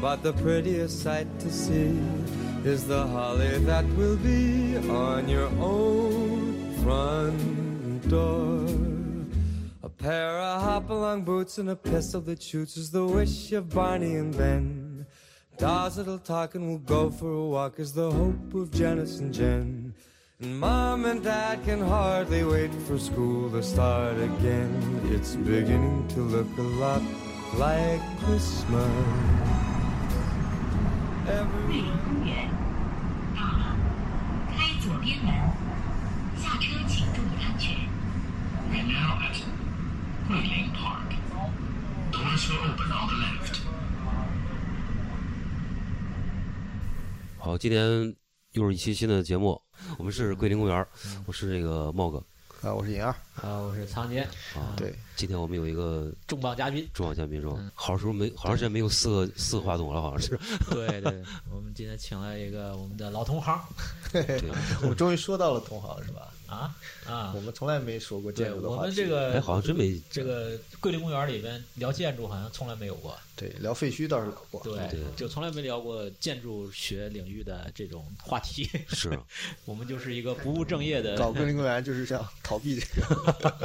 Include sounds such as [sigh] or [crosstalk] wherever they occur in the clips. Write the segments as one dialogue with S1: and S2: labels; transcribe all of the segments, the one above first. S1: But the prettiest sight to see is the holly that will be on your own front door. A pair of hopalong boots and a pistol that shoots is the wish of Barney and Ben. Dolls that'll talk and will go for a walk is the hope of Janice and Jen. And Mom and Dad can hardly wait for school to start again. It's beginning to look a lot like Christmas.
S2: 桂
S1: Every-
S2: 林公园到了，啊开左边门，下车请注意安全。
S3: We are now at Guilin Park. Doors will open on the left.
S4: 好，今天又是一期新的节目，我们
S5: 嗯
S4: 是桂林公园儿，我是这个茂哥。
S6: 啊，我是银二，
S5: 啊，我是仓颉，
S6: 对，
S4: 今天我们有一个。
S5: 重磅嘉宾
S4: 重要嘉宾是吧？
S5: 嗯
S4: 好长时候没，好长时间没有四个四个话筒了，好像
S5: [laughs]
S4: 是。
S5: 对对对，我们今天请了一个我们的老同行
S6: [laughs] 我们终于说到了同行是吧？
S5: 啊啊
S6: 我，们从来没说过建
S5: 对
S6: 筑的
S5: 我
S6: 话
S5: 们
S6: 题，
S5: 这
S4: 哎，
S5: 个
S4: 好像真没。
S5: 这个桂林公园里边聊建筑好像从来没有过，
S6: 对聊废墟倒是聊过，
S5: 对，就从来没聊过建筑学领域的这种话题。 [laughs]
S4: 是，
S5: 我们就是一个不务正业的， [laughs]
S6: 搞桂林公园就是想逃避这个，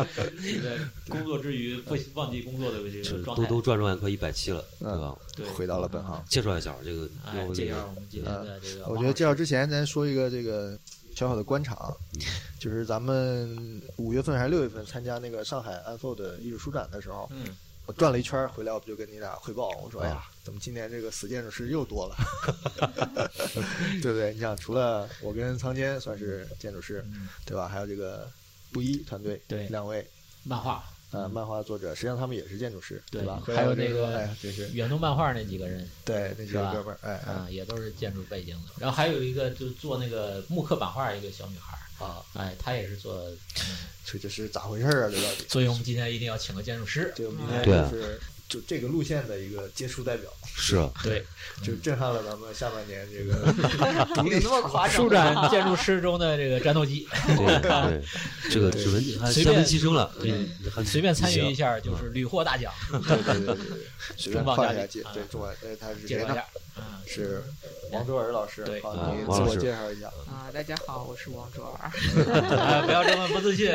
S5: 这个工作之余不忘记工作的这
S4: 是
S5: 个状
S4: 兜
S5: 态。
S4: 兜转转也快一百期了，对吧？
S5: 对，
S6: [laughs] 回到了本行。
S4: 介绍一下这个，
S5: 哎
S4: 要不，
S5: 这
S4: 那个
S5: 样我们今天的这个王
S6: 我
S5: 老师，
S6: 觉得介绍之前，咱说一个这个小小的观察，
S5: 嗯
S6: 就是咱们五月份还是六月份参加那个上海 Unfold 艺术书展的时候，
S5: 嗯，哦
S6: 我转了一圈儿回来，我不就跟你俩汇报，我说，
S4: 啊
S6: 哎呀，怎么今年这个死建筑师又多了， [laughs] 对不对？你想，除了我跟仓坚算是建筑
S5: 嗯
S6: 师，对吧？还有这个布衣团队，
S5: 对
S6: 两位
S5: 漫画，
S6: 呃，漫画作者，实际上他们也是建筑师，
S5: 对
S6: 吧？
S5: 还有那
S6: 个，
S5: 个
S6: 哎呀，真是
S5: 远东漫画那几个人，
S6: 对那几
S5: 是
S6: 个
S5: 吧
S6: 哥们儿，哎哎
S5: 啊，也都是建筑背景的。然后还有一个就做那个木刻版画一个小女孩儿，
S6: 啊，
S5: 哎，她也是做，
S6: 这这是咋回事儿啊？这到底？
S5: 所以我们今天一定要请个建筑师。
S6: 这个明天就是就这个路线的一个杰出代表，
S4: 是啊
S5: [laughs] 对，
S6: 就
S5: 嗯
S6: 震撼了咱们下半年这
S5: [laughs]
S6: 个独立
S7: 有那么夸张
S5: 舒
S7: 吗？
S5: 展建筑师中的这个战斗机， [laughs]
S4: 对对，这个啊只闻还
S5: 随
S4: 三
S5: 便
S4: 闻其声了，
S5: 对
S4: 嗯还
S5: 随便参与一下
S4: 啊
S5: 就是屡获大奖，
S6: 对对对对，
S5: [laughs]
S6: 随便
S5: 重磅
S6: 放
S5: 嘉
S6: 一下
S5: 宾
S6: 介
S5: 啊
S6: 对中文，呃，他是
S5: 介
S6: 谁
S5: 绍一
S6: 呢
S5: 下？。嗯，
S6: 是王卓尔老师，
S5: 对
S6: 好，
S4: 啊
S6: 你
S4: 王
S6: 自
S4: 老
S6: 我
S4: 师
S6: 介绍一下。
S7: 啊，大家好，我是王卓尔，
S5: 哎不要这么不自
S4: [laughs]
S5: 信。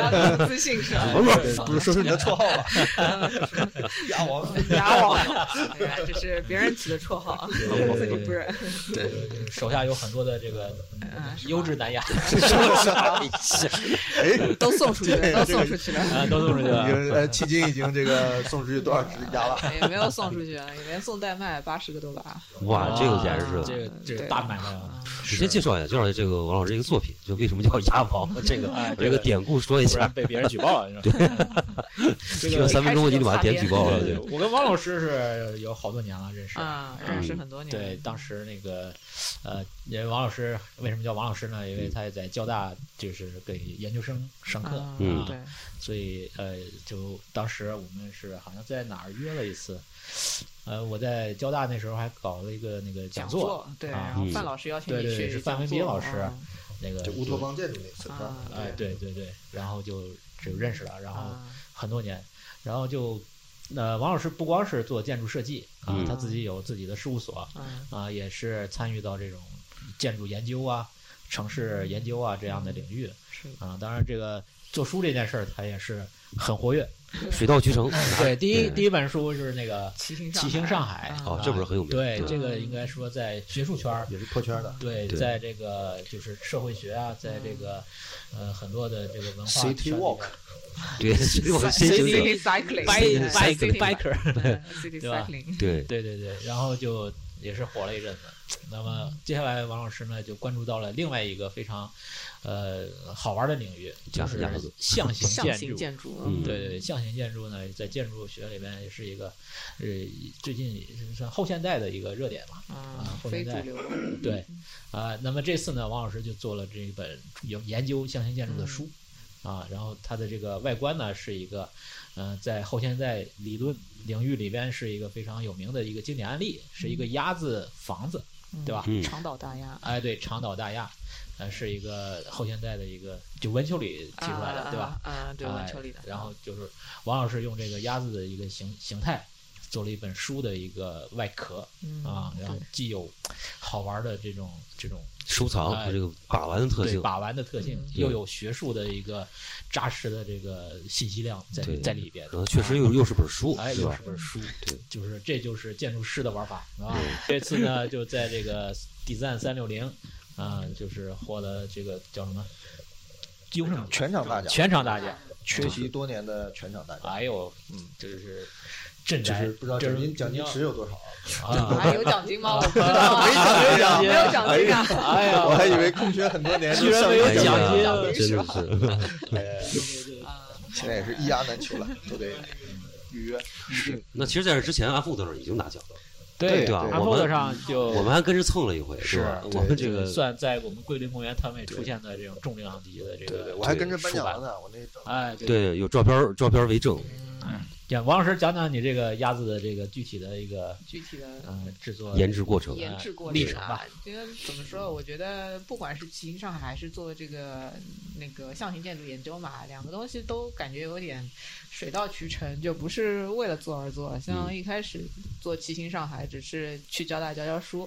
S7: 自信是
S5: 哎
S7: 吧？
S6: 不是，不是，说出你的绰号
S5: [laughs]
S6: 吧。 [laughs] 鸭王，
S7: 打我！哎呀，这是别人起的绰号，
S5: 对
S7: 自己不认。
S5: 手下有很多的这个
S7: 嗯，是吧
S5: 优质男鸭
S6: 哎，
S7: 都送出去
S6: 对
S7: 了，都送出去了，
S5: 啊，都送出
S4: [laughs]
S6: 已
S5: 去了。
S6: 经呃，迄今已经这个送出去多少只鸭 [laughs] 了？
S7: 也没有送出去，也连送代卖八十个都把。
S4: 哇，这个简直
S5: 啊这
S4: 是。
S5: 个这个
S7: 对
S5: 大买卖啊！
S4: 你先介绍一下，介绍一下这个王老师这个作品，就为什么叫鸭王，这个
S5: 哎
S4: 这个典故说一
S5: 不
S4: 下
S5: 然。被别人举报了。你知道吗 [laughs] 这
S4: 听
S5: 个
S4: 了三分钟，我就把他点举报了。
S5: 对 [laughs]
S4: 对，
S5: 我跟王老师是有好多年了认识，
S7: 啊，认识很多年。
S5: 对，当时那个呃，因为王老师为什么叫王老师呢？因为他在交大就是给研究生上课，
S7: 啊，
S4: 嗯
S7: 对，
S5: 所以呃，就当时我们是好像在哪儿约了一次，呃，我在交大那时候还搞了一个那个
S7: 讲
S5: 座，
S7: 对，
S5: 啊
S7: 然后范老师邀请你
S5: 对对
S7: 去，
S5: 是范文斌老师那个
S6: 就乌托邦建筑那次是吧？
S7: 啊，
S5: 哎，对对对，然后就就认识了，然后
S7: 啊，
S5: 很多年，然后就。呃，王老师不光是做建筑设计啊，
S4: 嗯
S5: 他自己有自己的事务所，
S7: 嗯
S5: 啊，也是参与到这种建筑研究啊、城市研究啊这样的领域
S7: 是
S5: 啊。当然，这个做书这件事儿，他也是很活跃。
S4: 水到渠成。
S5: 对，第一
S4: 对
S5: 第一本书就是那个
S7: 骑行
S5: 《骑行上
S7: 上
S5: 海》
S7: 啊
S4: 哦
S5: 啊
S4: 这本儿很有名
S5: 对，
S4: 对
S5: 这个应该说在学术圈儿。
S6: 也是破圈的。
S5: 对，
S4: 对
S5: 在这个就是社会学啊，在这个呃很多的这个文化
S6: City
S5: 圈里
S6: walk
S5: 边
S7: [laughs]
S4: 对，这种新形象。
S7: ，City cycling，
S5: bike
S4: City
S5: bike biker，
S7: City
S5: 对吧
S7: cycling，
S4: 对，
S5: 对对对，然后就也是火了一阵子。那么接下来，王老师呢就关注到了另外一个非常呃好玩的领域，
S4: 加
S5: 就
S4: 斯
S5: 是
S4: 加合作
S5: 象形
S7: [laughs] 象
S5: 建
S7: 形
S5: 筑。
S7: 建筑，
S4: 嗯
S5: 对对，对，象形建筑呢，在建筑学里边也是一个，呃，最近也是算后现代的一个热点吧。
S7: 啊，
S5: 后
S7: 非
S5: 现
S7: 主
S5: 代
S7: 流，
S5: 对，啊、那么这次呢，王老师就做了这本有研究象形建筑的书，
S7: 嗯
S5: 啊，然后它的这个外观呢是一个，嗯，在后现代理论领域里边是一个非常有名的一个经典案例，是一个
S7: 嗯
S5: 鸭子房子，对吧？
S4: 嗯，
S7: 长岛大鸭，
S5: 哎，对，长岛大鸭，呃，是一个后现代的一个就文丘里提出来的，对吧？
S7: 啊？啊，对，文丘里的
S5: 哎。。然后就是王老师用这个鸭子的一个形形态，做了一本书的一个外壳、
S7: 嗯
S5: 啊，然后
S7: 对
S5: 既有好玩的这种这种
S4: 收藏
S5: 哎
S4: 和这个把玩的特
S5: 对
S4: 性，
S5: 把玩的特性，
S7: 嗯
S5: 又有学术的一个扎实的这个信息量在
S4: 对
S5: 在里边，
S4: 然后呃确实又又是本书，
S5: 哎，
S4: 对
S5: 又
S4: 吧
S5: 是？本书，
S4: 对，
S5: 就是这就是建筑师的玩法，是吧？这次呢，就在这个 Design 三六零，啊，就是获得这个叫什么优胜
S6: 全场大奖，
S5: 全场大奖，
S6: 缺席多年的全场大奖，
S5: 哎呦，
S6: 嗯，
S5: 就是镇
S6: 就
S5: 宅，
S6: 是不知道奖金
S5: 这
S6: 奖
S5: 哎是
S6: 金池有多少啊？ [laughs]
S5: 啊，
S7: 啊，有奖金吗？我不知道
S5: [laughs]
S7: 啊，
S6: 没奖
S7: 没有奖金啊。
S5: 哎呀，
S6: 我还以为空缺很多年
S5: [laughs] 居然没有
S4: 哎呀
S5: 奖金
S4: 真的是，
S6: 现在也是一鸭难
S5: [laughs]
S6: 求了，都得预约。是，
S4: [laughs] 那其实在这之前，阿富那儿已经拿奖了，
S6: 对
S4: 对吧？啊
S6: 对
S4: 我
S5: iPhone
S4: 们
S5: 上就
S4: 我们还跟着蹭了一回，是吧？
S5: 啊对
S4: 我们这个
S5: 算在我们桂林公园他们也出现的这种重量级的这
S6: 对对，
S5: 个，
S6: 我还跟着颁奖了呢，我那
S5: 哎，对，
S4: 对有照片儿照片儿为证，
S7: 嗯
S5: 讲王老师讲讲你这个鸭子的这个具体的一个
S7: 具体的
S5: 嗯制作
S4: 研制过程，
S7: 研制过
S5: 历
S7: 程
S5: 程
S7: 啊
S5: 吧，
S7: 觉得怎么说？我觉得不管是骑行上海还是做这个那个象形建筑研究嘛，两个东西都感觉有点水到渠成，就不是为了做而做。像一开始做骑行上海，只是去交大教教书。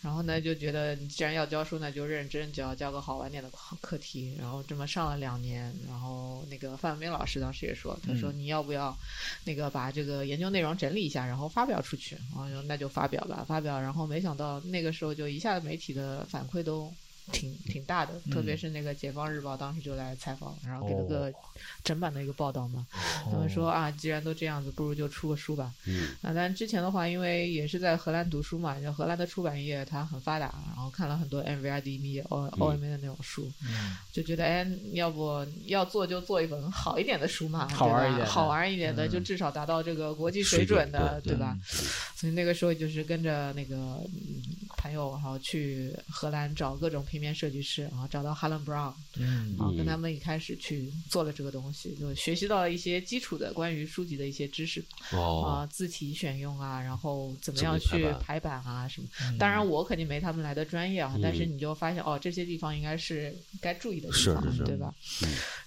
S7: 然后呢，就觉得你既然要教书，那就认真教，教个好玩点的课题。然后这么上了两年，然后那个范文斌老师当时也说，他说你要不要那个把这个研究内容整理一下，然后发表出去。然后就那就发表吧，发表。然后没想到那个时候就一下子媒体的反馈都挺挺大的，特别是那个《解放日报》当时就来采访，然后给了个整版的一个报道嘛。他们说啊，既然都这样子，不如就出个书吧。
S4: 嗯，
S7: 啊，但之前的话，因为也是在荷兰读书嘛，就荷兰的出版业它很发达，然后看了很多 MVRDM、O 哦 O M 的那种书，
S5: 嗯
S7: 就觉得哎，要不要做就做一本好一点的书嘛，
S5: 好
S7: 对吧
S5: 玩一点的
S7: 好玩一点的，
S5: 嗯
S7: 就至少达到这个国际
S4: 水
S7: 准
S4: 准
S7: 的，
S4: 对
S7: 对吧？所以那个时候就是跟着那个嗯朋友，然后去荷兰找各种平面设计师，然后找到 Helen Brown，啊
S5: 嗯
S7: 然后
S4: 嗯
S7: 跟他们一开始去做了这个东西，就学习到了一些基础的关于书籍的一些知识。啊、
S4: 哦，
S7: 字体选用啊，然后怎么
S4: 怎么
S7: 样
S4: 排
S7: 去
S4: 版
S7: 排版啊什么。
S5: 嗯
S7: 当然，我肯定没他们来的专业啊，但是
S4: 嗯
S7: 你就发现哦，这些地方应该是该注意的地
S4: 是
S7: 方，
S4: 是是嗯
S7: 对吧？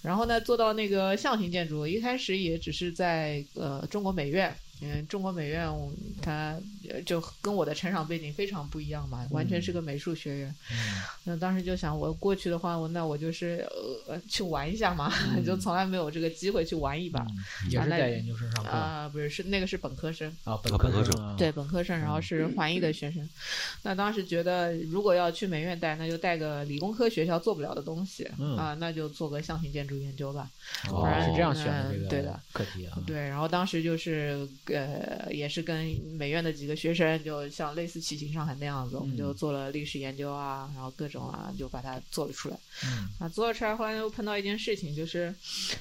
S7: 然后呢，做到那个象形建筑，一开始也只是在呃中国美院。嗯，中国美院我它呃就跟我的成长背景非常不一样嘛，完全是
S4: 嗯
S7: 个美术学院。
S5: 嗯
S7: 那当时就想，我过去的话，我那我就是呃去玩一下嘛， [laughs]
S4: 嗯
S7: 就从来没有这个机会去玩一把。
S5: 嗯也是在研究生
S4: 嗯
S5: 上课啊，
S7: 啊、不是，是那个是本科生。
S5: 本科生啊，
S7: 对，本科生，然后是环艺的学生。那当时觉得，如果要去美院带，那就带个理工科学校做不了的东西啊、
S5: 嗯
S7: 那就做个象形建筑研究吧。
S5: 哦
S7: 反正
S5: 是这样选的
S7: 嗯
S5: 这个
S7: 对的
S5: 课题啊，
S7: 对，然后当时就是呃，也是跟美院的几个学生，就像类似骑行上海那样子，我们
S5: 嗯
S7: 就做了历史研究啊，然后各种啊，就把它做了出来。
S5: 嗯
S7: 啊，做了出来，后来又碰到一件事情，就是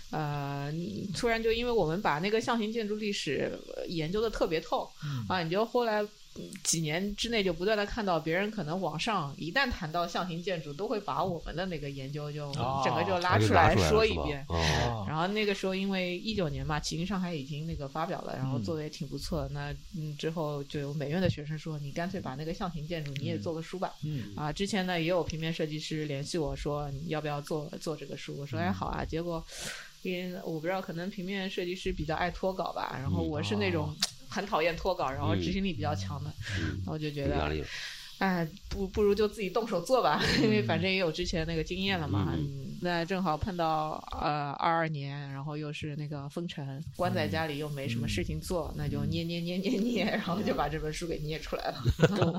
S7: 呃，突然就因为我们把那个象形建筑历史呃研究的特别透、啊，你就后来。嗯几年之内就不断的看到别人可能网上一旦谈到象形建筑，都会把我们的那个研究就
S5: 哦
S7: 整个就
S4: 拿
S7: 拉
S4: 出
S7: 出
S4: 来
S7: 来
S4: 了
S7: 说
S4: 是
S7: 一
S4: 吧
S7: 遍，
S4: 哦，
S5: 哦
S7: 然后那个时候，因为一九年嘛，《起因上海》已经那个发表了，然后做的也挺不错的。那嗯，之后就有美院的学生说，你干脆把那个象形建筑你也做个书吧。
S5: 嗯
S7: 啊，之前呢也有平面设计师联系我说，你要不要做做这个书？我说
S4: 嗯
S7: 哎好啊。结果因我不知道，可能平面设计师比较爱脱稿吧，然后
S4: 嗯
S7: 我是那种 [laughs] 很讨厌脱稿，然后执行力比较强的，
S4: 嗯
S7: 然后就觉
S4: 有
S7: 得
S4: 压力了，
S7: 哎，不不如就自己动手做吧，因为
S4: 嗯
S7: 反正也有之前那个经验了嘛。嗯那正好碰到呃二二年，然后又是那个封城，关
S4: 嗯
S7: 在家里又没什么事情做，那就捏捏捏捏捏，然后
S4: 嗯
S7: 就把这本书给捏出来了。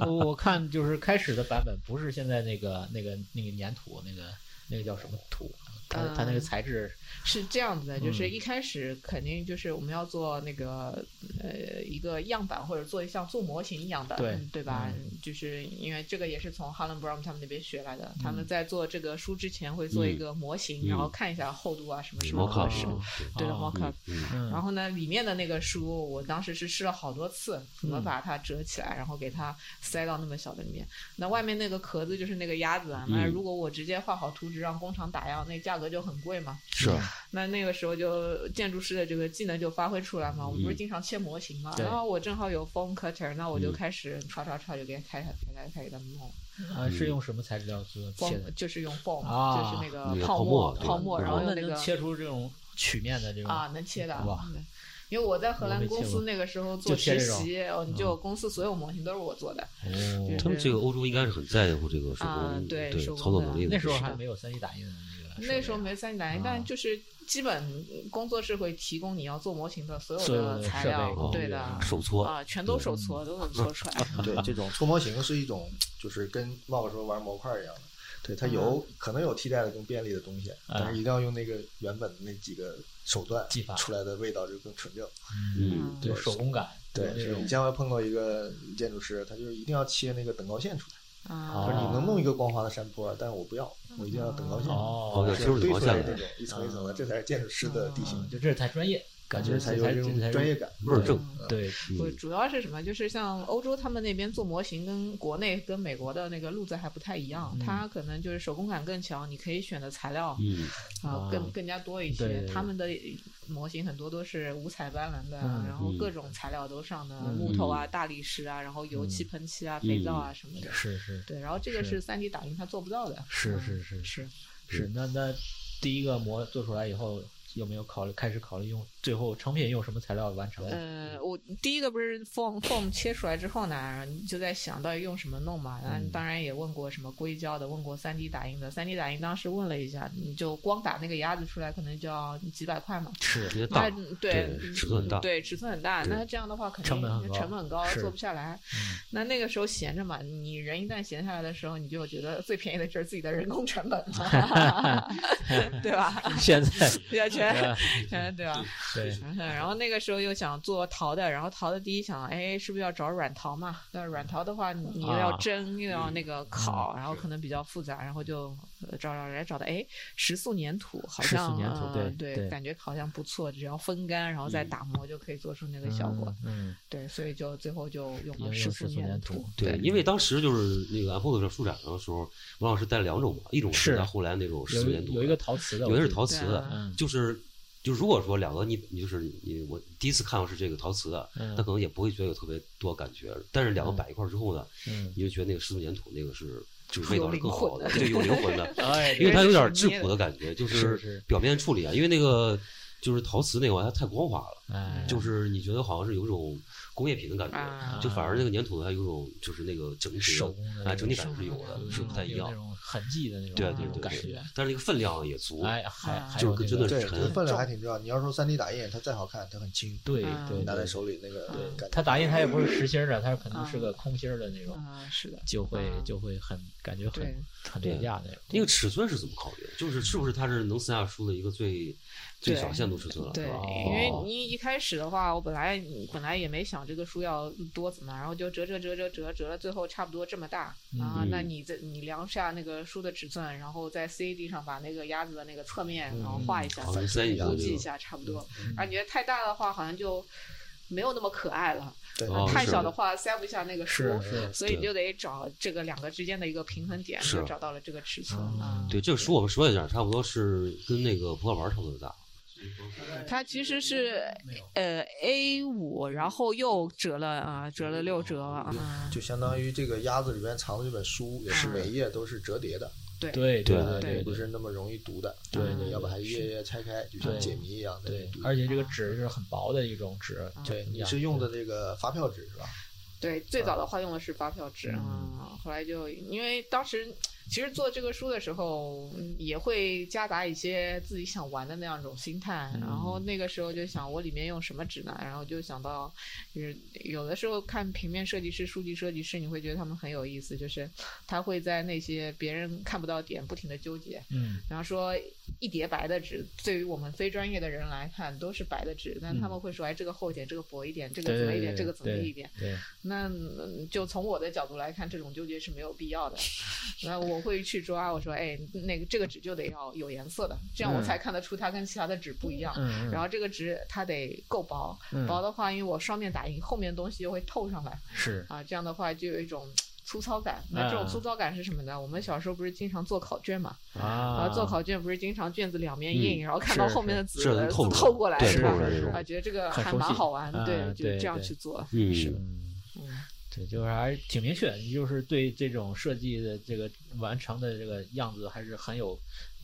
S5: 我我看就是开始的版本不是现在那个那个那个粘土那个那个叫什么土啊它它
S7: 呃
S5: 那个材质
S7: 是这样子的，就是
S5: 嗯
S7: 一开始肯定就是我们要做那个呃一个样板，或者做像做模型一样的，
S5: 对
S7: 嗯对吧？就是因为这个也是从 Harlan Brown 他们那边学来的，他们在做这个书之前会做一个模型，
S4: 嗯
S7: 然后看一下厚度啊什么什么
S4: 摩卡
S7: 合
S5: 啊
S7: 适，对的 mock up。
S4: 嗯
S5: 嗯
S7: 然后呢，里面的那个书，我当时是试了好多次，怎
S4: 嗯
S7: 么把它折起来，然后给它塞到那么小的里面。那外面那个壳子就是那个鸭子啊，那
S4: 嗯
S7: 如果我直接画好图纸让工厂打样，那价格就很贵嘛。
S4: 是
S5: 嗯
S4: 啊，
S7: 那那个时候就建筑师的这个技能就发挥出来嘛，我们不是经常切模型嘛，
S5: 嗯对
S7: 然后我正好有 foam cutter，那我就
S4: 嗯
S7: 开始唰唰唰就给它开开开开给它弄
S5: 啊是用什么材质料做切的
S7: ，foam 就是用 foam，、
S5: 啊
S7: 就是那
S4: 那
S7: 个
S4: 个
S7: 泡
S4: 泡沫对
S7: 泡沫，
S4: 嗯
S7: 然后用
S5: 那
S7: 那个
S5: 能切出这种曲面的这种
S7: 啊，能切的
S5: 哇。
S7: 嗯因为我在荷兰公
S5: 我没切过
S7: 司那个时候做
S5: 就切
S7: 实
S5: 这种嗯
S7: 习，哦，你就公司所有模型都是我做的。
S5: 哦
S4: 他们这个欧洲应该是很在乎这个手
S7: 嗯啊
S4: 工
S7: 对手工
S4: 操作
S7: 的
S4: 能力的。
S5: 那时候
S4: 是
S5: 还没有三 D 打印的啊那个
S7: 那时候
S5: 设备
S7: 没三 D 打
S5: 啊
S7: 印，但就是基本工作室会提供你要做模型的所有
S5: 所有
S7: 的
S5: 的
S7: 材
S5: 设
S7: 料
S5: 备工，
S7: 对
S5: 具
S7: 的
S5: 啊
S4: 手搓
S7: 啊，全都手搓，都能搓出来。
S6: 对，这种搓模型是一种，就是跟茂哥说玩模块一样的。对，它有
S5: 嗯
S6: 可能有替代的更便利的东西，但是一定要用那个原本的那几个手段
S5: 技法
S6: 出来的味道就更纯正。
S4: 嗯，
S5: 对手工感，
S6: 对，
S5: 有那
S6: 是
S5: 种
S6: 你将来碰到一个建筑师，他就是一定要切那个等高线出来，
S7: 啊，
S6: 就是你能弄一个光滑的山坡，但是我不要，我一定要等高线，
S4: 哦
S5: 哦
S4: 要
S6: 这
S4: 切
S6: 样
S4: 入
S6: 堆
S4: 等高
S6: 出来
S4: 线
S6: 的那种一层一层的，这才是建筑师的地形
S7: 嗯，
S5: 啊就这是太专业，啊感觉
S6: 这才有这种专业感。
S4: 味儿正。
S5: 对
S7: 不，
S4: 嗯
S7: 主要是什么？就是像欧洲他们那边做模型，跟国内跟美国的那个路子还不太一样，
S5: 嗯
S7: 它可能就是手工感更强，你可以选的材料
S4: 嗯，
S7: 啊
S5: 啊
S7: 更更加多一
S5: 对对
S7: 些。
S5: 对
S7: 他们的模型很多都是五彩斑斓的，
S5: 嗯
S7: 然后
S4: 嗯
S7: 各种材料都上的，
S5: 嗯
S7: 木头啊、大理石啊，然后油漆、喷漆啊、肥皂啊什么的。
S5: 是是
S7: 对，然后这个
S5: 是
S7: 是三 D 打印它做不到的。
S5: 是
S7: 嗯
S5: 是是
S7: 是。
S5: 是，那那第一个模做出来以后，有没有考虑开始考虑用最后成品用什么材料完成？
S7: 呃，我第一个不是 foam foam 切出来之后呢，你就在想到底用什么弄嘛。
S5: 嗯
S7: 然后当然也问过什么硅胶的，问过 3D 打印的。3D 打印当时问了一下，你就光打那个鸭子出来，可能就要几百块嘛。
S5: 是
S4: 因为大，
S7: 那对嗯
S4: 对尺寸很大
S7: 对尺寸很大。
S4: 对
S7: 那这样的话，肯定
S5: 成本很高
S7: 成本很高
S5: 是嗯
S7: 做不下来。那那个时候闲着嘛，你人一旦闲下来的时候，你就觉得最便宜的就是自己的人工成
S5: [laughs]
S7: 本， [laughs] 对吧？
S5: 现
S7: [laughs]
S5: 在
S7: 比较全
S5: 对，
S7: 全对吧？
S5: 对
S7: 嗯然后那个时候又想做陶的，然后陶的第一想，哎，是不是要找软陶嘛？那软陶的话，你又要
S5: 啊嗯
S7: 蒸，又要那个烤，然后可能比较复杂，然后就呃找找人家找的，哎，石塑粘土好
S5: 石塑
S7: 像，
S5: 粘土
S7: 呃
S5: 对对
S7: 感觉好像不错，只要风干，然后再打磨就可以做出那个效果。，
S5: 嗯，
S7: 对，所以就最后就用
S5: 用
S7: 了
S5: 了
S7: 石
S5: 石
S7: 塑
S5: 塑粘
S7: 土
S5: 土。
S4: 对，
S7: 嗯
S4: 因为当时就是那个 Apple 的书展上的时候，王老师带了两种嘛，一种
S5: 是
S4: 他后来那种十
S5: 有
S4: 年
S5: 一
S4: 度，
S5: 有一个陶瓷的，
S4: 有一个是
S5: 我
S4: 陶
S5: 记
S4: 瓷
S7: 对
S4: 的
S7: 啊，
S5: 得，嗯
S4: 就是就如果说两个你你就是你我第一次看到是这个陶瓷的，
S5: 嗯
S4: 他可能也不会觉得有特别多感觉，但是两个
S5: 嗯
S4: 摆一块儿之后呢，
S5: 嗯，
S4: 你就觉得那个石头粘土那个是就是
S7: 是
S4: 味
S7: 有
S4: 道是
S7: 灵
S4: 更好
S7: 魂
S4: 的，
S7: 的
S4: 对，有灵魂的，
S5: 哎，
S4: 因为它有点
S7: 人是
S4: 质
S7: 捏
S4: 朴的感觉，就是
S5: 是
S4: 表面处理啊，因为那个就是陶瓷那个玩意儿它太光滑了，
S5: 哎，
S4: 就是你觉得好像是有一种工业品的感觉，
S7: 啊
S4: 就反而那个粘土它有种就是那个整体的
S5: 手工的
S4: 哎，
S5: 那
S4: 整
S5: 种
S4: 体感是有的，
S5: 有
S4: 是不太一
S5: 有
S4: 样
S5: 那。种痕迹的那种
S4: 对
S5: 那
S4: 对
S5: 种
S4: 对，
S5: 感
S4: 是
S5: 觉，
S4: 但是那个分量也足，
S5: 哎，还还
S4: 就
S5: 有
S4: 是
S5: 那
S4: 真
S5: 个
S4: 的
S6: 对，
S4: 沉
S6: 这分量还挺重要。你要说三 D 打印，它再好看，它很轻，
S5: 对
S7: 嗯
S5: 对，
S6: 拿
S5: 对
S6: 在手里那个对
S7: 嗯
S6: 感觉。
S5: 它打印它也不是实心儿的，它可能是个空心儿的那种，
S7: 啊、嗯是的，
S5: 就会
S7: 啊
S5: 就会很感觉很
S7: 对
S5: 很廉价那种。
S4: 那个尺寸是怎么考虑的？就是是不是它是能撕下书的一个最最
S7: 对
S4: 小限度尺寸了？
S7: 对，
S4: 是吧
S7: 因为
S4: 哦
S7: 你一开始的话，我本来本来也没想这个书要多怎么样，然后就折折折折折折了，最后差不多这么大啊
S4: 嗯。
S7: 那你这你量下那个书的尺寸，然后在 CAD 上把那个鸭子的那个侧面，然后画一下，
S4: 嗯好像三一
S7: 估
S4: 个
S7: 计
S4: 这
S7: 一
S4: 个，
S7: 下差不多。
S4: 嗯
S7: 而你觉得太大的话，好像就没有那么可爱了；
S6: 对，
S4: 哦
S7: 太
S4: 是
S7: 小的话，塞不下那个书
S5: 是。是
S7: 所以你
S4: 对
S7: 就得找这个两个之间的一个平衡点，
S4: 是哦
S7: 就找到了这个尺寸啊
S5: 嗯。
S4: 对，这个书我们说一下，差不多是跟那个葡萄盘差不多大。
S7: 它其实是呃 A 五，然后又折了啊，折了六折啊，
S6: 就相当于这个鸭子里面藏的这本书，也
S7: 嗯
S6: 是每一页都是折叠的，
S5: 对
S4: 对
S5: 对
S6: 也
S5: 对
S6: 不是那么容易读的。
S5: 对对
S6: 你要把它
S5: 对
S6: 一页页拆开，就像
S5: 对
S6: 解谜一样在那
S5: 对
S6: 里读。，
S5: 而且这个纸是很薄的一种纸，
S7: 嗯
S5: 就
S6: 对，
S5: 一
S6: 你
S5: 样
S6: 是用的这个发票纸是吧？
S7: 对，最早的话用的是发票纸，
S5: 嗯
S7: 嗯，后来就因为当时其实做这个书的时候，嗯也会夹杂一些自己想玩的那样一种心态，然后那个时候就想我里面用什么纸呢？然后就想到，就是有的时候看平面设计师、书籍设计师，你会觉得他们很有意思，就是他会在那些别人看不到点不停的纠结，
S5: 嗯
S7: 然后说一叠白的纸，对于我们非专业的人来看都是白的纸，
S5: 嗯
S7: 但他们会说，哎，这个厚一点，这个薄一点，这个怎么一点，这个怎么一点。
S5: 对，
S7: 那嗯就从我的角度来看，这种纠结是没有必要的。那我会去抓，我说，哎，那个这个纸就得要有颜色的，这样我
S5: 嗯
S7: 才看得出它跟其他的纸不一样。
S5: 嗯，
S7: 然后这个纸它得够薄，
S5: 嗯
S7: 薄的话，因为我双面打印，后面东西就会透上来
S5: 是
S7: 啊，这样的话就有一种粗糙感。那这种
S5: 啊
S7: 粗糙感是什么呢？我们小时候不是经常做考卷嘛，
S5: 啊
S7: 啊，做考卷不是经常卷子两面印，然后看到
S5: 是
S7: 后面的
S4: 嗯是
S7: 字
S4: 透
S7: 透
S4: 出来
S7: 过来
S4: 对
S7: 是
S5: 透
S7: 吧
S5: 出来这？种
S7: 啊，觉得这个
S5: 很
S7: 还
S5: 熟
S7: 蛮
S5: 悉
S7: 好玩，对
S5: 啊，
S7: 就
S5: 对
S7: 这样
S5: 对
S7: 去做，
S4: 嗯，
S7: 是
S5: 嗯。
S7: 嗯。
S5: 对，就是还是挺明确，就是对这种设计的这个完成的这个样子，还是很有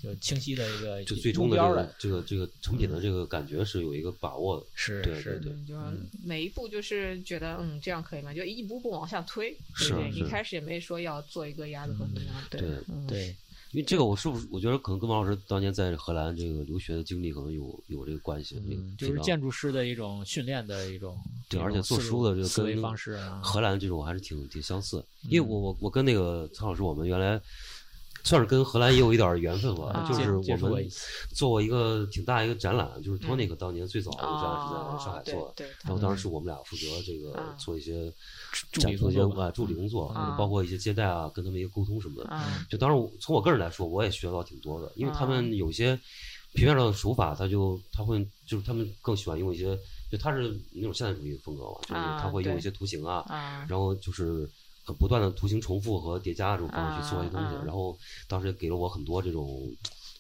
S5: 就清晰的一个
S4: 就最终
S5: 目
S4: 的
S5: 标
S4: 这
S5: 的嗯
S4: 个，这个这个成品的这个感觉是有一个把握的。
S5: 是
S4: 对
S5: 是，
S4: 对
S7: 嗯，就
S5: 嗯
S7: 每一步就是觉得嗯这样可以吗？就一步步往下推，
S4: 是
S7: 对不对
S4: 是
S7: 一开始也没说要做一个鸭子或怎么样，对
S4: 对
S7: 嗯
S5: 对，
S4: 因为这个，我是不是我觉得可能跟王老师当年在荷兰这个留学的经历可能有有这个关系，这个
S5: 嗯，
S4: 提
S5: 就是
S4: 纲
S5: 建筑师的一种训练的一种，
S4: 对，
S5: 一
S4: 而且
S5: 种
S4: 做
S5: 思路
S4: 书的这个
S5: 思维
S4: 跟
S5: 方式啊，嗯
S4: 荷兰这种还是挺挺相似，因为我我我跟那个苍老师，我们原来算是跟荷兰也有一点缘分吧，
S5: 啊
S4: 就
S5: 接
S4: 是
S5: 接
S4: 我
S5: 触过
S4: 们
S5: 一次，
S4: 做过一个挺大一个展览，就是
S7: 嗯
S4: Tonic 当年最早的一个展览是在上海
S7: 啊，对
S4: 做的。
S7: 对，
S4: 然后
S5: 嗯
S4: 当时是我们俩负责这个
S7: 啊
S4: 做一些
S5: 助
S4: 展
S5: 理
S4: 做
S5: 工
S4: 一些
S5: 作吧
S4: 啊助理工作，
S7: 啊
S4: 包括一些接待啊，跟他们一个沟通什么的。
S7: 啊，
S4: 就当然我从我个人来说，我也学到挺多的，因为他
S7: 嗯
S4: 们有些平面上的手法，他就他会就是他们更喜欢用一些，就他是那种现代主义风格嘛，就是
S7: 啊
S4: 他会用
S7: 对
S4: 一些图形啊，
S7: 啊，
S4: 然后就是很不断的图形重复和叠加这种方式去做一些东西，
S7: 啊啊
S4: 然后当时也给了我很多这种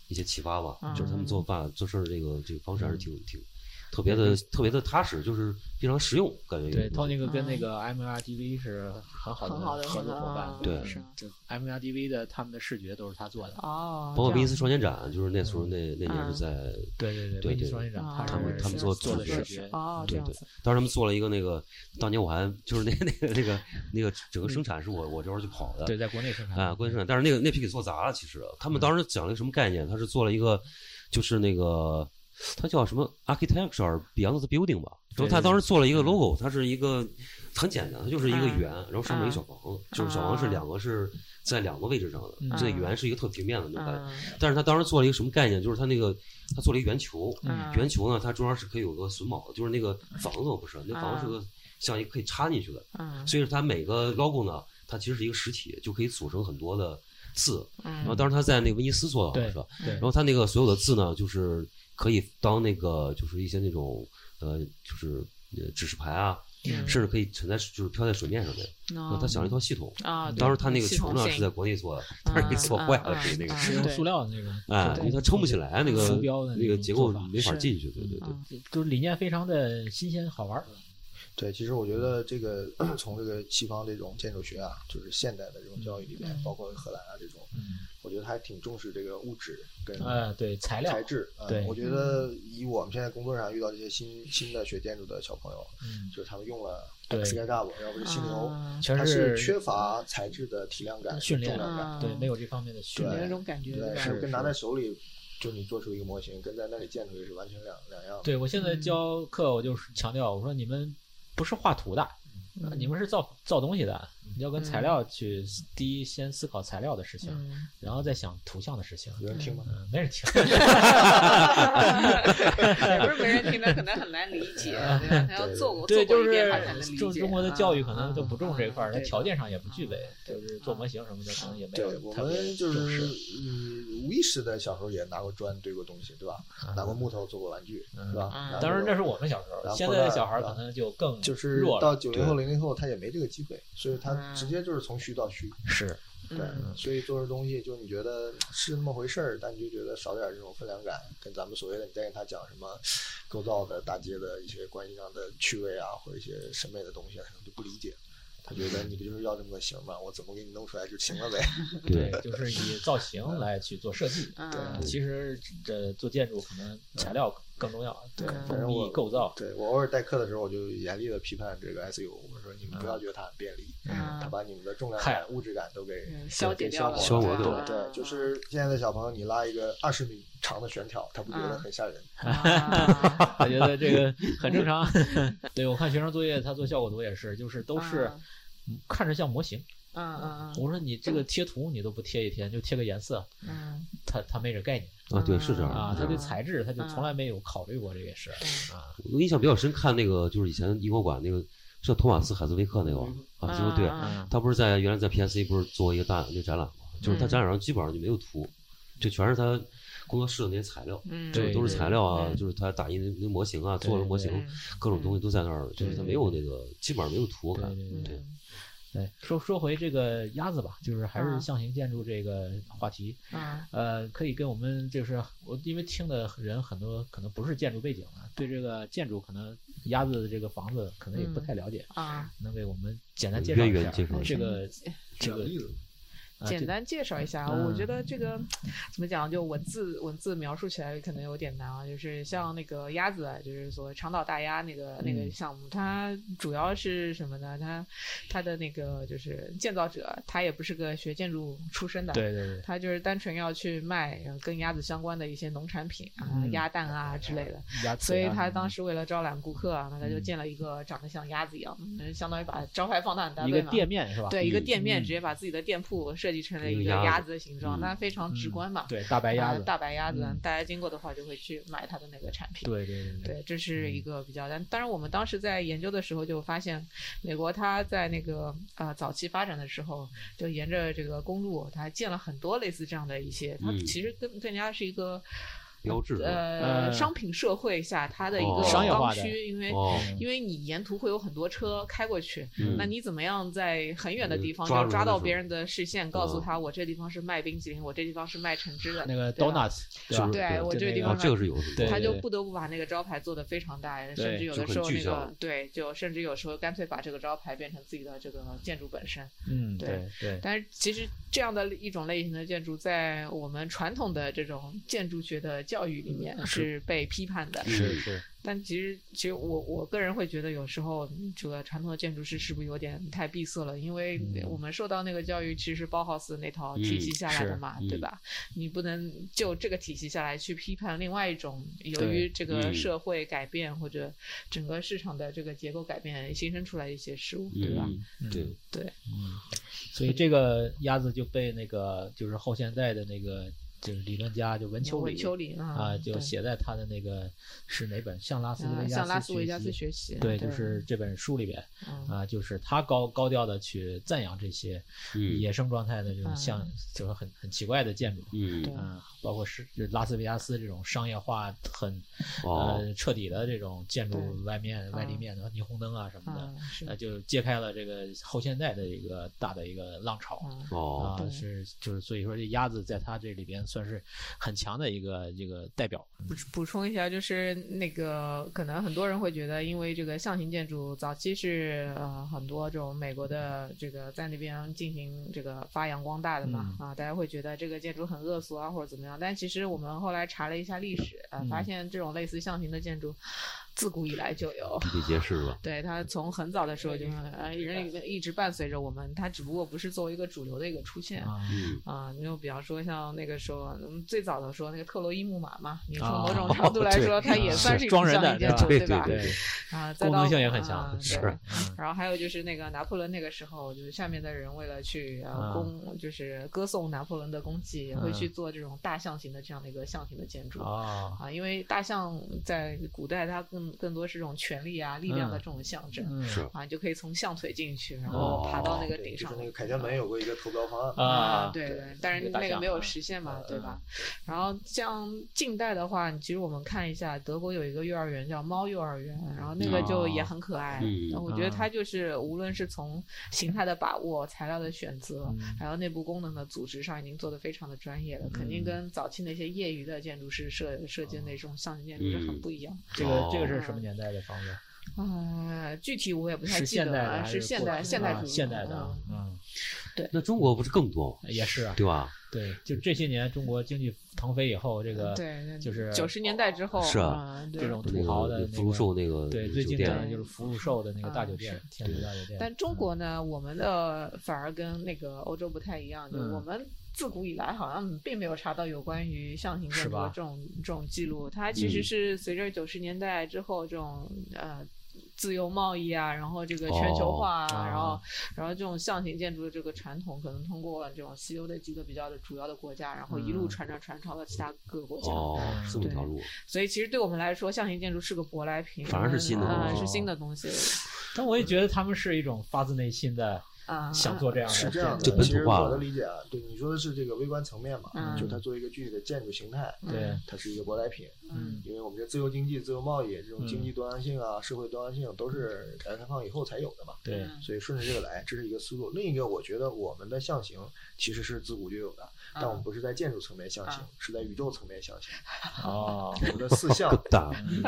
S4: 一些启发吧，
S7: 嗯
S4: 就是他们做饭做事儿这个这个方式还是挺挺特别的特别的踏实，就是非常实用，感觉
S5: 对
S4: 有一种
S5: Tonic 跟那
S7: 嗯
S5: 个 MRDV 是很好
S7: 很好的
S5: 合作伙伴
S7: 啊，
S4: 对
S7: 是
S5: 就 MRDV 的他们的视觉都是他做的，
S7: 哦，
S4: 包括威
S7: 这
S4: 尼
S7: 样
S4: 斯双年展，就是那时候那那年
S7: 嗯
S4: 是在
S5: 对对对，
S4: 对
S5: 威尼
S4: 对
S5: 斯双人展，
S7: 啊
S5: 是
S4: 他们他们
S7: 是
S4: 做
S7: 是
S4: 做的
S7: 是
S4: 视
S5: 视
S7: 是
S5: 觉，
S7: 哦，这
S4: 对
S7: 样
S4: 对
S7: 子，
S4: 当时他们做了一个那个，当年我还就是那那个那个那个整个生产是我我这边去跑的，
S5: 对，在国内生产
S4: 啊，关键生产，但是那个那批给做砸了。其实他们当时讲了一个什么概念？他是做了一个，就是那个，他叫什么 architecture beyond the building 吧。然后他
S5: 对对啊
S4: 当时做了一个 logo，它是一个很简单，它就是一个
S7: 嗯
S4: 圆，然后上面一个小房子，就是小房是
S7: 啊
S4: 两个是在两个位置上的，
S5: 嗯啊
S4: 这圆是一个特平面的那种感觉。
S7: 嗯
S4: 但是他当时做了一个什么概念？就是他那个他做了一个圆球，
S7: 嗯
S4: 圆球呢，它中央是可以有个榫卯的，就是那个房子不是，那房子是个像一个可以插进去的。
S7: 嗯
S4: 所以说它每个 logo 呢，它其实是一个实体，就可以组成很多的字。然后
S7: 嗯，
S4: 当时他在那个威尼斯做的，好像
S5: 对
S4: 是吧。
S5: 对
S4: 然后他那个所有的字呢，就是可以当那个就是一些那种呃，就是呃指示牌啊，
S7: 嗯
S4: 甚至可以沉在就是飘在水面上面。然后他想了一套系统。
S7: 啊，对
S4: 当时他那个
S7: 系
S4: 球
S7: 统
S4: 呢
S7: 性
S4: 是在国内做的，但是给做坏了，
S7: 嗯
S4: 是那个
S7: 嗯
S5: 是
S7: 嗯
S5: 用
S7: 对
S5: 塑料的那种，
S4: 哎，因为它撑不起来，那个
S5: 浮标的
S4: 那
S5: 那
S4: 个
S5: 种
S4: 结
S5: 做
S4: 构
S5: 法
S4: 没法
S7: 是
S4: 进去，对对对
S7: 嗯。
S5: 就是理念非常的新鲜好玩儿。
S6: 对，其实我觉得这个 [clears throat] 从这个西方这种建筑学啊，就是现代的这种教育里面，
S7: 嗯
S6: 包括荷兰啊这种，
S5: 嗯
S6: 我觉得还挺重视这个物质跟
S5: 啊，对，材料
S6: 材，质。嗯
S5: 对
S6: 我觉得以我们现在工作上遇到这些新新的学建筑的小朋友，
S5: 嗯，
S6: 就是他们用了
S5: 对
S6: SketchUp，要不是犀牛，
S7: 啊
S5: 全
S6: 它
S5: 是
S6: 是缺乏材质的体量感、
S5: 训练
S6: 重量感，
S5: 对，没有这方面的训
S7: 有
S6: 对
S7: 那
S5: 练。
S7: 种感觉，
S6: 对，
S7: 吧？
S6: 是
S5: 是
S6: 跟拿在手里，就你做出一个模型，跟在那里建出来是完全两两样的。
S5: 对我现
S6: 嗯
S5: 在教课，我就是强调，我说你们不是画图的，
S7: 嗯
S6: 啊
S5: 你们是造造东西的，
S6: 嗯
S5: 你要跟材料去第一先思考材料的事情，
S7: 嗯
S6: [laughs]
S5: 然后再想图像的事情。
S6: 有人听吗？
S5: 嗯，没
S6: [laughs]
S5: 人听。
S7: 也不是没人听，他可能很难理
S6: [laughs]
S7: 解，对吧？他要做过做
S5: 对，
S7: 过
S5: 就
S7: 一遍，他才能
S5: 是
S7: 理解。啊
S5: 中中
S6: 啊
S5: 国的教育可能就不重这一块儿，它
S7: 他
S5: 条件上也不具备，
S7: 对的
S5: 就是做模型什么的可能也没
S6: 啊对
S5: 有
S6: 我
S5: 特别
S6: 们就
S5: 重
S6: 是
S5: 视。
S6: 嗯，无意识的小时候也拿过砖堆过东西，对吧？ [laughs] 拿过木头做过玩具，
S5: 嗯
S6: 是吧？
S7: 嗯
S6: 拿
S5: 当然
S6: 过
S5: 那是我们小时
S6: 然
S5: 候，
S6: 后啊
S5: 现在的小孩儿可能就更
S6: 就是
S5: 弱了。
S6: 到九零后、零零后，他也没这个机会，所以他直接就是从虚到虚。
S5: 是，
S7: 嗯
S6: 对，
S5: 嗯
S6: 所以做出东西就你觉得是那么回事儿，但你就觉得少点这种分量感，跟咱们所谓的你再跟他讲什么构造的、大街的一些关系上的趣味啊，或者一些审美的东西，他可能就不理解。他觉得你不就是要这么个型嘛，我怎么给你弄出来就行了呗。
S5: 嗯对，就是以造型
S6: 嗯
S5: 来去做设计。呃
S7: 嗯，
S5: 其实这做建筑可能材料更重要，
S7: 对
S6: 反
S5: 封
S6: 正我
S5: 闭构造。
S6: 对我偶尔代课的时候，我就严厉的批判这个 SU，我说你们不要觉得它很便利，
S7: 嗯
S6: 它把你们的重量
S5: 嗨
S6: 感、物质感都给
S7: 嗯消
S6: 给
S7: 解掉
S6: 磨
S7: 了
S4: 消磨掉
S6: 对
S7: 了
S6: 对，就是现在的小朋友，你拉一个二十米长的悬挑，他不觉得
S7: 嗯
S6: 很吓人。
S5: [laughs]
S7: 啊
S5: [laughs] 我觉得
S6: [laughs]
S5: 这个很正常。对我看学生作业，他做效果图也是，就是都是
S7: 啊
S5: 看着像模型，
S7: 嗯嗯嗯
S5: 我说你这个贴图你都不贴一贴，就贴个颜色，
S7: 嗯，
S5: 他他没人概念
S4: 啊，对，是这样的
S5: 啊，
S4: 是
S5: 他
S4: 这
S5: 对
S4: 样的
S5: 材质他就从
S7: 啊
S5: 来没有考虑过这个事儿啊。
S4: 我印象比较深，看那个就是以前英国馆那个，是托马斯海斯维克那个吧啊，就是对，
S7: 嗯
S4: 他不是在原来在 PSC 不是做一个大那展览嘛，就是他
S5: 嗯
S4: 展览上基本上就没有图，就全是他工作室的那些材料，
S7: 嗯，
S4: 就
S5: 对
S4: 是都是材料啊，
S7: 对
S4: 就是他打印的那个模型啊，做的模型
S5: 对
S7: 嗯
S4: 各种东西都在那儿，就是他没有那个基本上没有图
S5: 对
S4: 感，
S5: 对对
S4: 对
S7: 嗯
S5: 对，说说回这个鸭子吧，就是还
S7: 啊
S5: 是象形建筑这个话题，
S7: 嗯
S5: 呃，可以跟我们就是我因为听的人很多可能不是建筑背景的，对这个建筑可能鸭子的这个房子可能也不
S7: 嗯
S5: 太了解，
S7: 啊，
S5: 能给我们简单
S4: 嗯
S5: 介绍
S4: 渊
S5: 一
S4: 源
S5: 下
S4: 介绍一
S5: 这
S4: 下
S5: 个这个
S6: 例子，
S5: 啊
S7: 简
S5: 这
S7: 单介绍一下，啊
S5: 嗯
S7: 我觉得这个怎么讲，就文字文字描述起来可能有点难啊。就是像那个鸭子，啊，就是所谓长岛大鸭那个那个
S5: 嗯
S7: 项目，它主要是什么呢？它它的那个就是建造者，他也不是个学建筑出身的，
S5: 对对对，
S7: 他就是单纯要去卖呃跟鸭子相关的一些农产品啊、
S5: 嗯
S7: 鸭蛋啊之类的。
S5: 鸭子
S7: 所以
S5: 呀
S7: 他
S5: 嗯
S7: 当时为了招揽顾客啊，那他就
S5: 嗯
S7: 建了一个长得像鸭子一样的，嗯相当于把招牌放大很大
S5: 一
S7: 倍
S5: 个
S7: 嘛。
S5: 店面是吧？
S7: 对，一个
S4: 嗯
S7: 店面
S5: 嗯
S7: 直接把自己的店铺设计成了
S4: 一个
S7: 一个
S4: 鸭
S7: 鸭
S4: 子
S7: 子的形状，
S4: 嗯
S7: 那非常
S5: 嗯
S7: 直观嘛。
S5: 对，大白鸭
S7: 呃
S5: 子，
S7: 大白鸭子
S5: 嗯，
S7: 大家经过的话就会去买它的那个产品。
S5: 对对对
S7: 对，这是一
S5: 嗯
S7: 个比较，但当然我们当时在研究的时候就发现，美国它在那个呃早期发展的时候，就沿着这个公路，它建了很多类似这样的一些，它
S4: 嗯
S7: 其实更更加是一个
S4: 标志的
S7: 呃
S5: 呃
S7: 商品社会下它的一
S4: 哦
S7: 个
S4: 商业
S5: 化
S7: 刚
S5: 的
S7: 需，因为
S4: 哦，
S5: 嗯
S7: 因为你沿途会有很多车开过去，
S4: 嗯
S7: 那你怎么样在很远的地方
S4: 抓
S7: 就
S4: 住
S7: 抓
S4: 它的
S7: 到
S4: 手
S7: 别人的视线，告诉
S4: 嗯
S7: 他我这地方是卖冰淇淋，我这地方是卖橙汁的，
S5: 那个
S7: 对吧
S5: donut 对
S4: 就
S5: 吧？
S4: 是
S7: 对我
S5: 就
S7: 这个
S5: 那
S7: 地
S5: 个
S4: 啊
S7: 方，
S4: 这个是有什么
S5: 对
S7: 他就不得不把那个招牌做得非常大，甚至有
S4: 就
S7: 的
S4: 很
S7: 时候
S4: 具
S7: 那
S4: 象
S7: 个对，就甚至有时候干脆把这个招牌变成自己的这个建筑本身。
S5: 嗯，
S7: 对啊
S5: 对对，
S7: 但是其实这样的一种类型的建筑，在我们传统的这种建筑学的教育里面
S4: 嗯
S7: 是被批判的。
S4: 是
S5: 是，
S7: 但其实，其实我我个人会觉得，有时候嗯这个传统的建筑师是不是有点太闭塞了？因为
S5: 嗯
S7: 我们受到那个教育，其实是包豪斯那套体系
S4: 嗯
S7: 下来
S5: 是
S7: 的嘛，
S4: 嗯
S7: 对吧？你不能就这个体系下来去批判另外一种，由
S5: 对
S7: 于这个
S4: 嗯
S7: 社会改变或者整个市场的这个结构改变新生出来的一些事物，对吧？
S4: 嗯，
S5: 嗯
S4: 对，
S7: 对，
S5: 嗯，所以这个鸭子就被那个就是后现代的那个就是理论家就文丘
S7: 文
S5: 里
S7: 丘里啊
S5: 啊，，就
S7: 对
S5: 写在他的那个是哪本向拉斯维
S7: 嗯
S5: 加
S7: 向拉斯
S5: 斯
S7: 维加斯
S5: 习
S7: 学习，
S5: 对，就是这本书里边
S7: 嗯
S5: 啊，就是他高高调的去赞扬这些
S4: 嗯
S5: 野生状态的这种
S7: 嗯
S5: 像，就是很很奇怪的建筑，
S4: 嗯
S7: 对
S5: 啊，包括是就是拉斯维加斯这种商业化很
S4: 哦
S5: 呃彻底的这种建
S7: 对
S5: 筑外面外立
S7: 嗯
S5: 面的霓虹灯啊什么的，
S7: 啊是
S5: 呃，就揭开了这个后现代的一个大的一个浪潮。
S7: 嗯
S4: 哦，
S5: 啊，
S7: 对
S5: 是就是，所以说这鸭子在它这里边算是很强的一个这个代表。
S7: 补补充一下，就是那个可能很多人会觉得，因为这个象形建筑早期是呃很多这种美国的这个在那边进行这个发扬光大的嘛、啊，大家会觉得这个建筑很恶俗啊或者怎么样，但其实我们后来查了一下历史，呃，
S5: 嗯
S7: 发现这种类似象形的建筑自古以来就有。
S4: 比比皆是吧？
S7: 对它从很早的时候就呃，人一直伴随着我们，它只不过不是作为一个主流的一个出现。
S5: 啊，
S4: 嗯，
S7: 啊，你就比方说像那个时候，嗯，最早的说那个特洛伊木马嘛，你从
S5: 啊
S7: 某种程度来
S4: 对
S7: 说，它也
S5: 是
S7: 算是一
S5: 装
S7: 种
S5: 人
S7: 象
S5: 的
S7: 形
S5: 对
S7: 建
S5: 吧
S7: 筑，
S4: 对
S7: 吧？
S4: 对
S5: 对，
S7: 啊，再
S5: 功能
S7: 到
S5: 性也很
S7: 啊
S5: 强，
S7: 对
S5: 是，
S7: 然后还有就是那个拿破仑那个时候，就是下面的人为了去呃
S5: 啊
S7: 攻，就是歌颂拿破仑的功绩，也会
S5: 嗯
S7: 去做这种大象形的这样的一个象形的建筑。
S5: 啊，
S7: 啊，因为大象在古代它更更多是这种权力啊、力量的这种象征、
S5: 嗯
S4: 是
S7: 啊，你就可以从象腿进去，然后
S5: 哦
S7: 爬到那个顶
S6: 就
S7: 上
S6: 是
S7: 面。
S6: 那个凯旋门有过一个投标方案，
S5: 啊，
S7: 对
S6: 对
S7: 对，但是
S5: 那个大
S7: 那个
S5: 象
S7: 没有
S5: 啊
S7: 实现嘛，对
S5: 嗯
S7: 吧？然后像近代的话，其实我们看一下，德国有一个幼儿园叫猫幼儿园，然后那个就也
S5: 哦
S7: 很可爱。
S4: 嗯
S7: 我觉得
S5: 啊
S7: 它就是无论是从形态的把握、材料的选择，
S5: 嗯
S7: 还有内部功能的组织上，已经做得非常的专业了，肯定
S5: 嗯
S7: 跟早期那些业余的建筑师设设计的那种象形建筑是很
S4: 嗯
S7: 不一样。
S5: 这个这个是什么年代的房子？
S7: 啊，具体我也不太
S5: 是
S7: 记得
S5: 现代的
S7: 了，
S5: 还
S7: 是现代
S5: 过
S7: 现代
S5: 啊
S7: 主义
S5: 现代的啊
S7: 嗯，
S5: 嗯，
S4: 那中国不是更多，
S5: 也是啊，
S4: 对吧？
S5: 对，就这些年中国经济腾飞以后，这个
S7: 对，
S5: 呃就是
S7: 九十年代之后
S4: 是啊
S7: 啊，对
S5: 这种
S4: 那
S5: 土豪的
S4: 个
S5: 那
S4: 福禄
S5: 个
S4: 寿那个
S5: 对，最
S4: 酒
S5: 近
S4: 店
S5: 的就是福禄寿的那个大酒店
S7: 啊，
S5: 天子大酒店。
S7: 但
S5: 嗯
S7: 中国呢，我们的反而跟那个欧洲不太一样，就
S5: 嗯
S7: 我们自古以来好像并没有查到有关于象形建
S5: 是
S7: 筑的
S5: 吧
S7: 这种这种记录，它其
S4: 嗯
S7: 实是随着九十年代之后这种呃。自由贸易啊，然后这个全球化
S5: 哦
S7: 啊，
S5: 啊
S7: 然后然后这种象形建筑的这个传统，可能通过这种西欧的几个比较的主要的国家，然后一路
S5: 嗯
S7: 传传传传到其他各个国家。
S4: 哦，是这么一条
S7: 对
S4: 路，
S7: 所以其实对我们来说，象形建筑是个舶来品，
S4: 反而是新的
S7: 啊、
S4: 东
S5: 哦
S4: 西
S7: 是新的东西
S5: 但我也觉得他们是一种发自内心的
S7: 啊。
S5: 想做这样的，
S6: 是这样
S4: 就
S6: 的，
S4: 本
S6: 其
S4: 土
S6: 实
S4: 化
S6: 我的
S4: 了
S6: 理解啊，对你说的是这个微观层面嘛，
S7: 嗯
S6: 就它作为一个具体的建筑形态，
S5: 对，
S6: 它是一个舶来品，
S5: 嗯
S6: 因为我们这自由经济、自由贸易这种
S5: 嗯
S6: 经济多样性啊、社会多样性都是改革开放以后才有的嘛，
S5: 对，
S7: 嗯
S6: 所以顺着这个来，这是一个思路。另一个，我觉得我们的象形其实是自古就有的，但我们不是在建筑层面象形
S7: 啊，
S6: 是在宇宙层面象形。
S5: 哦， [laughs]
S6: 我们的四象、
S4: 大
S5: 嗯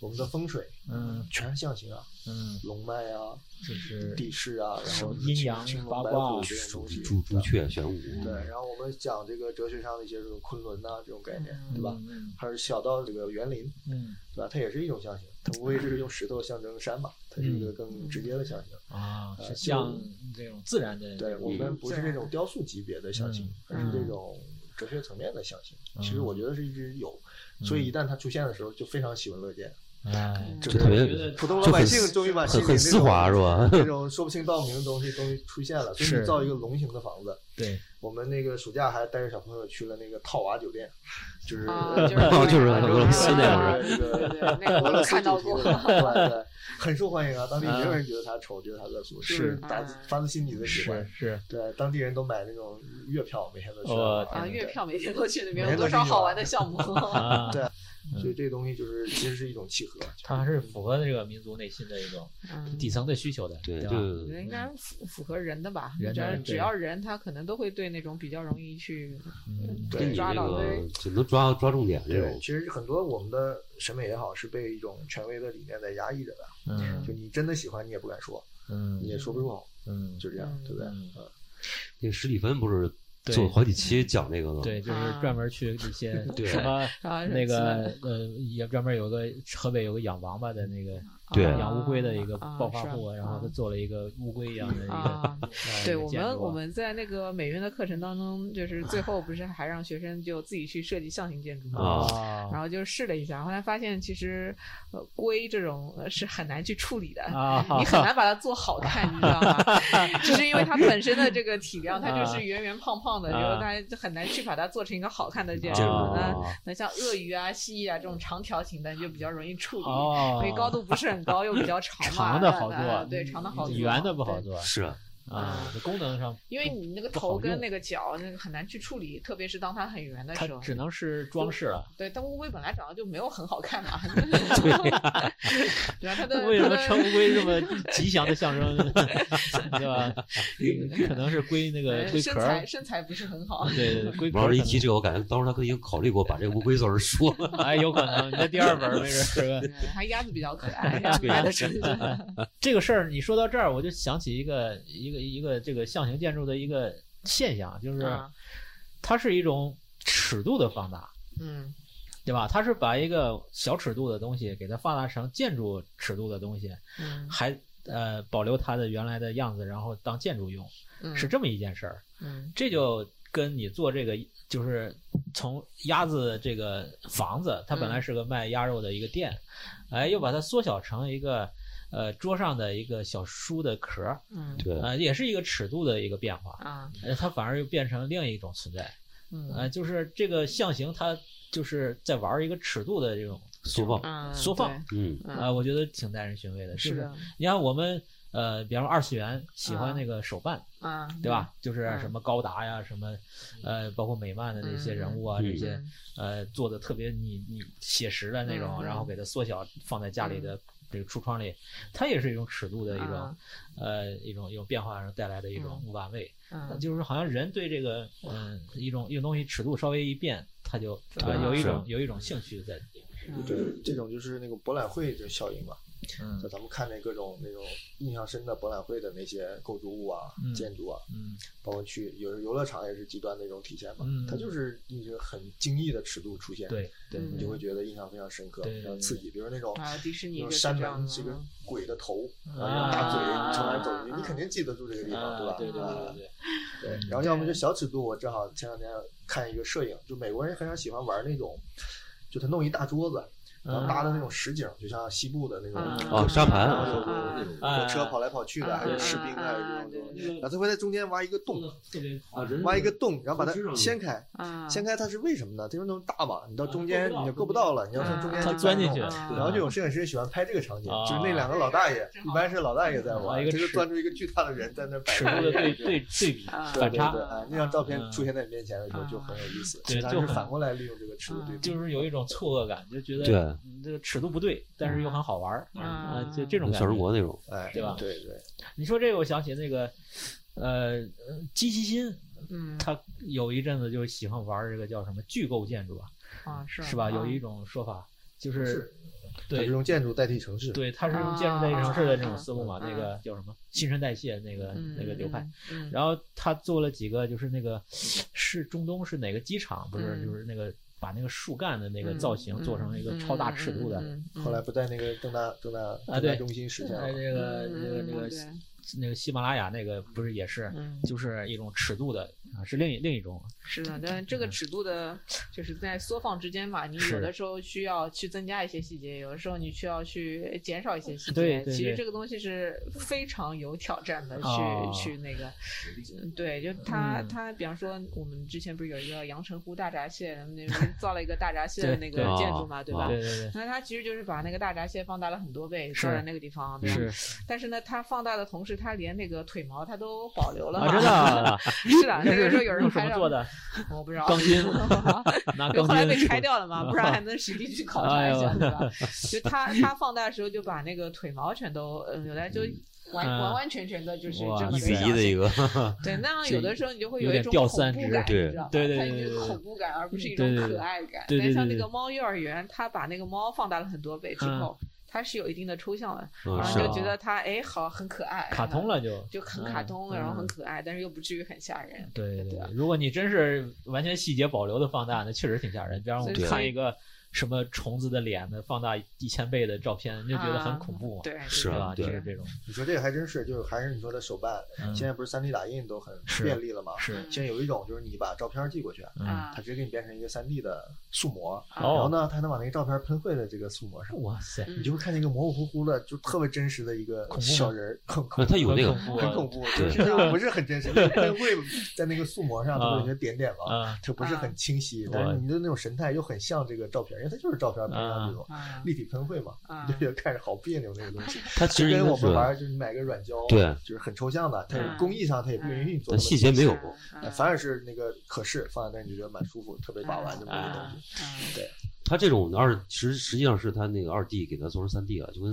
S6: 我们的风水
S5: 嗯
S6: 全是象形啊，
S5: 嗯，
S6: 龙脉啊、
S5: 就是
S6: 地势啊，然后
S5: 阴阳
S6: 青龙
S5: 八
S6: 白
S5: 卦
S6: 虎这种东西。
S4: 朱朱雀玄武，
S6: 对，然后我们讲这个哲学上的一些这种昆仑呐、这种概念，对
S5: 对吧
S6: 吧？？还是小到这个园林，
S5: 嗯
S6: 对吧？它也是一种象形，它无非就是用石头象征山嘛，它是一
S5: 嗯
S6: 个更直接的象形。
S5: 啊，
S6: 呃
S5: 是
S6: 就
S5: 像这种自然的，
S6: 对我
S4: 嗯
S6: 们不是这种雕塑级别的象形
S5: 嗯，
S6: 而是这种哲学层面的象形。其实
S5: 嗯
S6: 我觉得是一直有，
S4: 嗯
S6: 所以一旦它出现的时候，就非常喜闻乐见。
S5: 哎，
S7: 嗯
S6: 就
S4: 特别
S6: 是普通老
S4: 就
S6: 百
S4: 很
S6: 姓终于把心
S4: 很
S6: 里
S4: 很
S6: 那
S4: 丝
S6: 种
S4: 滑是吧？
S6: 这种说不清道不明的东西终于出现了，所以
S5: 是
S6: 你造一个龙形的房子。
S5: 对，
S6: 我们那个暑假还带着小朋友去了那个套娃酒店，就是
S7: 啊，
S6: 呃
S7: 是
S4: 哦就是
S7: 啊
S6: [laughs]
S4: 俄罗斯那会儿
S7: 对对对，那个
S6: 俄
S7: 我
S6: 罗
S7: 都
S6: 斯
S7: 看到
S6: 主题
S7: 过
S6: 的。对对，很受欢迎啊！当地没有人觉得它丑，觉得它恶俗，就是打
S7: 嗯
S6: 发自心底的喜
S5: 是
S6: 欢。
S5: 是，
S6: 对，当地人都买那种月票，每天都去
S5: 哦
S6: 玩
S7: 啊，
S6: 对
S7: 月票每天都去那边，
S6: 每
S7: 有
S6: 天都
S7: 多少
S6: 去
S7: 好
S6: 玩
S7: 玩的
S5: [laughs]
S7: 项目？
S5: 啊，
S6: 对
S5: 嗯
S6: 所以这个东西就是其实是一种契合。
S5: 它还是符合这个民族内心的一种
S7: 嗯
S5: 底层的需求的， [laughs]
S4: 对，
S5: 吧？
S7: 我觉得应该符符合人的吧，
S5: 人
S7: 只
S5: 的
S7: 要
S5: 对
S7: 只要人，他可能都会对那种比较容易去
S5: 嗯
S4: 跟
S6: 对
S4: 你
S7: 抓
S4: 这
S7: 到的
S4: 个就能抓抓重点这
S6: 对，
S4: 种
S6: 其实很多我们的审美也好，是被一种权威的理念在压抑着的。就
S5: 嗯
S6: 你真的喜欢，你也不敢说，你也
S5: 嗯
S6: 说不出口，
S5: 嗯，
S6: 就这样，对不对？
S5: 嗯
S6: 嗯
S4: 那个史蒂芬不是
S5: 对
S4: 做了好几期讲这个呢？
S5: 对，就是
S7: 啊
S5: 专门去一些
S4: 对
S5: 什
S7: [laughs]
S5: 么。
S7: 啊
S5: 那
S7: 什么
S5: 个呃，也专门有个河北有个养王八的那个
S4: 对
S5: 养乌龟的一个
S7: 啊
S5: 暴发
S7: 是
S5: 户，然后他
S7: 啊
S5: 做了一个乌龟一样的一个
S7: 啊，
S5: 呃
S7: 对
S5: 一个
S7: 我
S5: 建
S7: 们
S5: 筑
S7: 我
S5: 啊
S7: 们在那个美院的课程当中，就是最后不是还让学生就自己去设计象形建筑嘛。
S5: 啊
S7: 然后就试了一下，后来发现其实，呃，龟这种呃是很难去处理的，
S5: 啊，
S7: 哎你很
S5: [laughs]
S7: 难把它做好看，你知道吗？ [laughs] 只是因为它本身的这个体量，它就
S5: 啊
S7: 是圆圆胖胖的，
S5: 啊
S7: 就是大家就很难去把它做成一个好看的建
S4: 啊
S7: 筑。那
S4: 啊
S7: 那像鳄鱼啊、蜥蜴啊这种长条形的，你就比较容易处理，
S5: 哦
S7: 因为高度不是很高，又比较长嘛。
S5: 长的
S7: 那
S5: 好
S7: 那
S5: 做，
S7: 对，长的好做，
S5: 圆的不好
S7: 对。
S5: 做
S4: 是啊，
S5: 啊，功能上
S7: 因为你那个
S5: 不好
S7: 头跟
S5: 用
S7: 那个脚，那个很难去处理，特别是当它很圆的
S5: 它
S7: 时候。
S5: 只能是装饰了，
S7: 对，但乌龟本来长得就没有很好看
S5: [laughs]
S7: 嘛。对啊，它的
S5: 为什
S7: 它
S5: 么
S7: 的
S5: 称乌龟这么吉祥的象
S7: [laughs]
S5: 征，对吧？可能是龟那个
S7: 呃
S5: 龟
S7: 身
S5: 壳儿
S7: 材，身材不是很好。
S5: 对对，龟壳
S4: 王
S5: 儿
S4: 老师一
S5: 可能
S4: 提这个，我感觉当时他可能已经考虑过把这个乌龟字儿说
S5: [laughs]
S4: 了。
S5: 哎，有可能你在第二本儿没准儿是
S4: [laughs]
S5: 个。
S7: 嗯还鸭子比较可爱，鸭子买的真
S5: [laughs]
S7: 的。
S5: 这个事儿，你说到这儿，我就想起一个一个一个这个象形建筑的一个现象，就是
S7: 啊
S5: 它是一种尺度的放大，
S7: 嗯
S5: 对吧？它是把一个小尺度的东西给它放大成建筑尺度的东西，
S7: 嗯
S5: 还呃保留它的原来的样子，然后当建筑用，
S7: 嗯，
S5: 是这么一件事儿。
S7: 嗯
S5: 这就跟你做这个，就是从鸭子这个房子，它本来是个卖鸭肉的一个店，哎，又把它缩小成一个呃桌上的一个小书的壳儿，
S7: 嗯
S4: 对，
S5: 呃，也是一个尺度的一个变化，
S7: 啊
S5: 呃，它反而又变成另一种存在，
S7: 嗯
S5: 呃，就是这个象形它就是在玩一个尺度的这种
S4: 缩放，
S7: 嗯
S5: 缩放
S7: 对
S4: 嗯，
S5: 啊、
S7: 嗯
S5: 我觉得挺耐人寻味的，就是
S7: 的
S5: 你看我们。呃，比方说二次元喜欢
S7: 啊
S5: 那个手办，
S7: 啊，
S5: 对吧？就是
S7: 嗯
S5: 什么高达呀，什么呃，包括美漫的那些人物啊，
S4: 嗯
S5: 这
S7: 嗯？
S5: 些
S7: 嗯
S5: 呃做的特别你你写实的那种，
S7: 嗯嗯嗯
S5: 然后给它缩小放在家里的这个橱窗里，它也是一种尺度的一种
S7: 啊
S5: 呃一种一种变化上带来的一种玩味，
S7: 嗯
S5: 就是好像人对这个嗯一种一种东西尺度稍微一变，他就
S7: 啊
S5: 呃有一
S4: 是
S5: 种有一种兴趣在，
S7: 嗯
S6: 对，这种就是那个博览会这效应嘛。
S5: 嗯
S6: 就咱们看那各种那种印象深的博览会的那些构筑物啊、
S5: 嗯
S6: 建筑啊，
S5: 嗯
S6: 包括去有时候游乐场也是极端的一种体现嘛。
S5: 嗯
S6: 它就是一个很惊异的尺度出现，
S5: 对对
S6: 你
S7: 嗯
S6: 就会觉得印象非常深刻，
S5: 对对对
S6: 非常刺激。比如那种
S7: 啊，迪士
S6: 那
S7: 尼就
S6: 种
S7: 是
S6: 山
S7: 这样
S6: 门
S7: 的
S6: 是一个
S7: 嗯
S6: 鬼的头，然后
S5: 啊
S6: 用大嘴你从哪儿走进
S7: 啊
S6: 去，你肯定记得住这个地方，
S5: 啊
S6: 吧？
S5: 对对
S6: 啊
S5: 对对
S6: 对
S5: 嗯
S6: 然后要么就小尺度，我正好前两天看一个摄影，就美国人非常喜欢玩那种，就他弄一大桌子，
S5: 嗯
S6: 然后搭的那种实景，就像西部的那种
S7: 嗯
S4: 哦沙盘
S6: 然后有有有那种
S5: 嗯
S6: 车跑来跑去的，
S7: 嗯
S6: 啊还有士兵，
S7: 嗯
S6: 还有
S7: 嗯
S6: 这种东
S7: 嗯对
S6: 西。然后他会在中间挖一个洞，
S5: 特别
S4: 啊，人
S6: 挖一个洞，然后把
S4: 我知道
S6: 它
S4: 你
S6: 掀开。
S7: 啊，
S6: 掀开它是为什么呢？这个洞大嘛，你到中间
S4: 啊
S6: 你就够不到了，你要
S7: 啊
S6: 从中间
S5: 他
S6: 去
S5: 钻进
S6: 弄
S5: 去，
S6: 然后就有摄影师喜欢拍这个场景，
S5: 啊
S6: 就是那两个老大爷，一般是老大爷在
S5: 啊
S6: 玩，
S5: 一个
S6: 他就
S5: 尺
S6: 钻出一个巨大的人在那摆
S5: 尺
S6: 着
S5: 度的对
S6: 对
S5: 对对比
S7: 啊
S6: 对
S5: 反
S6: 对
S5: 差
S6: 对，哎，那张照片
S5: 嗯
S6: 出现在你面前的时候就很有意思。
S5: 对
S6: 其他
S5: 就是很
S6: 反过来利用这个尺度对比，
S5: 就是有一种错愕感，就觉得
S4: 对
S5: 嗯这个尺度不对，但是又很好玩儿
S7: 嗯
S5: 啊，就这种感
S4: 小人
S5: 觉。
S4: 国那种，
S6: 哎，
S5: 对吧
S6: 对对，
S5: 你说这个，我想起那个，呃，机器心
S7: 嗯
S5: 他有一阵子就喜欢玩这个叫什么巨构建筑啊，
S7: 啊是
S5: 是吧？
S7: 啊
S5: 有一种说法就是，
S6: 它是
S5: 对
S6: 用建筑代替城市。
S5: 对，它是用建筑
S7: 哦
S5: 代替城市的这种思路嘛，那个叫什么新陈代谢那个
S7: 嗯
S5: 那个流派。
S7: 嗯
S5: 然后他做了几个，就是那个是中东是哪个机场，不是
S7: 嗯
S5: 就是那个把那个树干的那个
S7: 嗯
S5: 造型做成一个超大尺度的，
S7: 嗯嗯嗯嗯
S6: 后来不在那个正大正大
S5: 啊
S6: 正
S5: 对
S6: 大中心实现
S5: 呃，
S6: 了吗。
S5: 那个
S7: 嗯
S5: 那个那
S7: 嗯
S5: 个
S7: 对
S5: 那个喜马拉雅那个不是也是，
S7: 嗯
S5: 就是一种尺度的啊，是另一另一种
S7: 是的，但这个
S5: 嗯
S7: 尺度的，就是在缩放之间嘛，你
S5: 是
S7: 有的时候需要去增加一些细节，有的时候你需要去减少一些细节。
S5: 对对
S7: 其
S5: 对
S7: 实这个东西是非常有挑战的，去、
S5: 啊
S7: 去那个，嗯对，就他、
S5: 嗯
S7: 他，比方说我们之前不是有一个阳澄湖大闸蟹，那边造了一个大闸蟹的
S5: 对
S7: 那个
S5: 对哦
S7: 建筑嘛，对
S4: 啊
S7: 吧？
S5: 对对
S7: 那它其实就是把那个大闸蟹放大了很多倍，
S5: 是
S7: 造在那个地方，
S5: 对，
S7: 对吧？
S5: 是
S7: 但是呢，它放大的同时，它连那个腿毛它都保留了嘛。
S5: 啊，真的啊，
S7: [laughs] 是的，
S5: 那
S7: 那个时候有人
S5: 用什
S7: 拍
S5: 么
S7: 照
S5: 做的？
S7: 我不知道
S5: 钢
S7: [laughs]
S5: 筋拿
S7: 就
S5: 钢
S7: 后来
S5: 筋
S7: 被
S5: 是啊哎
S7: 拆掉了嘛，不然还能实地去考察一下，
S5: [laughs]
S7: 对吧？就他他放大的时候就把那个腿毛全都呃有的就完
S5: 嗯
S7: 完完全全的就是
S5: 哇
S7: 这么
S4: 一比
S7: 想
S4: 一的一个，
S5: 啊
S7: 对，那样
S5: 这
S7: 有的时候你就会
S5: 有
S7: 一
S5: 点
S7: 种
S5: 掉
S7: 恐
S5: 三
S7: 怖
S5: 值
S7: 感，你
S4: 对
S7: 知道吧？
S5: 对对
S7: 它
S5: 对
S7: 就是
S5: 对
S7: 恐怖感，而不是一
S5: 对
S7: 种
S5: 对
S7: 可
S5: 对
S7: 爱感。
S5: 对对
S7: 但像
S5: 对
S7: 那个
S5: 对
S7: 猫幼儿园，它把那个猫放大了很多倍之后，它是有一定的抽象的，
S4: 嗯
S7: 然后
S4: 是
S7: 你
S5: 啊
S7: 就觉得它哎好很可爱，
S5: 卡通了就
S7: 就很卡通，然后很
S5: 嗯
S7: 可爱，但是又不至于很吓人。
S5: 对对
S7: 对啊吧
S5: 对，如果你真是完全细节保留的放大，那确实挺吓人。比方我们
S7: 对
S5: 看一个什么虫子的脸的放大一千倍的照片，你就觉得很恐怖嘛，
S7: 对，啊
S4: 是
S5: 吧？
S4: 啊
S5: 就
S4: 对
S5: 是这种，
S6: 你说这个还真是，就是还是你说的手办，
S5: 嗯
S6: 现在不是 3D 打印都很
S5: 是
S6: 便利了吗？
S5: 是
S6: 现在有一种就是你把照片寄过去，
S5: 嗯，
S7: 啊
S6: 它直接给你变成一个 3D 的塑模，
S5: 哦
S6: 然后呢，它还能把那个照片喷绘在这个塑模上，
S5: 哇塞，
S7: 嗯
S6: 你就会看见一个模模糊糊的，就特别真实的一个
S5: 恐怖吗
S6: 小人儿，很恐
S4: 那他有那个
S5: 很恐怖啊
S6: 很恐怖，就是它不是很真实，因为喷绘在那个塑模上都是有些点点嘛，
S5: 啊，
S6: 它不是很清晰，但是你的那种神态又很像这个照片，因为它就是照片喷上这种
S7: 啊
S6: 立体喷绘嘛，
S7: 啊
S6: 你就觉得看着好别扭那个东西。
S4: 它其
S6: 就
S4: 实应
S6: 跟
S4: 该
S6: 我
S4: 是
S6: 们玩，就是买个软胶，
S4: 对
S6: 就是很抽象的，它
S7: 嗯
S6: 工艺上它也不允许你做
S4: 但
S6: 那么
S4: 细
S6: 细
S4: 节没有，
S7: 啊
S6: 哎反而是那个可视放在那儿，你就觉得蛮舒服，特别把玩这么一个东
S7: 啊
S6: 西。
S7: [laughs]
S4: 它这种二实实际上是它那个二 D 给它做成三 D 了，就跟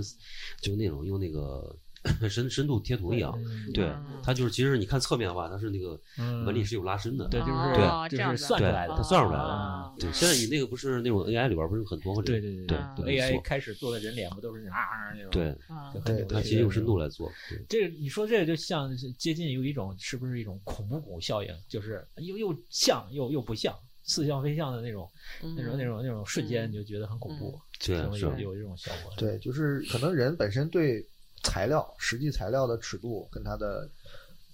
S4: 就那种用那个 [clears throat] 深深度贴图一样。
S5: 嗯
S4: 哎对
S7: 嗯，
S4: 它就是其实你看侧面的话，它是那个
S5: 嗯
S4: 纹理是有拉伸的。啊
S5: 对，
S7: 哦
S5: 就是
S7: 这
S5: 就
S7: 样
S5: 是
S7: 子
S5: 算出
S4: 对
S5: 来的
S4: 它，算出来
S5: 啊
S4: 了。对，现在你那个不是那种 AI 里边不是有很多吗？
S5: 对对
S4: 对
S7: 啊
S4: 对没
S5: ，AI
S4: 错
S5: 开始做的人脸不都是啊那种？
S4: 对，
S7: 啊
S5: 就，很
S6: 对
S5: 有
S4: 它
S5: 趣
S4: 其实
S5: 的
S4: 用
S5: 那
S4: 深
S5: 种
S4: 度来做。对，
S5: 这个你说这个就像是接近有一种是不是一种恐怖谷效应，就是又又像又又不像，似像非像的那种那种那种那种瞬间，
S7: 嗯
S5: 你就觉得很恐怖，
S4: 对
S5: 可能
S4: 是
S5: 有有这种效果。
S6: 对，就是可能人本身对材料、实际材料的尺度跟它的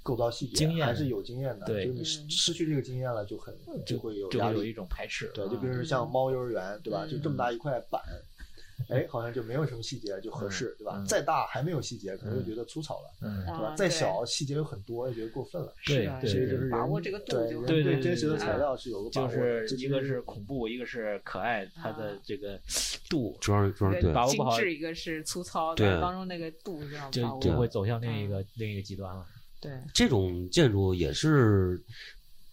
S6: 构造细节
S5: 经验
S6: 还是有经验的，
S5: 对呃
S6: 就是你失
S7: 嗯
S6: 失去这个经验了，就很
S5: 就
S6: 会有
S5: 就
S6: 压
S5: 会有
S6: 力
S5: 一。种排斥。
S6: 对，
S5: 啊
S6: 就比如说像
S7: 嗯
S6: 猫幼儿园，对吧？
S7: 嗯
S6: 就这么大一块板，哎，好像就没有什么细节，就合适，对吧
S5: 嗯？
S6: 再大还没有细节，可能就
S5: 嗯
S6: 觉得粗糙了，
S5: 嗯，
S6: 对吧？再小细节有很多，就觉得过分了。
S5: 对
S7: 啊
S6: 其
S5: 对
S6: 实就
S5: 对
S6: 是。人
S7: 把握这个度
S6: 对
S7: 就
S6: 人
S7: 对
S5: 对对
S6: 真实的
S5: 对
S6: 材料是有个把
S5: 就
S6: 握的，
S5: 是
S6: 这
S5: 一
S6: 其
S5: 个
S6: 实
S5: 是恐怖，一个是可爱，它的
S7: 啊
S5: 这个度
S4: 主要是主要是对
S5: 把握不
S7: 精
S5: 好，
S7: 致，一个是粗糙，
S4: 对
S7: 但当中那个度要
S5: 就
S7: 把
S5: 就
S7: 握。嗯
S5: 会走向另一个另一个极端了。
S7: 对，
S4: 这种建筑也是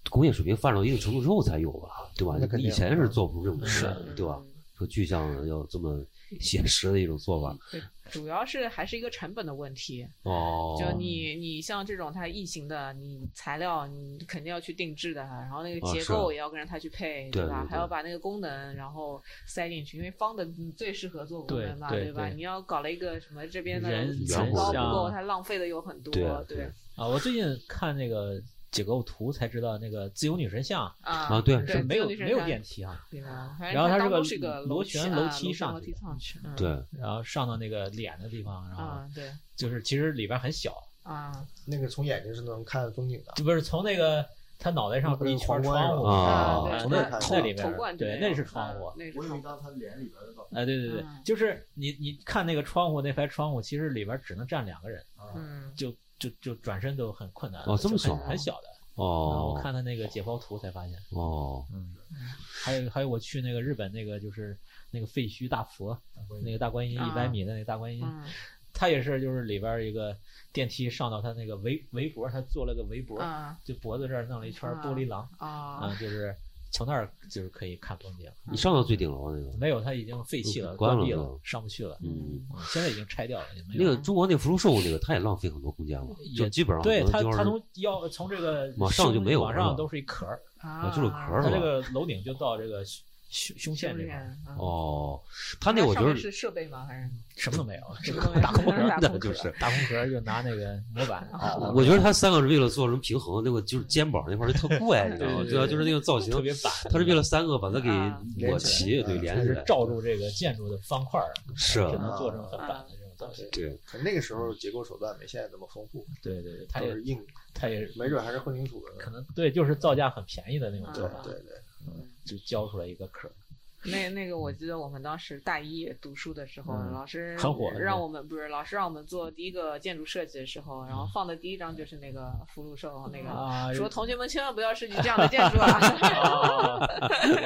S4: 工业水平发展到一定程度之后才有吧，对吧
S6: 那？肯
S4: 你
S6: 定
S4: 以前是做不出这种事
S5: 嗯，
S4: 对吧？说具象的要这么写实的一种做法，
S7: 对？主要是还是一个成本的问题。
S4: 哦，
S7: 就你你像这种它异形的，你材料你肯定要去定制的，然后那个
S4: 啊
S7: 结
S4: 是
S7: 构也要跟着它去配，
S4: 对
S7: 吧
S4: 对？对
S7: 还要把那个功能然后塞进去，因为方的你最适合做功
S5: 对
S7: 能嘛，
S5: 对
S7: 吧？
S5: 对
S7: 你要搞了一个什么这边的
S5: 人
S7: 层高不
S4: 像
S7: 够，它浪费的有很多，
S4: 对
S7: 对
S5: 啊，我最近看那个解构图才知道，那个自由女神像
S7: 啊
S4: 啊，对
S7: 对
S5: 是没有
S7: 自由女神
S5: 没有
S7: 像
S5: 电梯啊，
S7: 对吧？反
S5: 然后
S7: 正
S5: 它
S7: 它
S5: 是
S7: 当
S5: 个
S7: 中是个
S5: 螺旋
S7: 旋
S5: 楼
S7: 楼
S5: 梯上
S7: 楼
S5: 去
S7: 梯
S5: 的
S7: 上去，嗯
S4: 对，
S5: 然后上到那个脸的地方，然后
S7: 啊，对
S5: 就是其实里边很小，
S7: 啊，
S6: 那个从眼睛是能看风景的。
S5: 就不是从那个他脑袋上不是一圈
S6: 那个皇冠
S5: 窗户
S4: 啊
S7: 啊对
S5: 啊
S6: 从那
S5: 那
S6: 儿看
S5: 那里
S7: 头
S5: 边
S7: 冠
S5: 儿对，那是窗户。
S7: 那是
S6: 我以为
S7: 窗户
S6: 当他脸里边的照
S5: 啊，对对对
S7: 嗯，
S5: 就是你你看那个窗户那排窗户，其实里边只能站两个人，啊
S7: 嗯，
S5: 就就就转身都很困难。
S4: 哦这么
S5: 就很
S4: 小啊
S5: 很小的。啊我
S4: 哦
S5: 看他那个解剖图才发现，
S4: 哦，
S5: 嗯，还有还有我去那个日本那个就是那个废墟大佛，那个大观音
S7: 啊
S5: 一百米的那个大观音，
S7: 嗯
S5: 它也是就是里边儿一个电梯上到它那个围围脖，它做了个围脖，
S7: 啊
S5: 就脖子这儿弄了一圈
S7: 啊
S5: 玻璃廊，
S7: 啊
S5: 啊，就是从那儿就是可以看风景。
S4: 你上到最顶楼那个，
S5: 没有，它已经废弃了，
S4: 关
S5: 关
S4: 了
S5: 闭
S4: 都
S5: 了，上不去了。
S4: 嗯，
S5: 嗯现在已经拆掉了，也没
S4: 那
S5: 有。
S4: 个中国那福禄寿那个，它也浪费很多空间了，
S5: 也
S4: 就基本上
S5: 对
S4: 可
S5: 它，
S4: 能
S5: 它
S4: 就是
S5: 从腰从这个
S4: 往上
S5: 胸
S4: 就没有
S5: 往
S4: 了
S5: 上都是一壳儿，
S7: 啊
S4: 就是壳儿
S5: 它
S4: 是吧
S5: 这个楼顶就到这个胸胸胸线这块儿，
S7: 哦，
S4: 哦，它那个我觉
S7: 上面
S4: 得
S7: 是设备吗？还是
S5: 什么都
S4: [laughs]
S5: 没有，
S7: 什
S5: [laughs]
S7: 么
S5: 这
S7: 都没有
S5: 大空壳
S7: 只能
S5: 儿
S7: [laughs] 打
S4: 那
S7: 空
S4: 就
S7: 壳
S4: 是。
S5: 大空壳儿就拿那个模
S4: [laughs]
S5: 板
S7: 啊
S4: 我觉得它三个是为了做什么平衡？那个就是肩膀那块儿就
S5: [laughs]
S4: 特怪，你知道吗？
S5: 对对对
S4: 对吧？啊就是那个造型
S5: 特，别板，
S4: 它是为了三个把它给
S7: 啊
S4: 抹齐，对，连
S5: 它
S4: 起
S5: 是
S4: 来。
S5: 罩住这个建筑的方块儿，
S4: 是
S5: 只能做成很板的这种东西。
S4: 对，
S6: 可那个时候结构手段没现在这么丰富，
S5: 对对对，它
S6: 都
S5: 也
S6: 是硬，
S5: 它也
S6: 没准还是混凝土的
S5: 可
S6: 呢。
S5: 能啊对，就是造价很便宜的那种做
S6: 对
S5: 法，
S6: 对对，
S5: 就教出来一个壳儿。
S7: 那那个，我记得我们当时大一读书的时候，
S5: 嗯
S7: 老师
S5: 很火的
S7: 让
S5: 对
S7: 我们不是老师让我们做第一个建筑设计的时候，然后放的第一张就是那个福禄寿那个，
S5: 嗯啊，
S7: 说同学们千万不要设计这样的建筑啊！
S5: [laughs] 啊，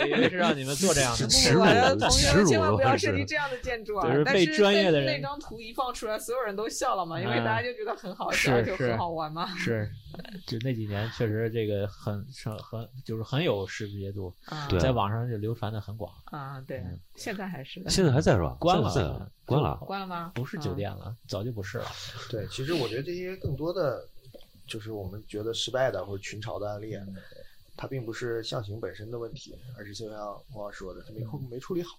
S5: 我以为是让你们做这样的
S4: 是耻辱
S7: 我的
S4: 了，
S7: 同学
S4: 耻
S7: 们
S4: 辱
S7: 千万
S4: 了，
S7: 不要
S4: 我
S7: 设计
S4: 是。
S7: 这样的建筑啊！
S5: 就是
S7: 但
S5: 被专业的
S7: 那
S5: 人
S7: 那张图一放出来，所有人都笑了嘛，因为
S5: 嗯
S7: 大家就觉得很好
S5: 是
S7: 笑，而且
S5: 是
S7: 很好玩嘛。
S5: 是， [laughs] 就那几年确实这个很很很就是很有识别度，
S7: 啊
S4: 对
S5: 在网上就流传的很广。
S7: 啊，对，
S5: 嗯
S7: 现在还是的。
S4: 现在还在是吧？
S5: 关
S4: 现在在
S5: 了啊
S4: 关了。
S7: 关了吗？
S5: 不是酒店了，早就不是了。
S6: 对，其实我觉得这些更多的就是我们觉得失败的或者群嘲的案例，啊
S5: 嗯
S6: 它并不是象形本身的问题，而是就像王老师说的，它没控没处理好，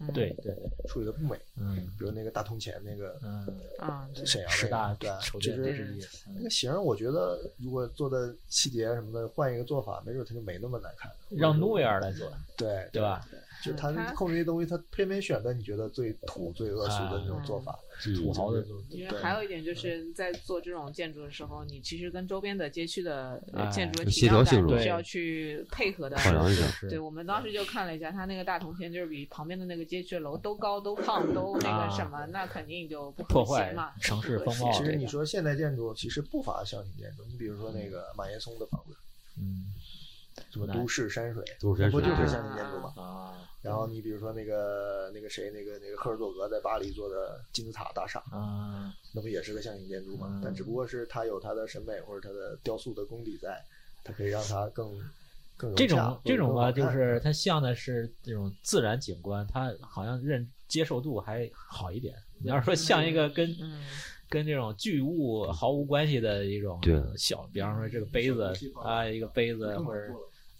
S7: 嗯，
S5: 对对，
S6: 处理的不美。
S5: 嗯
S6: 比如那个大铜钱那个
S5: 嗯，
S7: 啊，对
S6: 沈阳
S5: 十
S6: 那
S5: 大
S6: 个，对啊，
S5: 酒
S6: 就
S5: 店
S6: 是
S5: 之一。
S6: 那
S5: 嗯
S6: 个型儿，我觉得如果做的细节什么的，换一个做法，没准它就没那么难看了。
S5: 让诺维尔来做，
S6: 对
S5: 对？吧？
S6: 就是
S7: 嗯
S6: 它
S7: 它
S6: 控制这些东西，它偏偏选的你觉得最土、最恶俗
S5: 啊
S6: 的那种
S5: 嗯
S6: 做法，
S4: 啊
S5: 土豪的
S7: 因为
S6: 对
S7: 还有一点就是在做这种建筑的时候，你其实跟周边的街区的
S5: 哎
S7: 建筑的
S4: 有
S7: 体
S4: 协调
S7: 量
S4: 性
S7: 感
S4: 是吧
S7: 是要去配合的。
S4: 考量一下。
S7: 对，
S5: 是
S7: 我们当时就看了一下，它那个大铜钱就是比旁边的那个街区的楼都高、都胖、都那
S5: 啊
S7: 个什么，那肯定就不
S5: 破
S7: 和谐
S5: 坏
S7: 嘛。
S5: 城市风貌
S6: 其
S5: 这
S6: 实你
S5: 个。
S6: 说现代建筑其实不乏象形建筑，你比如说那个马岩松的房子，
S5: 嗯
S6: 什么
S5: 那
S6: 都市山水，
S4: 都是山
S6: 那不
S4: 水
S6: 就
S4: 对
S6: 是象形建筑吗？
S5: 啊
S6: 然后你比如说那个那个谁，那个那个赫尔佐格在巴黎做的金字塔大厦，
S5: 啊，
S6: 那不也是个象形建筑吗？
S5: 嗯
S6: 但只不过是它有它的审美或者它的雕塑的功底在，它可以让它更更融洽
S5: 这种这种吧，
S6: 或者更
S5: 就
S6: 好看
S5: 是它像的是这种自然景观，它好像认接受度还好一点。你要说像一个跟
S7: 嗯，
S5: 跟这种巨物毫无关系的一种
S4: 对
S5: 小，比方说
S6: 嗯
S5: 这个杯子啊，一个杯子或者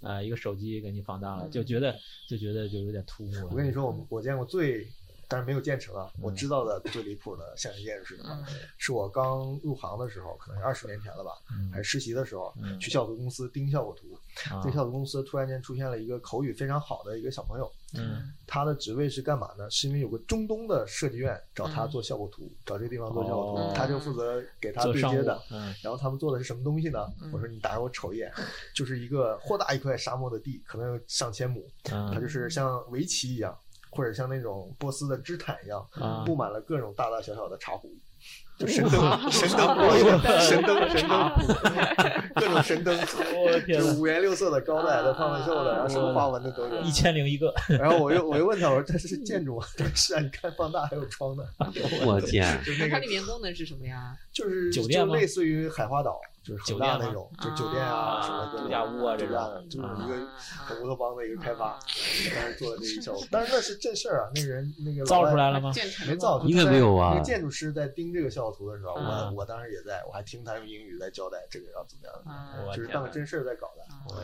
S5: 啊一个手机给你放大了，就觉得就觉得就有点突兀了。
S6: 嗯我跟你说，我们我见过最，但是没有建成啊，我
S5: 嗯
S6: 知道的最离谱的象形建筑是什么
S7: 嗯？
S6: 是我刚入行的时候，可能是二十年前了吧，
S5: 嗯，
S6: 还是实习的时候
S5: 嗯，
S6: 去效果公司盯效果图，
S5: 啊
S6: 在效果公司突然间出现了一个口语非常好的一个小朋友，
S5: 嗯
S6: 他的职位是干嘛呢？是因为有个中东的设计院找他
S7: 嗯
S6: 做效果图，找这个地方做效果
S5: 哦
S6: 图，他就负责给 [laughs] 他
S5: 做
S6: 对
S5: 商
S6: 接
S5: 务
S6: 的。， [laughs]
S5: 嗯
S6: 然后他们做的是什么东西呢？
S7: 嗯
S6: 我说你打开我瞅一眼，就是一个豁大一块沙漠的地，可能有上千亩，它
S5: 嗯
S6: 就是像围棋一样，或者像那种波斯的织毯一样，
S5: 啊
S6: 布满了各种大大小小的茶壶，就神灯、神灯包括、神灯、神灯，各种神灯，
S5: 我天
S6: 就
S5: 呐
S6: 是五颜六色的、高的、矮的、胖的、瘦的，然后什么花纹的都有。
S5: 一千零一个，
S6: 然后我又我又问他，我说这是建筑吗？他说是啊，你看放大还有窗呢，
S5: [laughs]
S4: 我天，
S6: 就那
S7: 它
S6: 个
S7: 里面功能是什么呀？
S6: 就是
S5: 啊酒店
S6: 就
S5: 吗
S6: 类似于海花岛， [laughs] 就是
S5: 酒
S6: 恒
S5: 店
S6: 大
S5: 吗
S6: 那种，就酒店啊
S7: 啊
S6: 什么各种
S5: 度假屋啊这
S6: 度
S5: 种
S6: 假的，就是一个
S7: 啊
S6: 乌托邦的一个开发
S7: 啊，
S6: 当时做了这一手，但是那是真事儿啊，那个人那个老
S5: 造
S6: 外
S5: 出
S6: [laughs]
S5: 来了吗？
S7: 建成了
S6: 没
S7: 吗
S6: 造，就
S4: 应该
S6: 在
S4: 没有吧
S6: 那个建筑师在盯这个效果图的时候，
S5: 啊
S6: 我我当时也在，我还听他用英语在交代这个要怎么样，
S7: 啊
S5: 我
S6: 就是
S5: 天
S6: 当个
S5: 呐
S6: 真事儿在搞的。
S7: 啊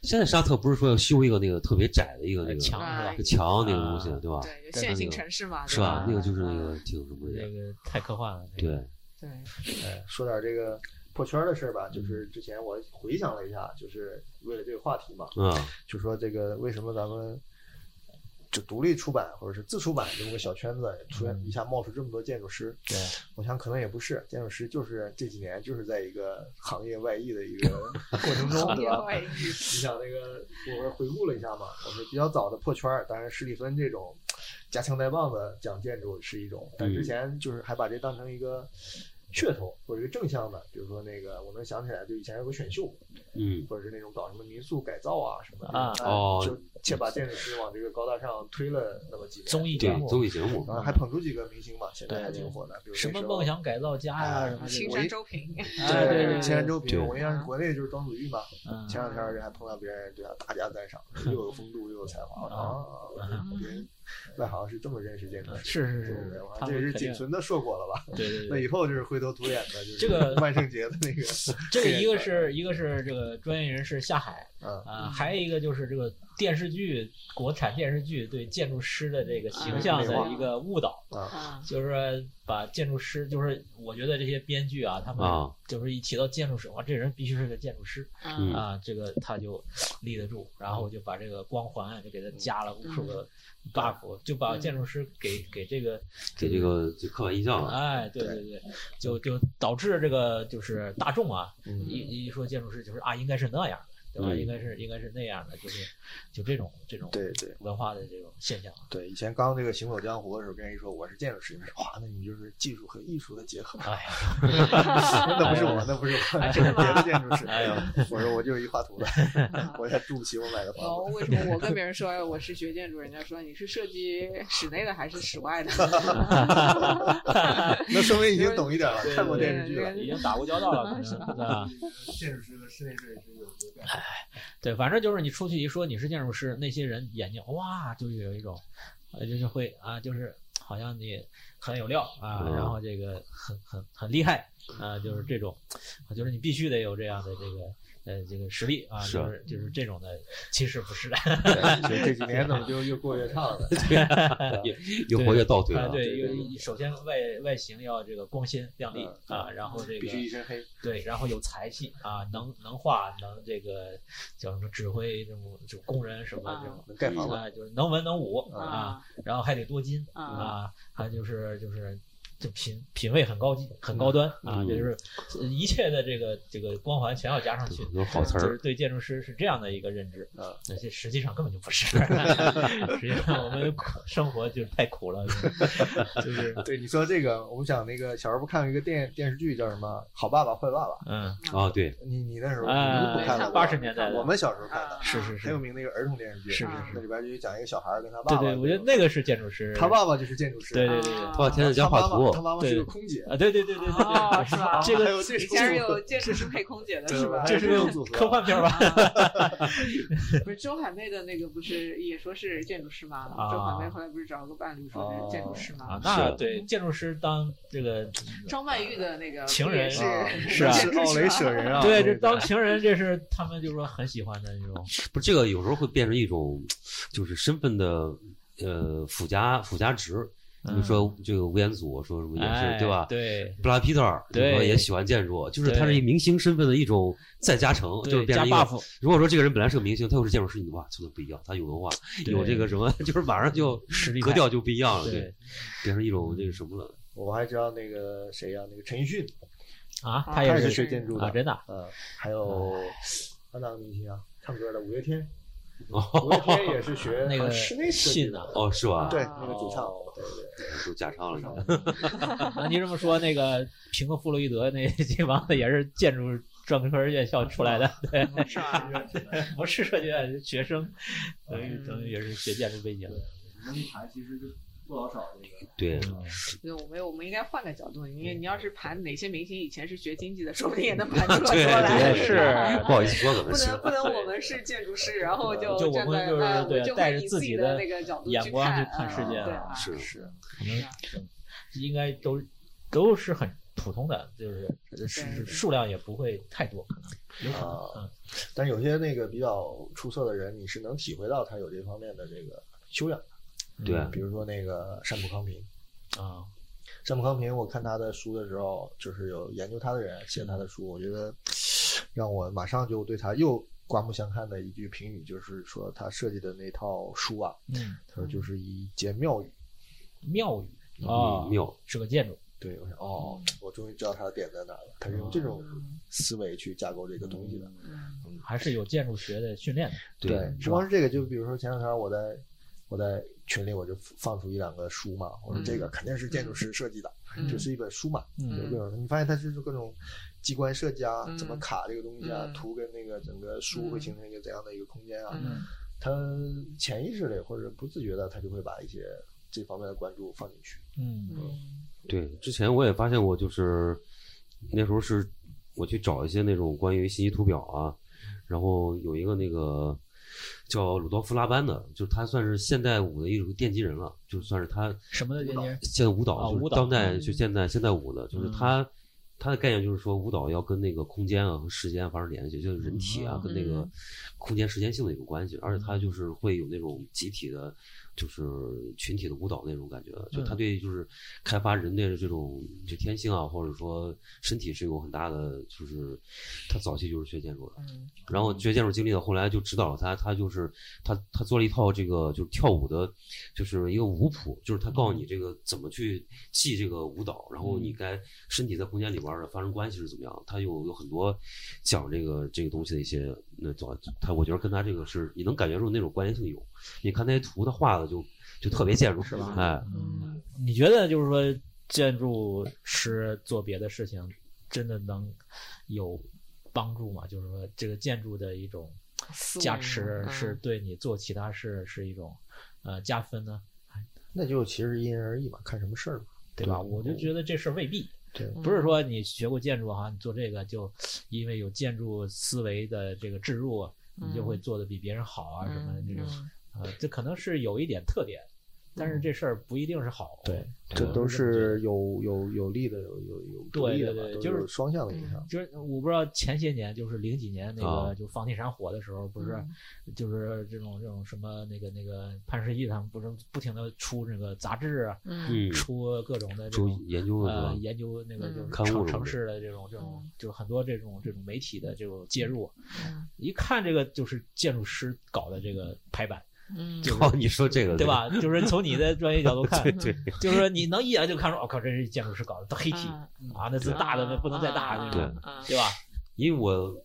S4: 现在沙特不是说要修一个那个特别窄的一个那个
S5: 呃墙是吧啊
S4: 一个？墙那个东西，对吧？
S7: 对，有线性城市嘛，
S4: 是吧？那
S7: 对嗯
S4: 个就是那个挺什么
S5: 这
S4: 的，
S5: 啊个太科幻了。这个
S4: 对，嗯
S7: 对，
S6: 哎，说点这个破圈儿的事儿吧，就是之前我回想了一下，就是为了这个话题嘛，
S4: 嗯，
S6: 就说这个为什么咱们就独立出版或者是自出版这么个小圈子，突然一下冒出这么多建筑师。
S5: 对，
S6: 我想可能也不是，建筑师就是这几年就是在一个行业外溢的一个过程中，对吧？
S7: 外
S6: 你想那个，我回顾了一下嘛，我们比较早的破圈儿，当然史蒂芬这种夹枪带棒的讲建筑是一种，但之前就是还把这当成一个噱头或者一个正向的，比如说那个我能想起来，就以前有个选秀，
S4: 嗯，
S6: 或者是那种搞什么民宿改造啊什么的
S5: 啊，
S6: 但
S4: 哦
S6: 就且把建筑师往这个高大上推了那么几年
S5: 综艺节
S4: 对
S5: 目，
S4: 综艺节目，
S6: 然后还捧出几个明星嘛，现在
S5: 对
S6: 还挺
S5: 对
S6: 火的，比如
S5: 什
S6: 那
S5: 么
S6: 时候
S5: 梦。想改造家呀、什么
S6: 是
S7: 啊青
S6: 我一
S7: 山周平，
S5: 哎 [laughs] 对对对
S6: 对，前周平，
S4: 对
S6: 我印象是国内就是庄子玉嘛，
S5: 嗯
S6: 前两天儿还碰到别人对他啊大加赞赏，又有风度又有才华啊，别人外行是这么认识建筑师，
S5: 是是
S6: 对对
S5: 是
S6: 对，我，
S5: 他
S6: 看
S5: 们
S6: 这是
S5: 肯
S6: 仅
S5: 定
S6: 存的硕果了吧？
S5: 对 [laughs] 对
S6: 那
S5: 对，
S6: 以后就是灰头土脸的，就是
S5: 这个
S6: 万圣节的那个，
S5: 这个一个是一个是这个专业人士下 [laughs] 海，
S6: 嗯，
S5: 啊，还有一个就是这个电视剧，国产电视剧对建筑师的这个形象的一个误导，
S6: [laughs]
S7: 啊，
S5: 就是说把建筑师，就是我觉得这些编剧啊，他们
S4: 啊
S5: 就是一提到建筑师，哇，这人必须是个建筑师
S4: 嗯
S5: 啊，这个他就立得住，然后就把这个光环啊就给他加了无数个 buff，就把建筑师给嗯给这个
S4: 给这个就刻板印象了。
S5: 哎，对对对，就就导致这个就是大众啊，
S6: 嗯
S7: [laughs]
S5: 一一说建筑师就是啊，应该是那样的，对吧？
S4: 嗯
S5: 应该是应该是那样的，就是就这种这种
S6: 对对
S5: 文化的这种现象。
S6: 对，以前刚这个行走江湖的时候，跟人一说我是建筑师，你说哇，那你就是技术和艺术的结合。
S5: 哎呀，
S6: [laughs] 那不是我，那不是我，那是别的建筑师。
S5: 哎呦，
S6: 我说我就是一画图
S5: [laughs]
S6: 的，我也住不起我买的
S7: 哦
S6: 房，子。
S7: 为什么我跟别人说哎我是学建筑，人家说你是设计室内的还是室
S6: [laughs]
S7: 外的？
S6: 那说明已经懂一点了，看过
S5: 哦对
S6: 电视剧了。
S5: 已经打过交道了，可 [laughs] 能
S7: 是吧
S5: 啊，
S6: 建筑师和室内设计师有有点
S5: 对，反正就是你出去一说你是建筑师，那些人眼睛哇，就是有一种，呃，就是会啊，就是好像你很有料啊，
S4: 嗯
S5: 然后这个很很很厉害啊，就是这种，我觉得你必须得有这样的这个。呃，这个实力啊，
S4: 是
S5: 就是就是这种的，其实不是，
S6: 像，所以这几年怎么就越过越畅了呢？
S4: 越活越倒退
S5: 啊，
S4: 了。
S5: [laughs] 对，
S6: 对
S5: 有
S6: 对
S5: 一首先外外形要这个光鲜亮丽
S6: 嗯
S5: 啊，然后这
S6: 必
S5: 个
S6: 须一身黑。
S5: 对，然后有才气啊，能能画，能这个叫什么指挥这种就工人什么
S7: 啊
S5: 这种。
S6: 能盖房子，
S5: 啊，就是能文能武
S6: 嗯
S5: 啊，，然后还得多金
S7: 啊
S5: 啊，还就是就是就品品味很高级很高端啊，
S4: 嗯
S5: 就是一切的这个这个光环全要加上去，
S4: 都是好词
S5: 就是
S4: 儿。
S5: 对建筑师是这样的一个认知
S6: 嗯，
S5: 那些实际上根本就不是，实际上我们苦生活就是太苦了，就是
S6: 对你说这个，我们想那个小时候不看过一个电电视剧叫什么《好爸爸坏爸爸
S5: 嗯，
S4: 啊，对，》？
S6: 你你那时候
S5: 哎
S6: 你不看过吧？啊
S5: 80年代的
S6: 我们小时候看的，
S5: 是是
S6: 很有
S5: 是，
S6: 名的一个儿童电视剧，啊
S5: 是
S7: 是是
S6: 那里边就讲一个小孩儿跟他爸
S5: 对
S6: 爸，
S5: 对，我觉得那个是建筑师，
S6: 他爸爸就是建筑师，啊
S5: 对对
S4: 他把天
S6: 他
S4: 子家画
S6: 妈妈
S4: 图
S6: 他，妈妈是个空姐，啊
S5: 啊，对对对对对，
S7: 哦，是吧？
S5: 这
S6: 还
S5: 个
S6: 有这
S7: 以
S6: 种
S7: 前是有建筑师配空姐的
S6: 对
S7: 是吧？
S5: 这是
S6: 这种
S5: 个
S6: 组合
S5: 科幻片儿吧？
S6: 啊
S7: 不是周海媚的那个不是也说是建筑师吗？
S5: 啊
S7: 周海媚后来不是找了个伴侣说她是建筑师吗？
S5: 啊，那
S4: 是
S5: 对建筑师当这个
S7: 张曼玉的那个
S5: 情人
S7: 不也是
S6: 啊
S5: 是啊
S6: 是奥雷舍人啊，
S5: 对，
S6: 这
S5: 这当情人，这是他们就是说很喜欢的那种。
S4: 不是这个有时候会变成一种就是身份的呃附加附加值。比如说这个吴彦祖，说什么也
S5: 嗯哎
S4: 是对吧？
S5: 对
S4: 布拉皮特尔
S5: 对
S4: 然后也喜欢建筑，就是
S5: 对
S4: 他是一明星身份的一种再加成，就是
S5: 对，
S4: 变
S5: 加
S4: 成一个
S5: buff，
S4: 如果说这个人本来是个明星，他又是建筑师，你哇，真的不一样，他有文化，
S5: 对
S4: 有这个什么，就是马上就
S5: 实力派
S4: 格调就不一样了，对，
S5: 对
S4: 变成一种这个什么了，
S6: 我还知道那个谁呀，那个陈奕迅，
S5: 啊，
S7: 啊
S5: 他
S6: 他
S5: 也
S6: 也是
S5: 是
S6: 学建筑
S5: 啊，
S6: 的，
S5: 真的啊
S6: 嗯，还
S5: 哎
S6: 有还哪个明星啊？唱歌的五月天，五月天也是学
S5: 哦那个
S6: 室内设计
S5: 信
S6: 的哦
S5: 啊，
S4: 哦，是吧？
S6: 对，那个主唱，对
S4: 都加上了，
S6: 对对，
S5: 那你这么说，那个平克·弗洛伊德那这帮子也是建筑专科院校出来的，对，
S7: 是吧？
S5: 不是设计院学生，等于等于也是学建筑背景的。
S6: 那一排其实就不老少那个，
S4: 对，
S7: 对，我们我们应该换个角度，你你要是盘哪些明星以前是学经济的，说不定也能盘出个说来。
S5: 对
S4: 不好意思说，可能
S7: 不
S4: 是
S7: 能不能，我们是建筑师，然后
S5: 就我
S7: 站
S5: 们
S7: 在
S5: 就是
S7: 那，我
S5: 对
S7: 就
S5: 带
S7: 会
S5: 着
S7: 以
S5: 自
S7: 自己
S5: 己
S7: 的
S5: 的
S7: 那个角度
S5: 眼光
S7: 去
S5: 去看世界
S7: 啊对
S5: 了
S7: 啊
S4: 是
S6: 是
S5: 可能应该都都是很普通的，就是是数量也不会太多，可能有可能。
S6: 啊
S5: 嗯，
S6: 但有些那个比较出色的人，你是能体会到他有这方面的这个修养的，
S4: 对
S5: 嗯
S6: 比如说那个山姆康平。
S5: 啊，
S6: 山姆康平，我看他的书的时候，就是有研究他的人写他的书，我觉得让我马上就对他又刮目相看的一句评语，就是说他设计的那套书啊，
S5: 嗯，
S6: 他说就是以解妙语。
S5: 庙宇啊
S4: 嗯，庙
S5: 是个建筑，
S6: 对，我想哦，我终于知道他的点在哪儿了。他是用这种思维去架构这个东西的。
S7: 嗯
S5: 还是有建筑学的训练的。
S6: 对，不光是这个，就比如说前两天我在我在群里我就放出一两个书嘛，我说这个肯定是建筑师设计的，
S7: 嗯
S6: 这是一本书嘛，
S5: 嗯
S6: 就各种你发现它是各种机关设计啊，
S7: 嗯
S6: 怎么卡这个东西啊，
S7: 嗯
S6: 图跟那个整个书会形成一个怎样的一个空间啊，
S7: 嗯
S6: 他潜意识里或者不自觉的他就会把一些这方面的关注放进去。
S5: 嗯
S4: 对，之前我也发现过，就是那时候是我去找一些那种关于信息图表啊，然后有一个那个叫鲁道夫拉班的，就是他算是现代舞的一种奠基人了，就算是他
S5: 什么的这些，
S4: 现代舞蹈，
S5: 啊
S4: 就是
S5: 舞蹈嗯
S4: 当代
S7: 嗯
S4: 就现代现代舞的，就是他、他的概念就是说舞蹈要跟那个空间啊和时间发生联系，就是人体啊、
S5: 嗯
S4: 跟那个
S7: 嗯
S4: 空间时间性的一种关系，而且他就是会有那种集体的，就是群体的舞蹈那种感觉，就
S5: 嗯
S4: 他对就是开发人类的这种就天性啊，或者说身体是有很大的，就是他早期就是学建筑的，
S7: 嗯
S4: 然后学建筑经历的，后来就指导了他，他就是他他做了一套这个就是跳舞的，就是一个舞谱，就是他告诉你这个怎么去记这个舞蹈，然后
S5: 嗯
S4: 你该身体在空间里边儿的发生关系是怎么样，他有有很多讲这个这个东西的一些那早他我觉得跟他这个是你能感觉出那种关联性有，你看那些图他画的就就特别建筑是吧？哎，
S7: 嗯
S5: 你觉得就是说建筑师做别的事情真的能有帮助吗？就是说这个建筑的一种
S7: 思维
S5: 价值
S7: 嗯
S5: 是对你做其他事是一种呃加分呢，
S6: 那就其实因人而异嘛，看什么事儿嘛。
S5: 对吧？
S6: 对
S5: 我就觉得这事儿未必。
S6: 对，
S7: 嗯
S5: 不是说你学过建筑哈，你做这个就因为有建筑思维的这个置入，啊你就会做的比别人好啊什么的
S7: 嗯
S5: 这种，呃，这可能是有一点特点，但是这事儿不一定是好。
S6: 对，
S5: 我
S6: 这都
S5: 是这么觉得
S6: 是有有有利的，有有有不
S5: 对
S6: 利的嘛，
S5: 对对
S6: 都
S5: 就是
S6: 有双向的影响。
S5: 就是我不知道前些年，就是零几年那个
S4: 啊
S5: 就房地产火的时候，不是
S7: 嗯
S5: 就是这种这种什么那个那个潘石屹他们不是不停的出那个杂志啊，
S7: 嗯
S4: 嗯，
S5: 出各种的这
S4: 就
S5: 种
S4: 研究的
S5: 呃
S4: [laughs] 多，
S5: 研究那个就
S7: 嗯
S5: 是
S4: 刊
S5: 城
S4: 物什么
S5: 城
S4: 的
S5: 市的这种这种
S7: 嗯
S5: 就是很多这种这种媒体的这种介入，
S7: 嗯
S5: 一看这个就是建筑师搞的这个排版，
S7: 嗯
S4: 靠你说这个
S5: 对？吧？就是从你的专业角度看，
S4: 对对，
S5: 就是说你能一眼就看出，哦我、靠，这是建筑师搞的，都黑体
S7: 嗯
S5: 啊，那字大的不能再大那种，
S7: 啊
S5: 对吧？
S4: 因为我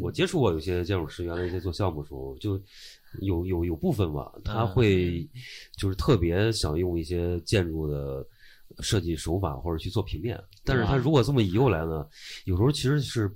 S4: 我接触过有些建筑师，原来一些做项目的时候，就有有有部分吧，他会就是特别想用一些建筑的设计手法或者去做平面，但是他如果这么移过来呢，有时候其实是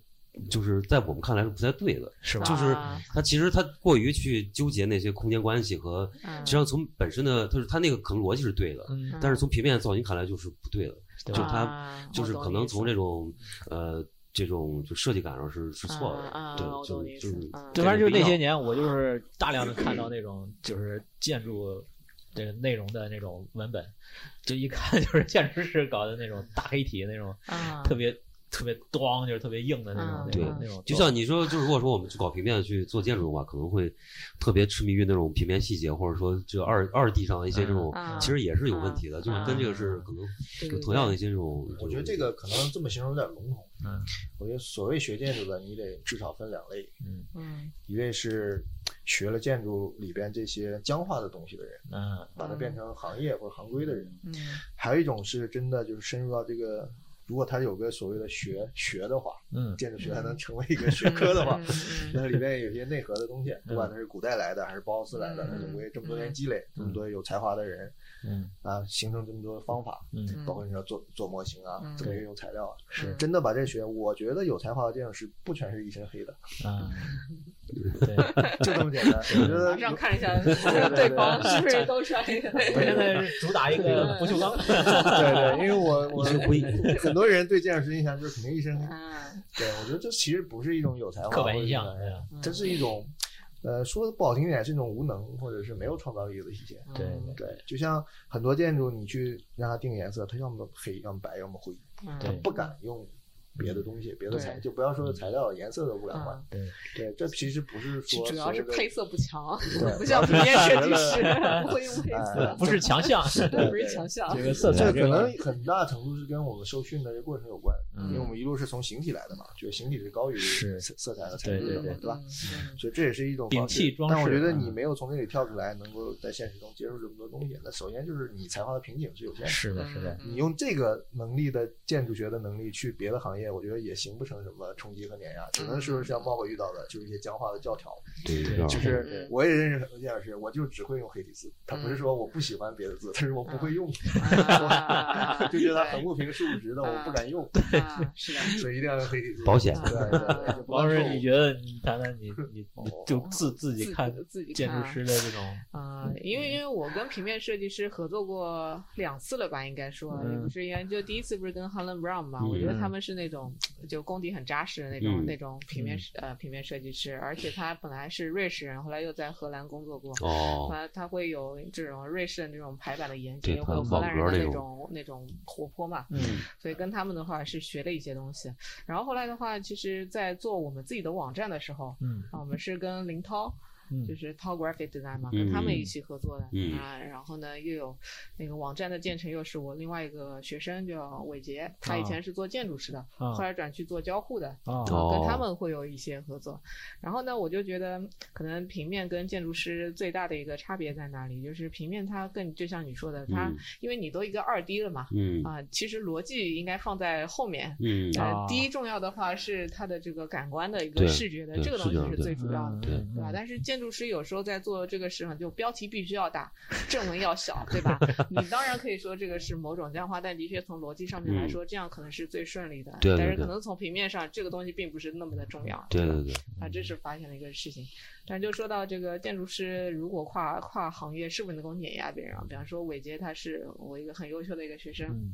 S4: 就是在我们看来是不太对的，
S5: 是吧？
S7: 嗯
S4: 就是
S7: 啊
S4: 他其实他过于去纠结那些空间关系和，
S7: 嗯
S4: 实际上从本身的就是他那个可能逻辑是对的，
S5: 嗯，
S4: 但是从平面造型看来就是不对的，
S5: 对
S4: 就
S5: 吧？
S4: 他
S7: 啊
S4: 就是可能从这种呃这种就设计感上是是
S7: 我懂你意思
S4: 错的，
S7: 啊啊
S4: 对
S7: 我，
S4: 就
S7: 懂你意
S4: 是
S7: 思
S4: 就是 [laughs]
S7: 啊
S5: 对，
S4: 感
S5: 反正
S4: 觉
S5: 就
S4: 不
S5: 是
S4: 一
S5: 那些
S4: 样
S5: 年，我就是大量的看到那种就是建筑这个内容的那种文本，就一看就是建筑师搞的那种大黑体那种，
S7: 啊
S5: 特别特别咣，就是特别硬的那种，那
S4: 对
S5: 种那种，
S4: 就像你说，就是如果说我们去搞平面去做建筑的话，可能会特别痴迷于那种平面细节，或者说这二二 D 上的一些这种，
S7: 嗯
S4: 其实也是有问题的，就是跟这个是可能
S7: 对
S4: 有
S7: 对
S4: 同样的一些这种。
S6: 我觉得这个可能这么形容有点笼统。
S5: 嗯，
S6: 我觉得所谓学建筑的，你得至少分两类， [laughs]
S7: 嗯
S6: 一类是学了建筑里边这些僵化的东西的人，
S5: 嗯
S6: 把它变成行业或者行规的人；
S7: 嗯
S6: 还有一种是真的就是深入到这个，如果他有个所谓的学学的话，
S5: 嗯
S6: 建筑学还能成为一个学科的话，[laughs]
S7: 嗯
S6: 那里面有些内核的东西，不管它是古代来的还是包豪斯来的，它总归这么
S7: 嗯
S6: 多年积累，这么多有才华的人
S5: 嗯
S6: 啊，形成这么多方法，
S5: 嗯，
S6: 包括你要做做模型啊
S7: 嗯，
S6: 怎么运用材料啊，
S5: 是
S6: 真的把这学，我觉得有才华的建筑师不全是一身
S5: [laughs]
S6: 黑的，
S7: [laughs]
S5: 啊，对，
S6: 就这么简单。我觉得
S7: 马上看一下 [laughs] 对方是不是都穿一个
S5: 我现在是主打一个不锈钢，
S6: 对对，因为我我
S4: 是会
S6: 很多人对建筑师印象就是肯定一身黑。
S7: [laughs] 啊
S6: 对，我觉得这其实不是一种有才华
S5: 刻板
S6: 或者
S5: 印象嗯
S6: 怎么样
S5: [laughs]
S7: 对
S6: 这是一种，呃，说的不好听一点是一种无能或者是没有创造力的体现。
S7: 嗯
S5: 对对
S6: 对，就像很
S7: 嗯
S6: 多建筑，你去让它定颜色，它要么黑，要么白，要么灰，它
S5: 对嗯
S6: 不敢用别的东西，别的材
S7: 对
S6: 就不要说材料、颜色都不敢换
S7: 嗯。
S5: 对，
S6: 对，这其实不是说
S7: 主
S6: 所
S7: 要是
S6: 谓的
S7: 配色不强，
S6: 对
S7: [laughs] 不像平面设
S5: [laughs]
S7: 计师不会用配
S6: 哎
S7: 色，
S5: 不是强项，
S7: 不是强项
S5: 这。个色
S6: 这
S5: 彩这
S6: 可
S5: 个
S6: 能很大程度是跟我们受训的这个过程有关，
S5: 嗯
S6: 因为我们一路是从形体来的嘛，就是形体是高于
S5: 是
S6: 色色彩和材质
S5: 对
S6: 的嘛，
S5: 对对
S6: 对吧？
S7: 嗯
S6: 所以这也是一种
S5: 摒
S6: 方式
S5: 弃装饰
S6: 但我觉得
S5: 嗯
S6: 你没有从那里跳出来，能够在现实中接受这么多东西，那首先就是你才华的瓶颈是有限的。
S5: [laughs] 是的，是的，
S7: 嗯
S6: 你用这个能力的建筑学的能力去别的行业，我觉得也形不成什么冲击和碾压，
S5: 嗯
S6: 只能说是像猫哥遇到的，就是一些僵化的教条。
S4: 对
S5: 对
S4: 这
S5: 嗯
S4: 样
S6: 就
S7: 嗯
S6: 是我也认识很多建筑师，我就只会用黑体字，他不是说我不喜欢别的字，他是我不会用，
S7: 啊
S5: [laughs]
S6: 就觉得它横不平竖不直的，
S7: 啊
S6: 我
S5: 嗯
S6: 不敢用，
S4: [laughs]
S7: 对啊是的，
S6: 所以一定要用黑体字。
S4: 保险
S6: 对对对，就不
S5: 王
S6: 能
S5: 瑞，
S6: 说
S5: 你觉得你谈谈你你你就自自己
S7: 哦自
S5: 看
S7: 自己
S5: 建
S7: 看
S5: 筑师的这种，
S7: 啊、因为因为我跟平面设计师合作过两次了吧，应该说，
S5: 嗯
S7: 也不是研究第一次不是跟 Helen Brown 嘛，我觉得他们是那种就功底很扎实的那种、
S4: 嗯
S7: 那种平面
S5: 嗯
S7: 设呃平面设计师，而且他本来是瑞士人，后来又在荷兰工作过。
S4: 哦，
S7: 他他会有这种瑞士的那种排版的严
S4: 对
S7: 谨，又会有
S4: 他
S7: 荷
S4: 网
S7: 兰
S4: 格
S7: 人的
S4: 那种
S7: 那种那种活泼嘛，
S5: 嗯
S7: 所以跟他们的话是学了一些东西。然后后来的话，其实，在做我们自己的网站的时候，
S5: 嗯
S7: 啊，我们是跟林涛，就
S5: 嗯
S7: 是 Tall Graphic Design 嘛，
S4: 嗯
S7: 跟他们一起合作的、
S4: 嗯
S7: 啊。然后呢，又有那个网站的建成，又是我另外一个学生叫伟杰，他以前是做建筑师的，
S5: 啊
S7: 后来转去做交互的。
S5: 啊
S7: 然后跟
S4: 哦
S7: 他们会有一些合作，然后呢，我就觉得可能平面跟建筑师最大的一个差别在哪里？就是平面它更就像你说的，它、
S4: 嗯
S7: 因为你都一个二 D 了嘛，
S4: 嗯
S7: 啊、其实逻辑应该放在后面，
S4: 嗯
S5: 啊
S7: 呃，第一重要的话是它的这个感官的一个
S4: 对
S7: 视觉的，
S4: 对
S7: 这个东
S4: 视觉
S7: 西是
S4: 对
S7: 最主要的
S5: 嗯，
S4: 对
S7: 对吧？但是建筑师有时候在做这个事上，就标题必须要大，正文要小，对吧？你当然可以说这个是某种僵化，但的确从逻辑上面来说，这样可能是最顺利的。
S4: 对对
S7: 但是
S4: 对
S7: 可能从平面上，这个东西并不是那么的重要。
S4: 对
S7: 吧
S4: 对对，
S7: 啊，这是发现的一个事情。但就说到这个建筑师，如果跨跨行业，是不是能够碾压别人啊？比方说伟杰，他是我一个很优秀的一个学生，
S5: 嗯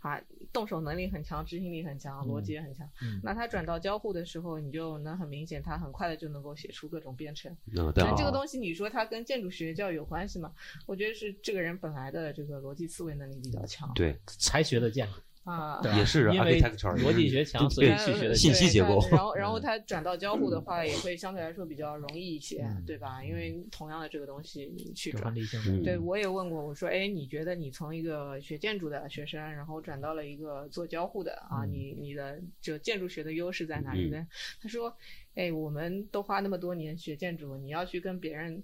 S7: 啊，动手能力很强，执行力很强，逻辑也很强。
S5: 嗯
S7: 那他转到交互的时候，你就能很明显，他很快的就能够写出各种编程。
S4: 那但
S7: 但这个
S4: 好
S7: 东西，你说他跟建筑学教有关系吗？我觉得是这个人本来的这个逻辑思维能力比较强
S4: 对
S5: 才学的建筑，
S7: 啊。
S5: 对吧
S4: 也是
S5: 因为
S4: architecture，
S5: 逻辑学强，所以
S4: 对
S5: 去学的
S4: 信息结构嗯
S7: 对然后，然后他转到交互的话，也会相对来说比较容易一些，
S5: 嗯
S7: 对吧？因为同样的这个东西你去
S5: 转
S7: 转
S5: 换，力性
S4: 嗯
S5: 的，
S7: 对，我也问过，我说，哎，你觉得你从一个学建筑的学生，然后转到了一个做交互的啊，
S5: 嗯
S7: 你你的就建筑学的优势在哪里呢？他说，哎，我们都花那么多年学建筑，你要去跟别人。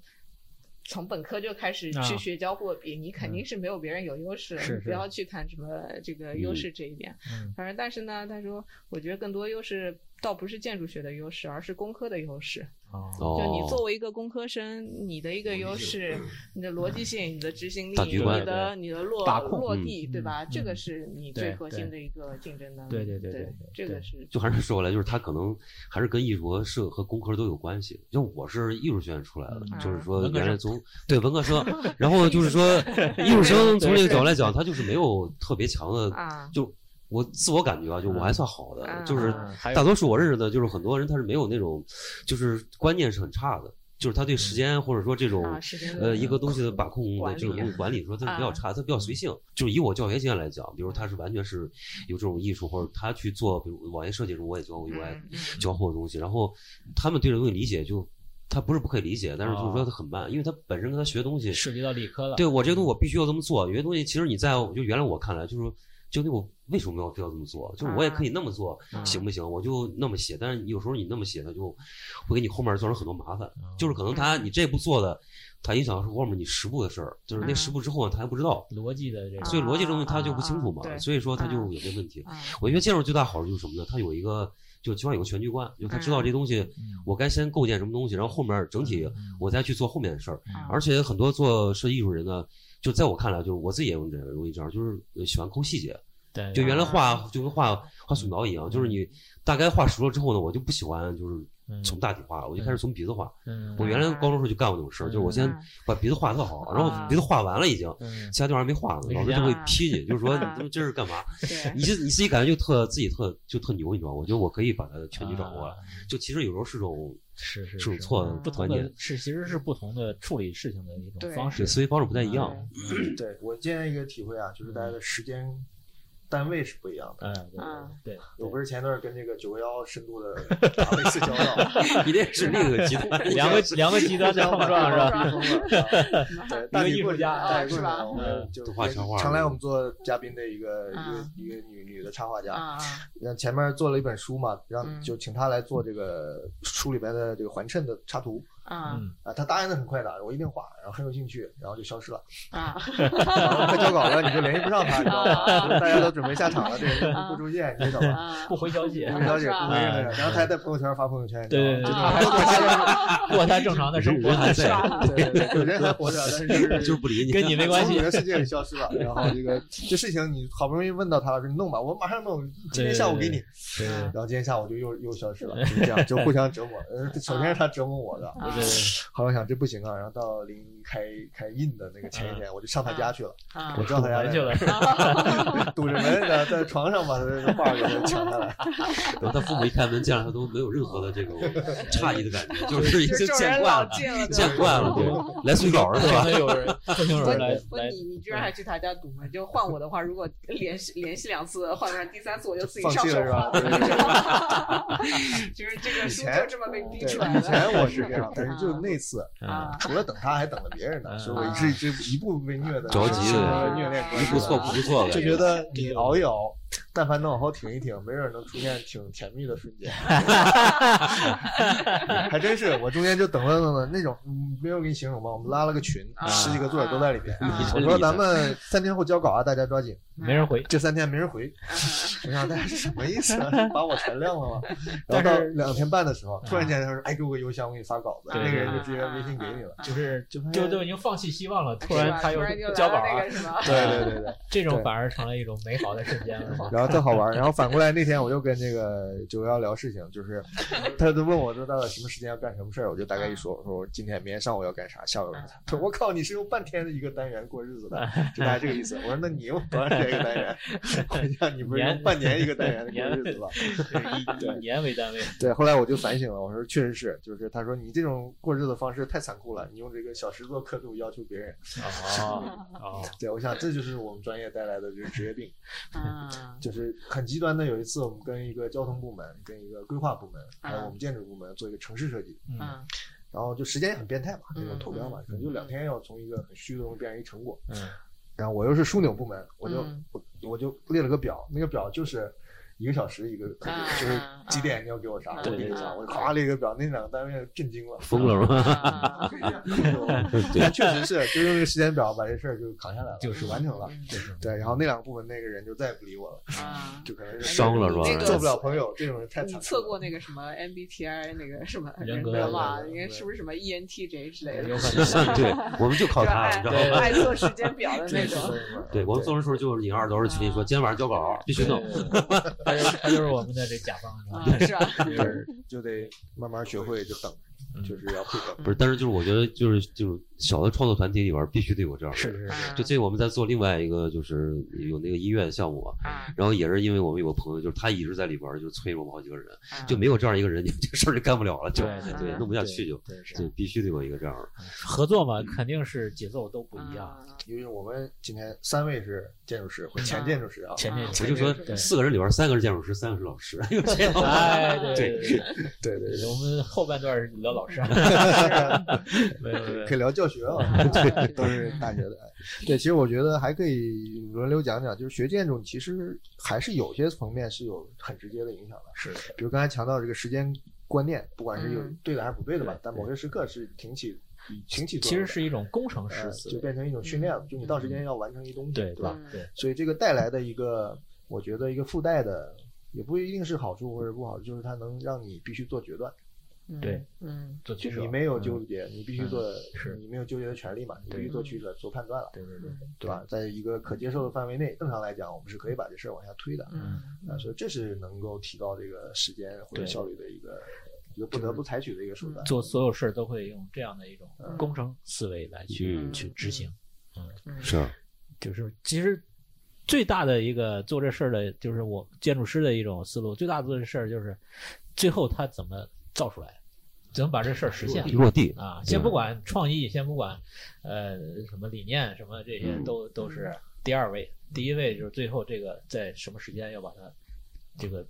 S7: 从本科就开始
S5: 啊嗯
S7: 去学交互比，你肯定是没有别人有优势，
S5: 是
S7: 你不
S5: 是
S7: 要去谈什么这个优
S4: 嗯
S7: 势这一点。
S5: 嗯
S7: 反正但是呢，他说，我觉得更多优势倒不是建筑学的优势，而是工科的优势。
S5: 哦，
S4: 哦，
S7: 就你作为一个工科生，你的一
S6: 哦
S7: 个优势，你的逻辑性、你的执行力、
S4: 大
S7: 你
S4: 局观
S7: 的你的落
S5: 把控
S7: 落地，
S5: 嗯
S7: 对吧？
S5: 嗯
S7: 这个是你最
S5: 对
S7: 核心的一个竞争能力。
S5: 对对对
S7: 对
S5: 对对
S7: 这个是
S4: 就还是说回来，就是他可能还是跟艺术和社和工科都有关系。就我是艺术学院出来的，
S5: 嗯
S4: 就是说
S5: 文科
S4: 原来
S5: 生
S4: 从对文科生，然后就是说艺术生从这个角度来讲，他就是没有特别强的，
S7: 啊，
S4: 就我自我感觉啊，就我还算好的，
S7: 嗯
S4: 就是
S7: 嗯
S5: 啊还有
S4: 大多数我认识的，就是很多人他是没有那种，就是观念是很差的，就是他对时间或者说这种
S7: 啊时间
S4: 呃一个东西的把控
S7: 管
S4: 的这
S7: 理啊
S4: 种东西管理说他是比较差，他比较随性。就是以我教学经验来讲，比如他是完全是有这种艺术，或者他去做，比如网页设计的时候我也教过 UI
S7: 嗯嗯
S4: 交互的东西，然后他们对这东西理解就他不是不可以理解，但是就是说他很慢，因为他本身跟他学东西
S5: 涉及到理科了，
S4: 对我这个东西我必须要这么做，有些东西其实你在我就原来我看来就是说。就那我为什么要非要这么做？就是我也可以那么做，
S7: 嗯
S4: 行不行？我就那么写，但是有时候你那么写，它就会给你后面造成很多麻烦。
S5: 啊
S4: 就是可能他
S7: 嗯
S4: 你这步做的，它影响是后面你十步的事儿，就是那
S7: 嗯
S4: 十步之后他还不知道，
S5: 逻辑的这
S4: 所
S7: 啊
S5: 种
S4: 以逻辑这东西他就不清楚
S7: 啊
S4: 嘛，
S7: 啊啊对
S4: 所以说他就有这问题。
S7: 啊
S4: 我觉得建筑最大好处就是什么呢？它有一个就起码有个全局观，就他知
S7: 嗯
S4: 道这东西
S5: 嗯
S4: 我该先构建什么东西，然后后面整体
S7: 嗯
S4: 我再去做后面的事儿。
S7: 啊
S4: 而且很多做设计艺术人呢，就在我看来，就是我自己也容易这样容易这样，就是呃喜欢抠细节。
S5: 对，
S4: 就原来
S7: 啊嗯
S4: 画就跟画画素描一样，就是你大概画熟了之后呢，我就不喜欢就是
S5: 嗯
S4: 从大体画，我就开始从鼻子画。
S5: 嗯
S4: 我原来高中时候就干过这种事儿，就是我先
S7: 嗯
S4: 把鼻子画特好，然
S7: 啊
S4: 后鼻子画完了已经，
S5: 嗯
S4: 其他地方还没画呢，
S5: 没
S4: 老
S5: 时
S4: 师
S5: 间
S4: 就会
S7: 了
S4: 批
S5: [laughs]
S4: 你，就是说你
S7: 啊
S4: 这这是干嘛？ [laughs]
S7: 对
S4: 你就你自己感觉就特自己特就特牛，你知道吗？我觉得我可以把它全局掌握了
S5: 啊。
S4: 就其实有时候是种
S5: 是是
S4: 是种错
S7: 嗯
S4: 的
S5: 不同
S4: 观念
S5: 的，是其实是不同的处理事情的一种
S7: 对
S5: 方
S4: 对
S5: 式，
S4: 思维方式不太一样。
S6: 对我建议一个体会啊，就是大家的时间单位是不一样的。
S5: 嗯，
S7: 嗯
S5: 对，
S6: 我不是前段跟这个九个幺深度的打了一次交
S5: [laughs]
S6: 道，
S4: 一定是另一个极端。
S5: 两个两
S4: [laughs]
S5: 个极端在碰撞是吧？
S6: 吧？对，大
S5: 一个艺
S6: 体
S5: 术
S6: 过程
S5: 家
S6: 大体
S7: 是
S6: 过
S7: 吧
S6: 程，我们
S5: 嗯
S6: 就
S4: 都画插画
S6: 常来我们做嘉宾的一个
S7: 嗯
S6: 一个一个女女的插画
S5: 嗯
S6: 家，
S7: 啊
S6: 然后前面做了一本书嘛，让
S7: 嗯
S6: 就请她来做这个书里边的这个环衬的插图
S7: 啊
S5: 嗯，
S6: 啊，她答应的很快的，我一定画，然后很有兴趣，然后就消失
S5: [laughs]
S6: 了。
S7: 啊！
S6: 然后快交稿了，你就联系不上他，你知道
S7: 啊
S6: 吗？
S5: 哦
S6: 就是大家都准备下场了，这个人
S7: 啊
S6: 不出现，你知道
S5: [laughs]
S6: 吧？
S7: 啊
S5: 不回消息，
S6: 不了解，不回
S5: 啊
S6: 然后他还在朋友圈发朋友圈，你知道
S5: 对对
S6: 吗
S5: 对，
S6: 就
S7: 啊
S5: 他还过他过他正常的生活，
S4: 人还在，
S6: 对对对，有人还活着，但是就是
S4: 就是不理你，
S5: 跟你没关
S6: 从
S5: 系
S4: [laughs]
S6: 你。的世界里消失了。然后这个这事情你好不容易问到他了，说你弄吧，我马上弄，今天下午给你。
S5: 对对
S6: 然后今天下午就又又消失了，就是这样，就互相折
S5: [laughs]
S6: 磨。呃，首先是他折磨我的，
S7: 啊
S6: 后来我想这不行啊。然后到临开开印的那个前一天，我就上他家去了，
S7: 啊
S6: 我知道他家
S5: 回去了，
S6: 在 [laughs] 堵着门，然后在床上把他的画给他抢下来。
S4: 等他父母一开门见到他都没有任何的这
S5: [laughs]
S4: 种诧异的感觉，就是已经
S7: 就
S4: 见惯了， [laughs]
S7: 见了，
S4: [laughs] 见惯了，对，来 [laughs] 自于老儿子
S5: 不
S4: 吧？
S5: 能有人，不能有
S7: 不
S5: 人来
S7: 你不
S5: 来
S7: 你你居然还去他家堵门，就换我的话，如果连续连续两次，换不上第三次我就自己
S6: 放
S7: 上
S6: 弃
S7: 手
S6: 了是吧
S7: 了。对 [laughs] 就是这个
S6: 以
S7: 书
S6: 前
S7: 就这么被逼
S6: 对，
S7: 出来的。
S6: 以前我是这样，但是就那次，
S4: 嗯
S5: 啊
S7: 啊
S6: 除了等他，还等了别人呢，
S5: 嗯
S6: 所以我是这一步被虐的，
S4: 着急
S7: 了
S6: 虐恋关
S4: 一
S6: 系，啊
S4: 不错不错的
S6: 就觉得你熬一熬，但凡能往后挺一挺，没准能出现挺甜蜜的瞬间。 [laughs] 还真是，我中间就等了等了那种，嗯没有给你形容吧，我们拉了个群，
S7: 啊
S6: 十几个作者都在里边。
S7: 啊
S6: 我说咱们三天后交稿啊，大家抓紧。
S5: 没人回，
S6: 这三天没人回，我想大家是什么意思啊？把我全亮了吗？然后
S5: 但
S6: 到
S5: 是
S6: 两天半的时候，突然间他说：“哎，给我个邮箱，我给你发稿子。”
S5: 对
S6: 那个人
S5: 对
S6: 就直接微信给你了。
S5: 就是
S6: 就
S5: 就都已经放弃希望了，突
S7: 啊是
S5: 然
S7: 吧
S5: 他又
S7: 突然就
S5: 交稿了
S7: 来了那个，是吧？
S6: 对对对对。
S5: 这种反而成了一种美好的瞬间了。
S6: 然后特好玩儿。然后反过来那天我又跟这个九幺聊事情，就是他都问我说到底什么时间要干什么事儿，我就大概一说，我说我今天明天上午要干啥，下午要干啥。他说我靠，你是用半天的一个单元过日子 [laughs] 的，就大概这个意思。我说那你用多长时间一个单元？ [laughs] 我想你不是用半年一个单元过日子吧？ [laughs]
S5: [laughs] 以以年为单位，
S6: [laughs] 对，后来我就反省了，我说确实是，就是他说你这种过日子方式太残酷了，你用这个小时做刻度要求别人。
S5: 哦哦，
S6: 对，我想这就是我们专业带来的这个职业病。
S7: 嗯
S6: 就是很极端的。有一次，我们跟一个交通部门、跟一个规划部门，还有
S7: 嗯
S6: 我们建筑部门做一个城市设计，
S5: 嗯
S7: 嗯
S6: 然后就时间也很变态嘛，那种
S7: 嗯
S6: 投标嘛，可能就两天要从一个很虚的东西变成一成果。
S5: 嗯
S6: 然后我又是枢纽部门，我就
S5: [laughs]
S7: 嗯
S6: 我我就列了个表，那个表就是。一个小时一个刻度，
S7: 嗯
S6: 就是几点你要给我啥，
S7: 嗯
S6: 我给你啥，
S7: 嗯
S6: 我夸列一个表，那两个单位震
S7: [laughs]
S6: 惊了，
S4: 疯了 [laughs] 吗？
S7: 啊
S6: 但 [laughs] 确实是，就用这个时间表把这事儿就扛下来了，
S5: 就是
S6: 完成了。
S5: 就是
S6: 对，然后那两个部门那个人就再也不理我了，
S7: 啊！
S6: 就可能是
S4: 伤了是
S7: 那
S4: 吧？
S7: 个
S6: 做不了朋友，这种人太惨
S7: 你
S6: 了。
S7: 测过那个什么 MBTI 那个什么
S5: 人格
S7: 格嘛？
S6: 人格
S7: 应该是不是什么 E ENTJ 之类的？
S5: 有可能
S4: 对，我们就靠
S7: 是
S4: 他，
S7: 吧爱
S4: 你知道吗？
S7: 爱做时间表的那
S6: 对
S7: 种。
S4: 对，我们做的时候就是你二十多人群里说，今天晚上交稿 [laughs] 必须弄，
S5: 他就是他就是我们的这甲方，是吧
S7: 啊，
S5: [laughs]
S7: 是吧？
S6: 就是 [laughs] 就得慢慢学会就等，
S5: 嗯
S6: 就是要会等。
S4: 不是，但是就是我觉得就是就是小的创作团体里边必须得有这样的人。
S5: 是
S8: 啊
S4: 就这，我们在做另外一个，就是有那个音乐项目嘛，
S7: 啊，
S4: 然后也是因为我们有个朋友，就是他一直在里边儿就催我们好几个人，
S7: 啊
S4: 就没有这样一个人，这个事儿就干不了了，就
S5: 嗯对对
S4: 对，弄不下去就嗯
S5: 对是
S4: 就必须得有一个这样的。
S5: 合作嘛，肯定是节奏都不一样，
S7: 啊
S6: 因为我们今天三位是建筑师或前建筑师啊，
S5: 前面
S4: 我就说
S5: 对
S4: 四个人里边儿三个是建筑师，三个是老师，因为这样
S5: 哎，对
S4: 对
S5: 对
S6: 对对
S5: 对，我们后半段聊老师，啊没有没有
S6: 对，可以聊教学啊， [laughs] 都是大学的。对，其实我觉得还可以轮流讲讲，就是学建筑其实还是有些层面是有很直接的影响的，
S5: 是
S6: 比如刚才强调这个时间观念，不管是有
S7: 嗯
S6: 对的还是不对的吧
S5: 对，嗯
S6: 但某些时刻是挺起挺起作
S5: 其
S6: 用
S5: 实
S6: 的。
S5: 是一种工程师
S6: 呃
S5: 思
S6: 就
S5: 维，
S6: 变成一种训练了，就你到时间要完成一东西，
S5: 对
S6: 对吧？
S7: 嗯
S5: 对，
S6: 所以这个带来的一个，我觉得一个附带的，也不一定是好处或者不好，就是它能让你必须做决断，
S5: 对，
S7: 嗯
S5: 做
S6: 就
S5: 取
S6: 是
S5: 舍，
S6: 你没有
S5: 就
S6: 纠结，你必须做，
S5: 啊是
S6: 你没有纠结的权利嘛，你必须
S5: 对
S6: 做取舍、做判断了，
S5: 对对对，
S7: 嗯
S6: 对吧？在一个可接受的范围内，正常来讲，我们是可以把这事儿往下推的，
S7: 嗯
S6: 啊，所以这是能够提高这个时间或者
S5: 对嗯
S6: 效率的一个一个不得不采取的一个手段。
S5: 做所有事儿都会用这样的一种
S7: 嗯
S5: 工程思维来去、
S4: 嗯
S5: 去执行，
S7: 嗯
S4: 是
S5: 就是啊其实最大的一个做这事儿的，就是我建筑师的一种思路，最大的做这事儿就是最后他怎么造出来，怎么把这事儿实现。
S4: [laughs] 落地，
S5: 啊，先不管创意，先不管，呃，什么理念，什么这些
S4: 嗯
S5: 都都是第二位，第一位就是最后这个在什么时间要把它这个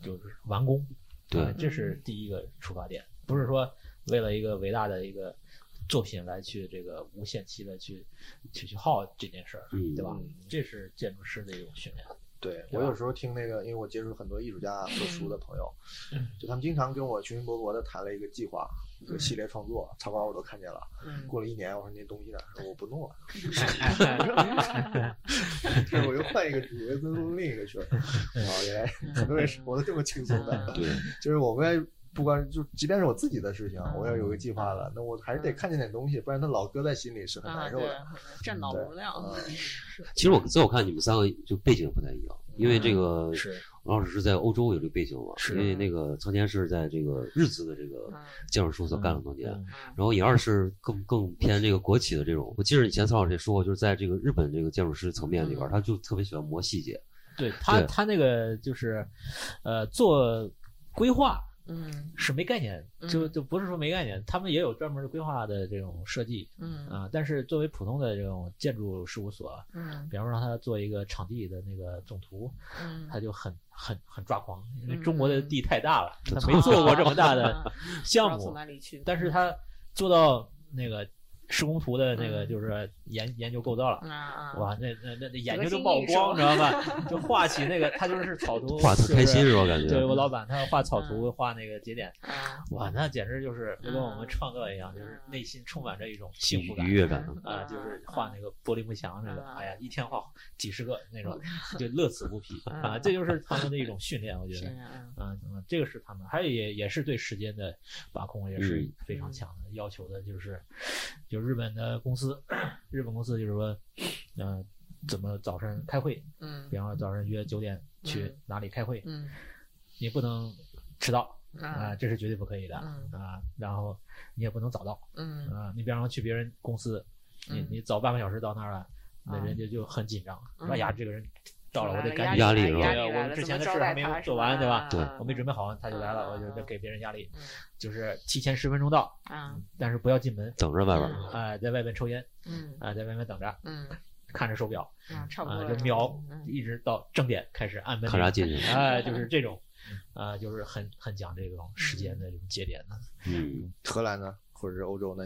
S5: 就是完工，
S4: 对
S5: 啊这是第一个出发点，不是说为了一个伟大的一个作品来去这个无限期的去去去耗这件事儿，
S4: 嗯
S5: 对吧
S6: 嗯？
S5: 这是建筑师的一种训练，
S6: 对
S5: 对
S6: 我
S5: 吧
S6: 有时候听那个，因为我接触很多艺术家做书的朋友，就他们经常跟我雄心勃勃的谈了一个计划，一个系列创作，草稿我都看见了。
S8: 嗯，
S6: 过了一年，我说那东西呢？说我不弄了， [laughs]
S5: [laughs]
S6: 说我又换一个主角，跟另一个去了。哦，原来很多人 [laughs]
S8: 嗯
S6: 生活的这么轻松的，
S4: 对，
S6: 就是我们也不管就即便是我自己的事情，啊我要有个计划了，那我还是得看见点东西，不然它老搁在心里是很
S8: 啊，
S6: 难受
S8: 对
S6: 的。，
S8: 占脑容量，
S6: 嗯
S4: 其实我在我看你们三个就背景不太一样，因为这个
S5: 是
S4: 王老师是在欧洲有这个背景嘛，
S5: 是
S4: 因为那个仓田是在这个日资的这个
S8: 嗯
S4: 建筑事务所干了很多年，
S5: 嗯
S4: 然后尹二是更更偏这个国企的这种。我记得以前曹老师也说过，就是在这个日本这个建筑师层面里边
S8: 嗯
S4: 儿，他就特别喜欢磨细节，
S5: 对他
S4: 对
S5: 他那个就是呃做规划
S8: 嗯
S5: 是没概念，就
S8: 嗯
S5: 就不是说没概念，他们也有专门的规划的这种设计
S8: 嗯
S5: 啊，但是作为普通的这种建筑事务所，
S8: 嗯
S5: 比方说让他做一个场地的那个总图，
S8: 嗯，
S5: 他就很很很抓狂，因为
S8: 嗯
S5: 中国的
S8: 嗯
S5: 地太大了，他
S8: 啊
S5: 没做过这么大
S8: [laughs]
S5: 的项
S8: 不知道从
S5: 目，
S8: 哪里去，嗯
S5: 但是他做到那个施工图的那个
S8: 嗯
S5: 就是研研究构造了。
S8: 啊啊，
S5: 哇，那那那那眼
S8: 得
S5: 睛都
S8: 心
S5: 冒
S8: 应
S5: 光，
S8: 手
S5: 知道
S8: [laughs]
S5: 吧？就画起那个，他就是草图，
S4: 画得特开心
S5: 哦就是
S4: 吧？感觉
S5: 对我老板，他画草
S8: 嗯
S5: 图，画那个节点，
S8: 啊，
S5: 哇，那简直就是就跟我们创作一样，
S8: 嗯
S5: 就是内心充满着一种幸福感
S4: 愉悦感，
S5: 啊，就是画那个玻璃幕墙那个，
S8: 嗯
S5: 哎呀，一天画几十个那种， [laughs] 就乐此不疲啊，这就是他们的一种训练，我觉
S8: 嗯是
S5: 得。
S8: 啊，
S5: 啊，嗯这个是他们，还有也也是对时间的把控也是
S4: 嗯
S5: 非常强的要求的，就是就日本的公司，日本公司就是说，呃，怎么早晨开会，
S8: 嗯
S5: 比方说早晨约九点去
S8: 嗯
S5: 哪里开会，
S8: 嗯
S5: 你不能迟到，啊、
S8: 啊
S5: 这是绝对不可以的啊、
S8: 嗯
S5: 然后你也不能早到
S8: 嗯
S5: 啊、你比方说去别人公司，你
S8: 嗯
S5: 你早半个小时到那儿了，那
S8: 啊
S5: 人家就很紧张，说
S8: 嗯
S5: 哎呀，这个人到了，我得赶
S4: 来
S5: 紧，
S4: 压力
S8: 来
S4: 是吧
S8: 压
S5: 对
S8: 力
S5: 我
S8: 来
S5: 们
S8: 了
S5: 之
S8: 怎
S5: 前
S8: 么
S5: 的
S8: 招
S5: 事
S8: 待
S5: 还没有
S8: 他是
S5: 做完对吧
S8: 吧？
S4: 对
S5: 我没准备好，他就来了，我就
S8: 啊
S5: 得给别人压力，
S8: 嗯
S5: 就是提前十分钟到，
S8: 啊
S5: 但是不要进门，
S4: 等着外边儿。
S8: 嗯
S5: 啊、在外面抽烟，
S8: 嗯
S5: 啊、在外面等着，
S8: 嗯，
S5: 看着手表，
S8: 啊，差不
S5: 啊、
S8: 多了
S5: 就瞄
S8: 嗯，
S5: 一直到正点开始按门
S4: 看
S5: 铃
S4: 啥进去？
S5: 哎、就是这种，啊、就是很很讲这种时间的这种节点的，
S4: 嗯，
S6: 荷兰呢，或者是欧洲呢？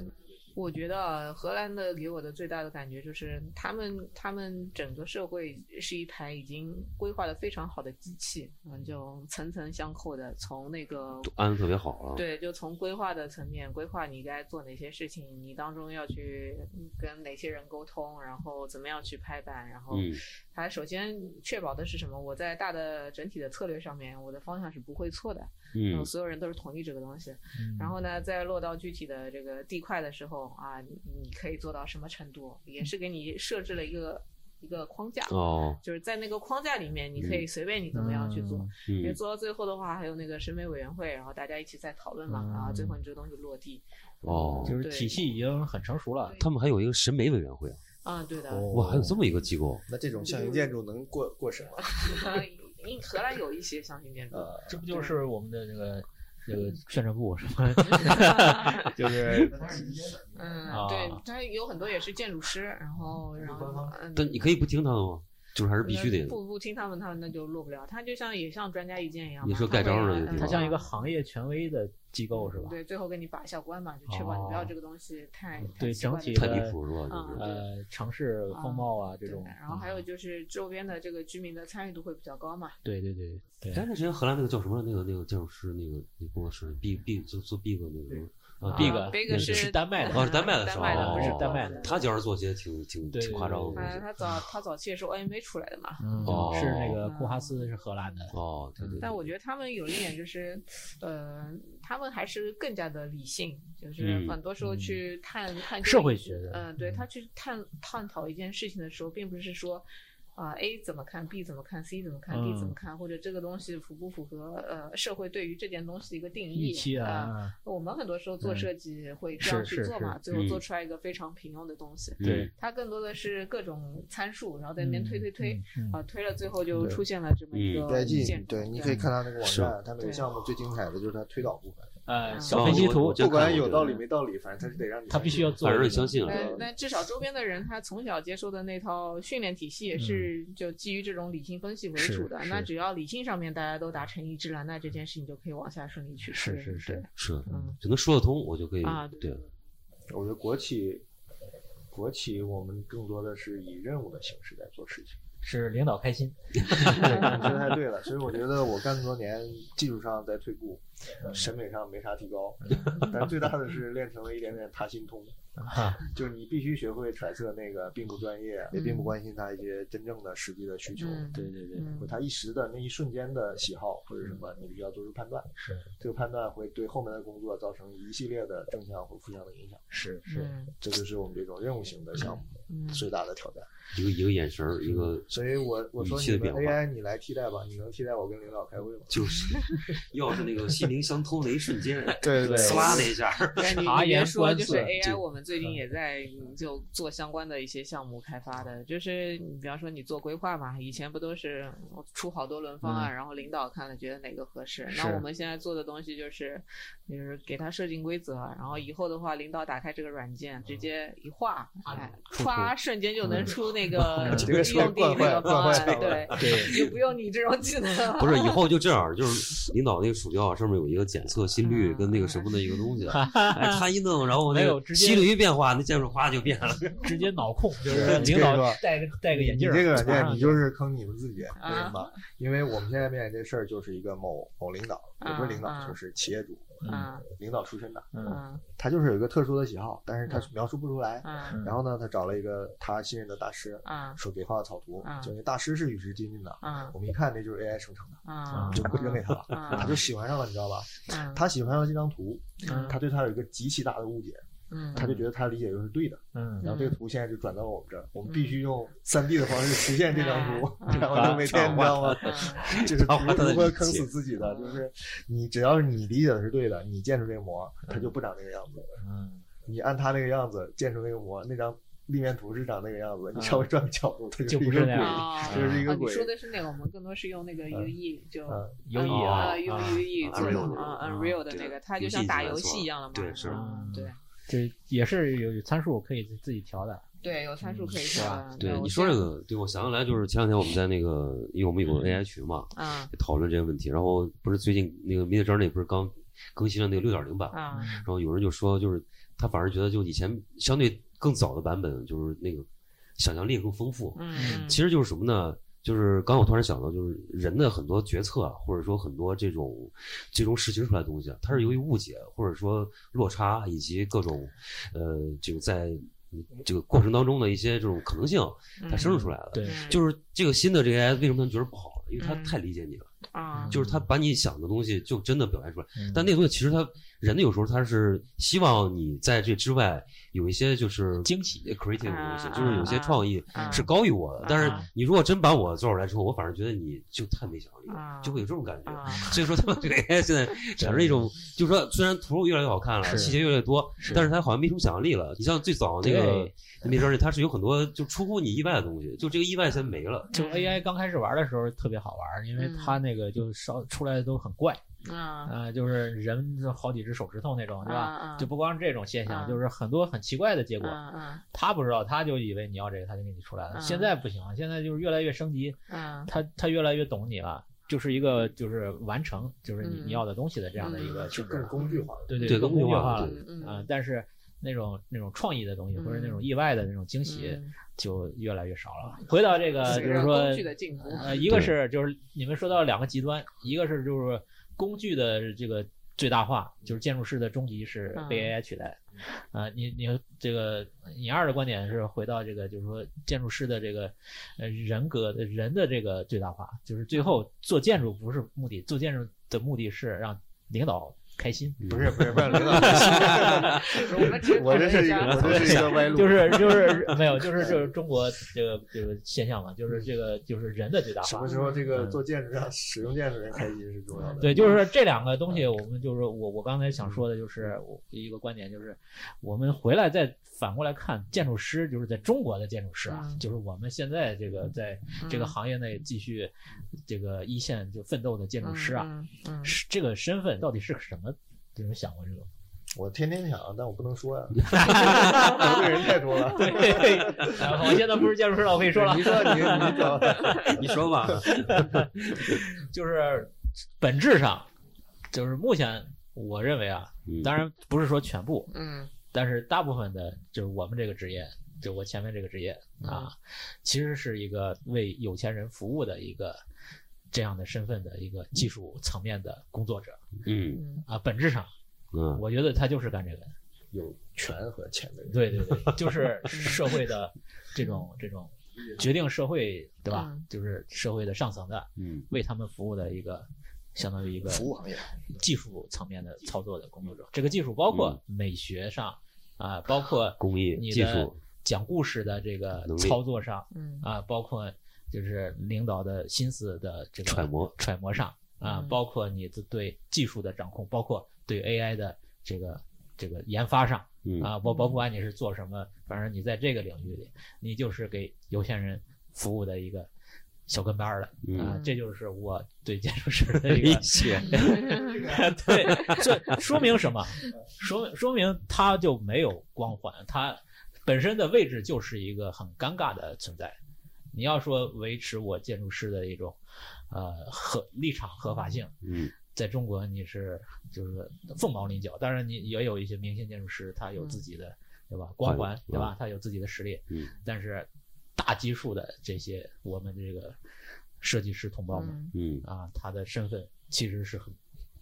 S8: 我觉得啊荷兰的给我的最大的感觉就是，他们他们整个社会是一台已经规划的非常好的机器，嗯，就层层相扣的，从那个
S4: 都安得特别好啊了。
S8: 对，就从规划的层面，规划你该做哪些事情，你当中要去跟哪些人沟通，然后怎么样去拍板，然后
S4: 嗯，
S8: 它首先确保的是什么？我在大的整体的策略上面，我的方向是不会错的，然后
S4: 嗯
S8: 所有人都是同意这个东西。
S5: 嗯
S8: 然后呢，再落到具体的这个地块的时候啊，你你可以做到什么程度，也是给你设置了一个一个框架，
S4: 哦，
S8: 就是在那个框架里面，你可以随便你怎么样去做。
S5: 嗯
S8: 因为
S4: 嗯，
S8: 做到最后的话，还有那个审美委员会，然后大家一起再讨论嘛，
S5: 嗯
S8: 然后最后你这个东西落地。
S4: 哦
S5: 就是
S8: 对
S5: 体系已经很成熟了。
S4: 他们还有一个审美委员会啊，
S8: 啊，对的，
S4: 哇，还有这么一个机构，
S6: 那这种象形建筑能过过审吗？
S8: 呃因荷兰有一些象形建
S4: [laughs]
S8: 筑，
S6: 呃，
S5: 这不就是我们的这
S8: [laughs]
S5: 个这个宣传部什么？就是
S8: 嗯，
S5: 啊
S8: 对，它有很多也是建筑师，然后然后嗯，
S4: 但你可以不听他们吗？就是还是必须得
S8: 那不不听他们，他们那就落不了。他就像也像专家意见一样嘛，
S4: 你说盖章的那个地方
S8: 他
S5: 它
S8: 会啊嗯
S5: 像一个行业权威的机构是吧？哦嗯
S8: 对，最后给你把一下关嘛，就确保你不要这个东西太
S5: 对
S8: 太奇
S5: 整
S8: 怪
S5: 体
S8: 的
S4: 太离谱是吧？
S8: 啊
S4: 就是
S5: 呃，城市风貌啊这
S8: 嗯对
S5: 种。，
S8: 然后还有就是周边的这个居民的参与度会比较高嘛，
S5: 对对对对
S4: 哎，那之前荷兰那个叫什么？那个那个建筑师，那个那工作室，Big Big 就做 Big 那个什么啊
S8: 啊
S5: Big
S8: ，Big
S5: 是
S8: 是
S5: 丹麦的
S4: 哦，是丹麦的
S8: 丹
S4: 是
S8: 麦
S4: 吧？
S8: 的，不是
S4: 哦
S5: 丹麦的
S4: 他要是做些挺挺
S5: 对
S4: 挺夸张的
S8: 嗯，
S4: 东
S8: 他早他早期也是 OMA 出来的
S5: [laughs]
S8: 嘛，
S5: 嗯
S4: 哦，
S5: 是那个库哈斯是荷兰的
S4: 西。哦，对对。
S8: 但
S4: 对
S8: 我觉得他们有一点就是，呃，他们还是更加的理性，就是
S4: 嗯
S8: 很多时候去探、探究
S5: 社会学的
S8: 嗯、对
S5: 嗯
S8: 他去探探讨一件事情的时候，并不是说。啊、a 怎么看，B 怎么看，C 怎么看，D 怎么
S5: 嗯
S8: 看，或者这个东西符不符合呃社会对于这件东西的一个定
S5: 一
S8: 义
S5: 期
S8: 啊、
S5: 啊，
S8: 我们很多时候做
S5: 嗯
S8: 设计会这
S5: 是
S8: 样去
S5: 是
S8: 做
S5: 是嗯
S8: 嘛，最后做
S4: 嗯
S8: 出来一个非常平庸的东西。
S5: 对
S8: 它更多的是各种参数，然后在里面推推推，
S5: 嗯，
S8: 啊，推了最后就
S6: 对
S8: 出现了这么一
S4: 嗯
S8: 个
S6: 对，
S8: 建筑。
S6: 对，你可以看他那个网
S4: 是
S6: 站，他每个项目最精彩的就是他推导部分，
S5: 呃
S8: 嗯
S5: 小分析
S4: 哦我
S5: 图
S4: 我，真
S6: 不管
S4: 看过
S6: 有
S4: 这
S6: 道
S4: 个
S6: 理没道理，反正他是得让你
S5: 他必须要做
S4: 反正
S5: 这个
S4: 你相信了。
S5: 嗯
S8: 但但至少周边的人，他从小接受的那套训练体系也是就基于这种理性分析为主的。
S5: 嗯是是
S8: 那只要理性上面大家都达成一致了，那这件事情就可以往下顺利去
S5: 是
S8: 推
S5: 是是，
S4: 是
S8: 嗯，
S4: 只能说得通，我就可以
S8: 啊
S4: 对，
S6: 我觉得国企，国企我们更多的是以任务的形式在做事情。
S5: 是领导开心。
S6: 对， [laughs] 你说得太对了，所以我觉得我干这么多年，技术上在退步，审美上没啥提高，但最大的是练成了一点点他心通，
S5: 啊哈，
S6: 就是你必须学会揣测那个并不专业，也并不关心他一些真正的实际的需求。
S8: 嗯
S5: 对对对，
S8: 嗯
S6: 或他一时的那一瞬间的喜好或者什么，你必须要做出判断，
S5: 是
S6: 这个判断会对后面的工作造成一系列的正向或负向的影响，
S5: 是是，
S8: 嗯
S6: 这就是我们这种任务型的项目
S8: 嗯，
S6: 最大的挑战。
S4: 一个一个眼神儿，一个
S6: 所以我我说
S4: 语
S6: 你
S4: 气的变
S6: 们
S4: 化
S6: AI 你来替代吧，你能替代我跟领导开会吗？
S4: [laughs] 就是要是那个心灵相通的一瞬间，
S6: 对对
S4: 呲啦的一下儿，
S8: [laughs] 但你
S5: 察
S8: 你别
S5: 言
S8: 说，
S5: 观
S8: 就是
S5: 色
S8: AI，
S5: 这
S8: 我们最近也在嗯就做相关的一些项目开发的，就是你比方说你做规划嘛，以前不都是嗯出好多轮方案，然后领导看了觉得哪个合适。
S6: 是
S8: 那我们现在做的东西就是，就是给他设定规则，然后以后的话，领导打开这个软件，直接一画，哎，
S4: 出
S8: 歘，瞬间就能出那个
S6: 这个
S8: 应
S6: 是要
S8: 用地
S6: 惯坏
S8: 那个方案
S6: 惯，坏
S8: 对
S6: 了， [laughs]
S5: 对
S8: 也不用你这种技能了。
S4: 不是以后就这样，就是领导那个鼠标啊，上面有一个检测心率跟那个什么的一个东西，哎，他一弄，然后那
S5: 啊没有
S4: 个
S5: 直接
S4: 心率一变化，那键数哗就变了。
S5: 直接脑控，
S6: [laughs]
S5: 就
S6: 对
S5: 是
S6: 你
S5: 领
S6: 可以
S5: 导
S6: 说
S5: 戴个戴个眼镜儿，啊
S6: 你这个软
S5: 插上
S6: 件你
S5: 去
S6: 就是坑你们自己，为
S8: 啊
S6: 什么？因为我们现在面临这事儿就是一个某某领导，也不是领
S8: 啊
S6: 导，就是企业主，
S8: 啊
S6: 领导出身的，
S5: 嗯
S8: 啊
S6: 他就是有一个特殊的喜好，但是他描述不出来。
S8: 嗯啊
S5: 嗯
S6: 然后呢，他找了一个他信任的大师，
S8: 啊
S6: 说给画草图
S8: 啊，
S6: 就那大师是与时俱进的，
S8: 啊
S6: 我们一看那就是 AI 生成的，
S8: 啊！
S6: 就扔给他了，
S8: 啊
S6: 他就喜欢上了，你知道吧？
S8: 嗯
S6: 他喜欢上这张图，
S5: 嗯
S6: 他对他有一个极其大的误解， [laughs]
S8: 嗯
S6: 他就觉得他理解就是对的，
S5: 嗯，
S6: 然后这个图现在就转到了我们这儿，我们必须用三 D 的方式实现这张图，
S8: 嗯
S6: [laughs] 然后就每
S5: 啊
S6: 天你知
S5: [laughs]
S6: 道吗？ [laughs] 就是如如何坑死自己的，就是你只要是你理解的是对的，你建出这个模，它就不长那个样子。
S5: 嗯
S6: 你按它那个样子建出那个模，那张立面图是长那个样子，你稍微转个角度，它
S5: 啊就
S6: 一
S5: 不
S6: 个
S5: 是
S6: 鬼
S5: 那样，
S8: 哦
S6: 这是一
S8: 啊，
S6: 个
S8: 你
S6: 鬼
S8: 说。的是那个，我们更多是用那个 UE 就
S6: 嗯
S5: 优异
S8: 啊
S4: 啊
S8: 用
S5: 啊
S8: UE 做
S4: ，Unreal
S8: 的
S4: 那
S8: 啊
S5: 种
S8: ，Unreal 的
S4: 对
S8: 那个，它就
S4: 游
S8: 像
S4: 戏
S8: 打
S4: 基本
S8: 游
S4: 上
S8: 戏一样了嘛。
S4: 对是
S8: 嗯对
S5: 这也是有有参数可以自己调的，
S8: 对，有参数可以
S5: 是吧
S8: 调。
S4: 对，
S8: 我
S4: 你说这
S8: 现在
S4: 个，对我想起来就是前两天我们在那个，因为我们
S8: 嗯
S4: 有个 AI 群嘛，
S8: 啊
S4: 讨论这个问题，然后不是最近那个 Mid Journey 不是刚更新了那个六点零版嘛，
S8: 啊
S5: 嗯
S4: 然后有人就说，就是他反而觉得就以前相对更早的版本，就是那个想象力更丰富，
S8: 嗯，
S4: 其实就是什么呢？就是刚我突然想到，就是人的很多决策啊，或者说很多这种最终实行出来的东西啊，它是由于误解或者说落差以及各种呃，这个在这个过程当中的一些这种可能性，它生成出来的。
S5: 对，
S8: 嗯
S4: 就是这个新的这个 AI 为什么他觉得不好？因为它太理解你了，
S8: 啊
S4: 就是它把你想的东西就真的表现出来。
S5: 嗯
S4: 但那个东西其实它人有时候他是希望你在这之外有一些就是呃
S5: 惊喜
S4: creative 的东西，
S8: 啊
S4: 就是有些创意。
S8: 啊
S4: 是高于我的。但是
S8: 啊
S4: 你如果真把我做出来之后，我反而觉得你就太没想象力
S8: 啊
S4: 了，就会有这种感
S8: 啊
S4: 觉。 [laughs] 所以说，他们这个 AI 现在产生一种，就是说，虽然图越来越好看了，
S5: 是
S4: 细节越来越多，但是它好像没什么想象力了。你像最早那个
S5: 对
S4: 那阵儿，它是有很多就出乎你意外的东西，就这个意外先没
S5: [laughs]
S4: 了。
S5: 就 AI 刚开始玩的时候特别好玩，因为
S8: 嗯
S5: 它那个就少出来的都很怪，
S8: 啊
S5: 啊，就是人就好几只手指头那种，是吧？
S8: 啊啊
S5: 就不光是这种现象，
S8: 啊
S5: 就是很多很奇怪的结
S8: 啊
S5: 果，
S8: 啊
S5: 他不知道，他就以为你要这个，他就给你出来了。
S8: 啊
S5: 现在不行，现在就是越来越升级，
S8: 啊
S5: 他他越来越懂你了，就是一个就是完成，就是你
S8: 嗯
S5: 你要的东西的这样的一个性质
S6: 更，工具化，
S5: 对
S4: 对
S5: 更
S4: 工具
S5: 工具
S4: 化
S5: 化
S4: 了
S5: 了
S4: 对
S8: 嗯
S5: 啊
S8: 嗯。
S5: 但是那种那种创意的东西，
S8: 嗯
S5: 或者那种意外的那种惊喜，
S8: 嗯
S5: 就越来越少了。回到这个，
S8: 随
S5: 就
S8: 着
S5: 是呃说
S8: 工具的进步
S5: 呃，一个是就是你们说到两个极端，一个是就是工具的这个最大化，就是建筑师的终极是被
S8: 嗯
S5: AI 取代。啊、你你这个你二的观点是回到这个，就是说建筑师的这个呃人格的人的这个最大化，就是最后做建筑不是目的，做建筑的目的是让领导开心，
S6: 不是不是不是 [laughs] 领导，
S8: 我们只
S6: 我这
S8: 讨论
S6: 是
S8: 一
S6: 一个
S8: 下
S6: 我这是一个歪路，
S5: 就是
S6: [laughs]
S5: 就是没有，就是就是中国这个这个现象嘛，就是这个就是人的最大化。
S6: 什么时候这个做建筑让使用建筑人开心是重要的。
S5: 对，就是这两个东西，我们就是我我刚才想说的，就是我一个观点，就是我们回来再反过来看建筑师，就是在中国的建筑师啊，
S8: 嗯
S5: 就是我们现在这个在这个
S8: 嗯
S5: 行业内继续这个一线就奋斗的建筑师啊，
S8: 嗯嗯嗯
S5: 是这个身份到底是什么有人想过这个吗？
S6: 我天天想，但我不能说
S5: [laughs]
S6: 呀、得罪人太多了。
S5: 对，啊我现在不是建筑师老费说了
S6: 你，说 [laughs] 你你讲，
S4: 你说吧，
S5: 就是本质上，就是目前我认为啊，
S4: 嗯
S5: 当然不是说全部，
S7: 嗯
S5: 但是大部分的，就是我们这个职业，就我前面这个职业啊，其实是一个为有钱人服务的一个这样的身份的一个技术层面的工作者
S4: 嗯
S7: 嗯
S5: 啊。本质上，
S4: 嗯
S5: 我觉得他就是干这个的。
S6: 有权和钱的人，
S5: 对对对，就是社会的这种这种决定社会对吧？
S7: 嗯
S5: 就是社会的上层的
S4: 嗯
S5: 为他们服务的一个。相当于一个
S6: 服务行业，
S5: 技术层面的操作的工作者。这个技术包括
S4: 嗯
S5: 美学上啊、包括
S4: 工艺
S5: 你
S4: 技
S5: 的
S4: 术
S5: 讲故事的这个
S4: 能力
S5: 操作上
S7: 嗯
S5: 啊、包括就是领导的心思的这个
S4: 揣摩
S5: 揣摩上啊、
S7: 嗯
S5: 包括你的对技术的掌控，包括对 AI 的这个这个研发上
S4: 嗯
S5: 啊，我我不管你是做什么，反正你在这个领域里，你就是给有钱人服务的一个小跟班儿了啊、
S7: 嗯
S5: 这就是我对建筑师
S4: [laughs]
S5: 的
S4: 哎
S5: 一个对，这说明什么？说明说明他就没有光环，他本身的位置就是一个很尴尬的存在。你要说维持我建筑师的一种呃合立场合法性，
S4: 嗯
S5: 在中国你是就是凤毛麟角。当然，你也有一些明星建筑师，他有自己的、对吧光环
S4: 嗯，
S5: 对吧？他有自己的实力，
S4: 嗯
S5: 但是大基数的这些我们这个设计师同胞们。
S7: 嗯
S4: 嗯
S5: 啊，他的身份其实是很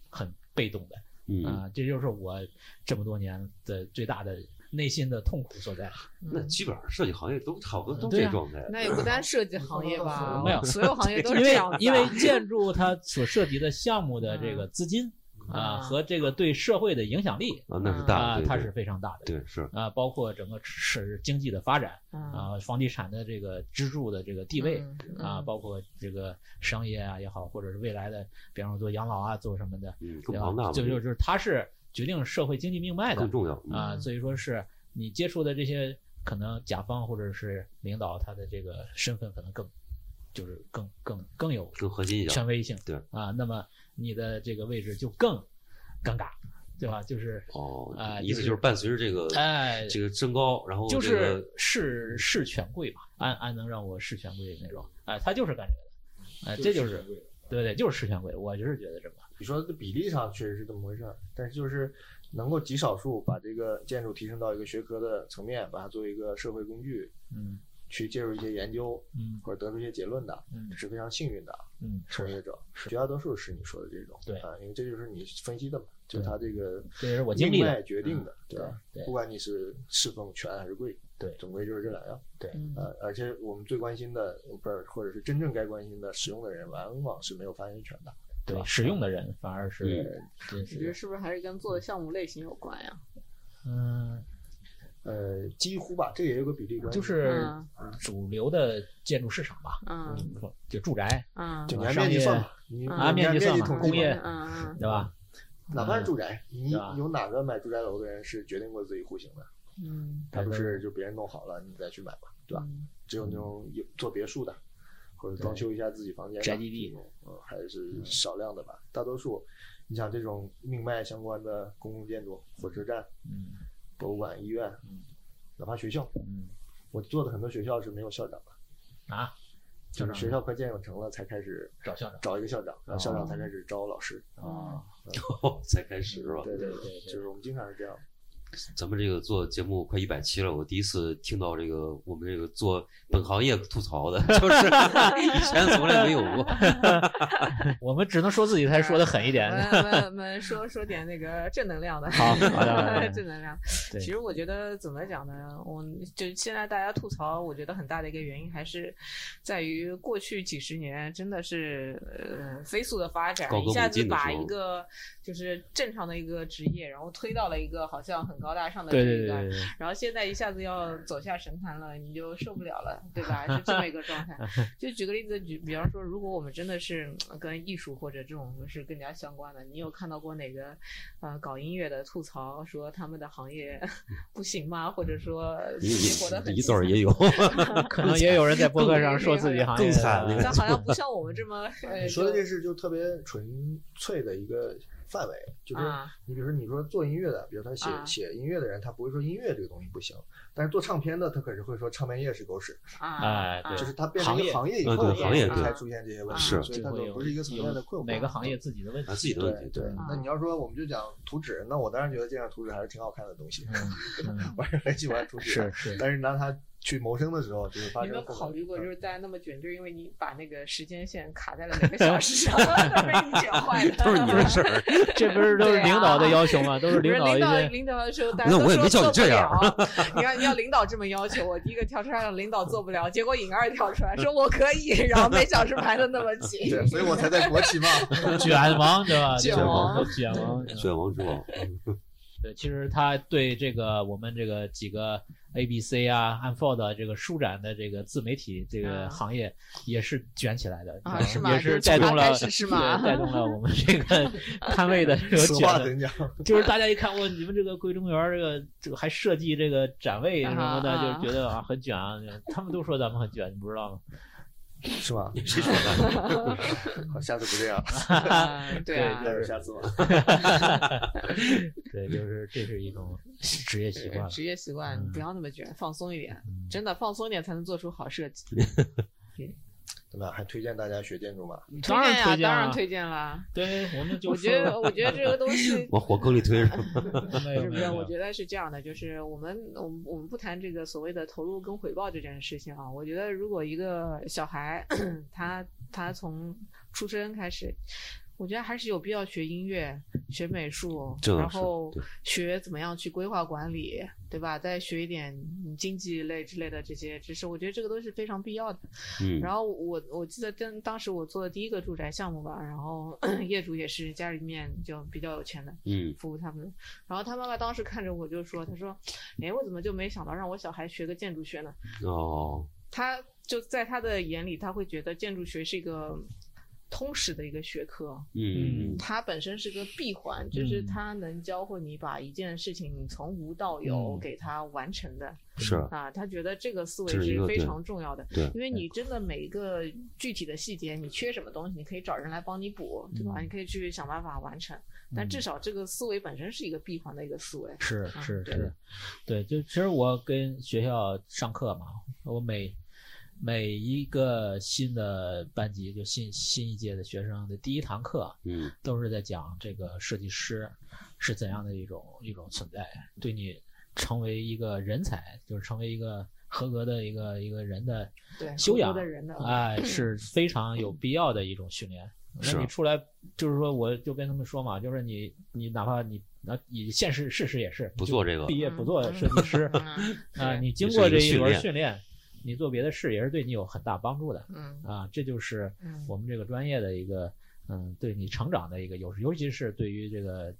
S5: 很被动的
S4: 嗯，
S5: 啊，这就是我这么多年的最大的内心的痛苦所在。
S8: 嗯
S4: 那基本上设计行业都差不多都
S5: 对
S4: 这
S5: 啊
S4: 状态。
S7: 那也不单设计行业吧，
S5: 没有
S7: 所有行业都
S5: 因
S7: 是这
S5: 为
S7: 样子啊。
S5: 因为建筑它所涉及的项目的这个资金啊
S7: 嗯
S5: 和这个对社会的影响力
S4: 啊，那是大，
S5: 啊
S4: 对，
S5: 它
S4: 对
S5: 是非常大的。
S4: 对是，
S5: 啊，包括整个是经济的发展
S7: 啊
S5: 啊，房地产的这个支柱的这个地位，啊，
S7: 嗯
S5: 包括这个商业啊也好，或者是未来的，比方说做养老啊，做什么的，
S4: 嗯，更
S5: 对
S4: 庞大
S5: 吧？
S4: 嘛，
S5: 就就就是它是决定社会经济命脉的
S4: 更重要。嗯
S5: 啊，
S7: 嗯
S5: 所以说是你接触的这些可能甲方或者是领导，他的这个身份可能更就是更更更有
S4: 更核心一点
S5: 权。威性，
S4: 对
S5: 啊，那么你的这个位置就更尴尬，对吧？就是
S4: 哦
S5: 啊，
S4: 意
S5: 就
S4: 思
S5: 是
S4: 就是伴随着这个
S5: 哎，
S4: 这个增高，然后
S5: 就
S4: 这
S5: 是
S4: 个
S5: 事事权贵吧，安安能让我事权贵那种，哎，他就是干这个的，哎，这就是对对，就是事权贵，我就是觉得这么
S6: 你说这比例上确实是这么回事儿，但是就是能够极少数把这个建筑提升到一个学科的层面，把它作为一个社会工具
S5: 嗯
S6: 去介入一些研究
S5: 嗯
S6: 或者得出一些结论的，
S5: 嗯
S6: 是非常幸运的。
S5: 嗯，
S6: 从业者，绝大多数是你说的这种，
S5: 对
S6: 啊，因为这就是你分析的嘛，就是
S5: 对
S6: 他这个
S5: 这也是我经历
S6: 命
S5: 的嗯
S6: 脉，决定的，对吧？
S5: 对
S6: 不管你是侍奉权还是贵，
S5: 对
S6: 总归就是这两样。
S7: 嗯
S6: 呃，而且我们最关心的，不是或者是真正该关心的使用的人，往往是没有发言权的。
S5: 对使用的人反而是
S8: 嗯
S5: 真
S7: 你觉得
S5: 是
S7: 是不是还是跟做的项目类型有关呀？
S5: 嗯。
S6: 呃，几乎吧，这也有个比例关系。
S5: 就是
S7: 嗯
S5: 主流的建筑市场吧，
S7: 嗯
S5: 就住宅，
S7: 嗯
S6: 就你按面积算吧，你
S7: 啊
S6: 你
S5: 面积
S6: 按面
S5: 算
S6: 积
S5: 吧
S6: 统计
S5: 工业
S6: 吧
S7: 嗯嗯
S5: 对吧？
S6: 哪怕是住宅，你
S5: 对吧
S6: 有哪个买住宅楼的人是决定过自己户型的？
S7: 嗯
S6: 他不是就别人弄好了你再去买嘛，对吧？
S7: 嗯
S6: 只有那种有做别墅的，或者装修一下自己房间的
S5: 宅基地
S6: 这种，嗯，还是少量的吧。大多数，你想这种命脉相关的公共建筑，火车站、
S5: 嗯
S6: 博物馆、医院
S5: 嗯，
S6: 哪怕学校，
S5: 嗯
S6: 我做的很多学校是没有校长的，
S5: 啊，
S6: 就
S5: 校
S6: 嗯是
S5: 长
S6: 学校快建有成了才开始
S5: 找校长
S6: 找一个校长，然后
S5: 哦
S6: 校长才开始招老师。
S5: 啊，
S4: 哦才开始是吧？
S6: 对对
S5: 对对对
S6: 就是我们经常是这样。
S4: 咱们这个做节目快一百期了，我第一次听到这个我们这个做本行业吐槽的， [laughs] 就是以前从来没有过。
S5: 哎我们只能说自己才说的狠一点
S7: 我，
S6: 哎
S7: 们我们说说点那个正能量的，
S5: 好好的好的
S7: [laughs] 正能量。
S5: 对
S7: 其实我觉得怎么讲呢？我就现在大家吐槽，我觉得很大的一个原因还是在于过去几十年真的是呃飞速的发展
S4: 高，歌
S7: 一下
S4: 猛
S7: 子
S4: 进的
S7: 把
S4: 时候
S7: 一个就是正常的一个职业，然后推到了一个好像很高大上的
S5: 对
S7: 这
S5: 对
S7: 一
S5: 对
S7: 个
S5: 对对，
S7: 然后现在一下子要走下神坛了，你就受不了了，对吧？是这么一个状
S4: [laughs]
S7: 态。就举个例子，举比方说，如果我们真的是嗯跟艺术或者这种是更加相关的，你有看到过哪个呃搞音乐的吐槽说他们的行业 [laughs] 不行吗？或者说
S4: 你
S7: 活得
S4: 你
S7: 很
S4: 你倒是
S7: 凄
S4: 嗯也有，
S5: [laughs]
S6: [laughs]
S5: 可能也有人在博客上说自己行业
S4: 更惨 [laughs]
S7: 惨但好像不像我们这么呃，
S6: 你说的
S7: 就
S6: 这是就特别纯粹的一个范围，就是
S8: 啊，
S6: 你比如说你说做音乐的，比如他写、
S8: 啊
S6: 写音乐的人，他不会说音乐这个东西不行，但是做唱片的他可是会说唱片业是狗屎，
S8: 啊，
S5: 哎对
S6: 就是它变成一个行业以
S4: 呃
S6: 后，
S4: 对行业
S6: 它才
S8: 对
S6: 出现这些问
S8: 啊
S6: 题，
S4: 是
S6: 所以
S5: 就
S6: 它
S5: 会
S6: 都
S5: 有
S6: 不是一个层面的困惑。
S5: 每个行业自己的问
S4: 啊
S5: 题。
S4: 自己的
S6: 对
S4: 问题，
S6: 对
S4: 嗯，
S6: 那你要说我们就讲图纸，那我当然觉得这样图纸还是挺好看的东西，
S5: 嗯
S6: [laughs]
S5: 嗯
S6: 我是很喜欢图纸，
S5: 是是，
S6: 但是拿它去谋生的时候，就是发
S8: 你
S6: 生
S8: 有没有
S6: 各种
S8: 考虑过，
S6: 嗯
S8: 就是大家那么卷，就是因为你把那个时间线卡在了每个小
S4: [laughs]
S8: 时上，被你卷
S7: [laughs]
S8: 坏了。
S4: 都是你的事
S5: [laughs]
S4: 儿。
S5: 这不是都是
S8: 对啊
S5: 领导的要求吗？都是
S8: 不是
S5: 领导
S8: 领
S5: 一
S8: 导
S5: 些
S8: 领导的时候，大家
S4: 那
S8: 都
S4: 我也
S8: 说
S4: 没叫你
S8: 做不
S4: 这样
S8: 了。
S4: [laughs]
S8: 你看，你要领导这么要求我，第一个跳出来让领导做不了，结果颖儿跳出来说我可以，然后每小时排的那么
S4: [laughs]
S8: 紧。
S5: [laughs]
S6: 对，所以我才在国企嘛。
S5: 卷王，对吧？
S8: 卷
S4: 王，
S5: 卷
S6: [laughs]
S5: 王。
S4: 选王嗯之王，
S5: 对，其实他对这个我们这个几个 A、B、C 啊、Unfold 啊这个舒展的这个自媒体这个
S8: 啊
S5: 行业也是卷起来的，
S8: 啊
S5: 嗯
S8: 是吗
S5: 也
S8: 就是是
S5: 带
S8: 从
S5: 动
S8: 它
S5: 了，
S8: 开始是吗
S5: 对带动了我们这
S8: [laughs]
S5: 个摊位的这个
S6: 此话
S5: 卷的，
S6: 怎讲？
S5: 就是大家一看，哇，你们这个桂中园儿这个这个还设计这个展位什么的，
S8: 啊啊
S5: 就觉得啊很卷啊，他们都说咱们很卷，你不知道吗？
S6: 是吧？
S4: 谁说的？
S6: [laughs] 好，下次不这
S8: [laughs]
S6: 样，
S8: 嗯 [laughs] 对啊
S6: 还，有下次吧。
S5: 对，就是这是一种职业习惯了。
S8: 职业习惯
S5: 嗯
S8: 不要那么卷，放松一点，
S5: 嗯
S8: 真的放松一点才能做出好设计。
S6: 对吧？还推荐大家学建筑嘛？
S5: 当然
S8: 呀，
S5: 推荐
S8: 当
S5: 啊
S8: 然推荐啦。
S5: 对，我们就
S8: 我觉得，我觉得这个东西
S4: 往火坑里推是吧？
S5: 没有
S8: 是不
S5: 没
S8: 是？
S5: 有，
S8: 我觉得是这样的，就是我们我们我们不谈这个所谓的投入跟回报这件事情啊。我觉得如果一个小孩 [clears throat] 他他从出生开始，我觉得还是有必要学音乐、学美术，
S4: 这倒
S8: 然
S4: 是
S8: 后
S4: 对
S8: 学怎么样去规划管理，对吧？再学一点嗯经济类之类的这些知识，我觉得这个都是非常必要的。
S4: 嗯，
S8: 然后我我记得跟当时我做的第一个住宅项目吧，然后 [clears throat] 业主也是家里面就比较有钱的，
S4: 嗯，
S8: 服务他们。然后他妈妈当时看着我就说：“他说，哎，我怎么就没想到让我小孩学个建筑学呢？”
S4: 哦，
S8: 他就在他的眼里，他会觉得建筑学是一个通识的一个学科，
S4: 嗯，
S8: 它本身是个闭环，就是
S5: 嗯
S8: 它能教会你把一件事情从无到有
S5: 嗯
S8: 给它完成的。
S4: 是
S8: 啊，他觉得这个思维
S4: 这是一
S8: 是
S4: 个
S8: 非
S4: 对
S8: 常重要的，
S4: 对
S8: 因为你真的每一个具体的细节，你缺什么东西，你可以找人来帮你补，对吧？
S5: 嗯
S8: 你可以去想办法完成，但
S4: 嗯
S8: 至少这个思维本身是一个闭环的一个思维。
S5: 是
S8: 啊
S5: 是
S8: 对
S5: 是，对，就其实我跟学校上课嘛，我每每一个新的班级，就新新一届的学生的第一堂课，
S4: 嗯，
S5: 都是在讲这个设计师是怎样的一种一种存在，对你成为一个人才，就是成为一个合格的一个一个人的
S8: 对，
S5: 修
S8: 很多
S5: 养
S8: 的人的，嗯
S5: 哎，是非常有必要的一种训练。
S4: 是啊
S5: 那你出来就是说，我就跟他们说嘛，就是你你哪怕你那你现实事实也是，
S4: 不
S5: 你就
S4: 做这个
S5: 毕业不
S8: 嗯
S5: 做
S8: 嗯
S5: 设
S4: [laughs]
S5: 计师
S8: 嗯
S5: 啊，
S8: 对
S5: 你经
S4: 也是
S5: 过
S4: 一个
S5: 这一
S4: 训
S5: 轮
S4: 练
S5: 训练，你做别的事也是对你有很大帮助的
S8: [laughs] 嗯
S5: 啊。这就是
S8: 嗯
S5: 我们这个专业的一个嗯，对你成长的一个优势，尤其是对于这个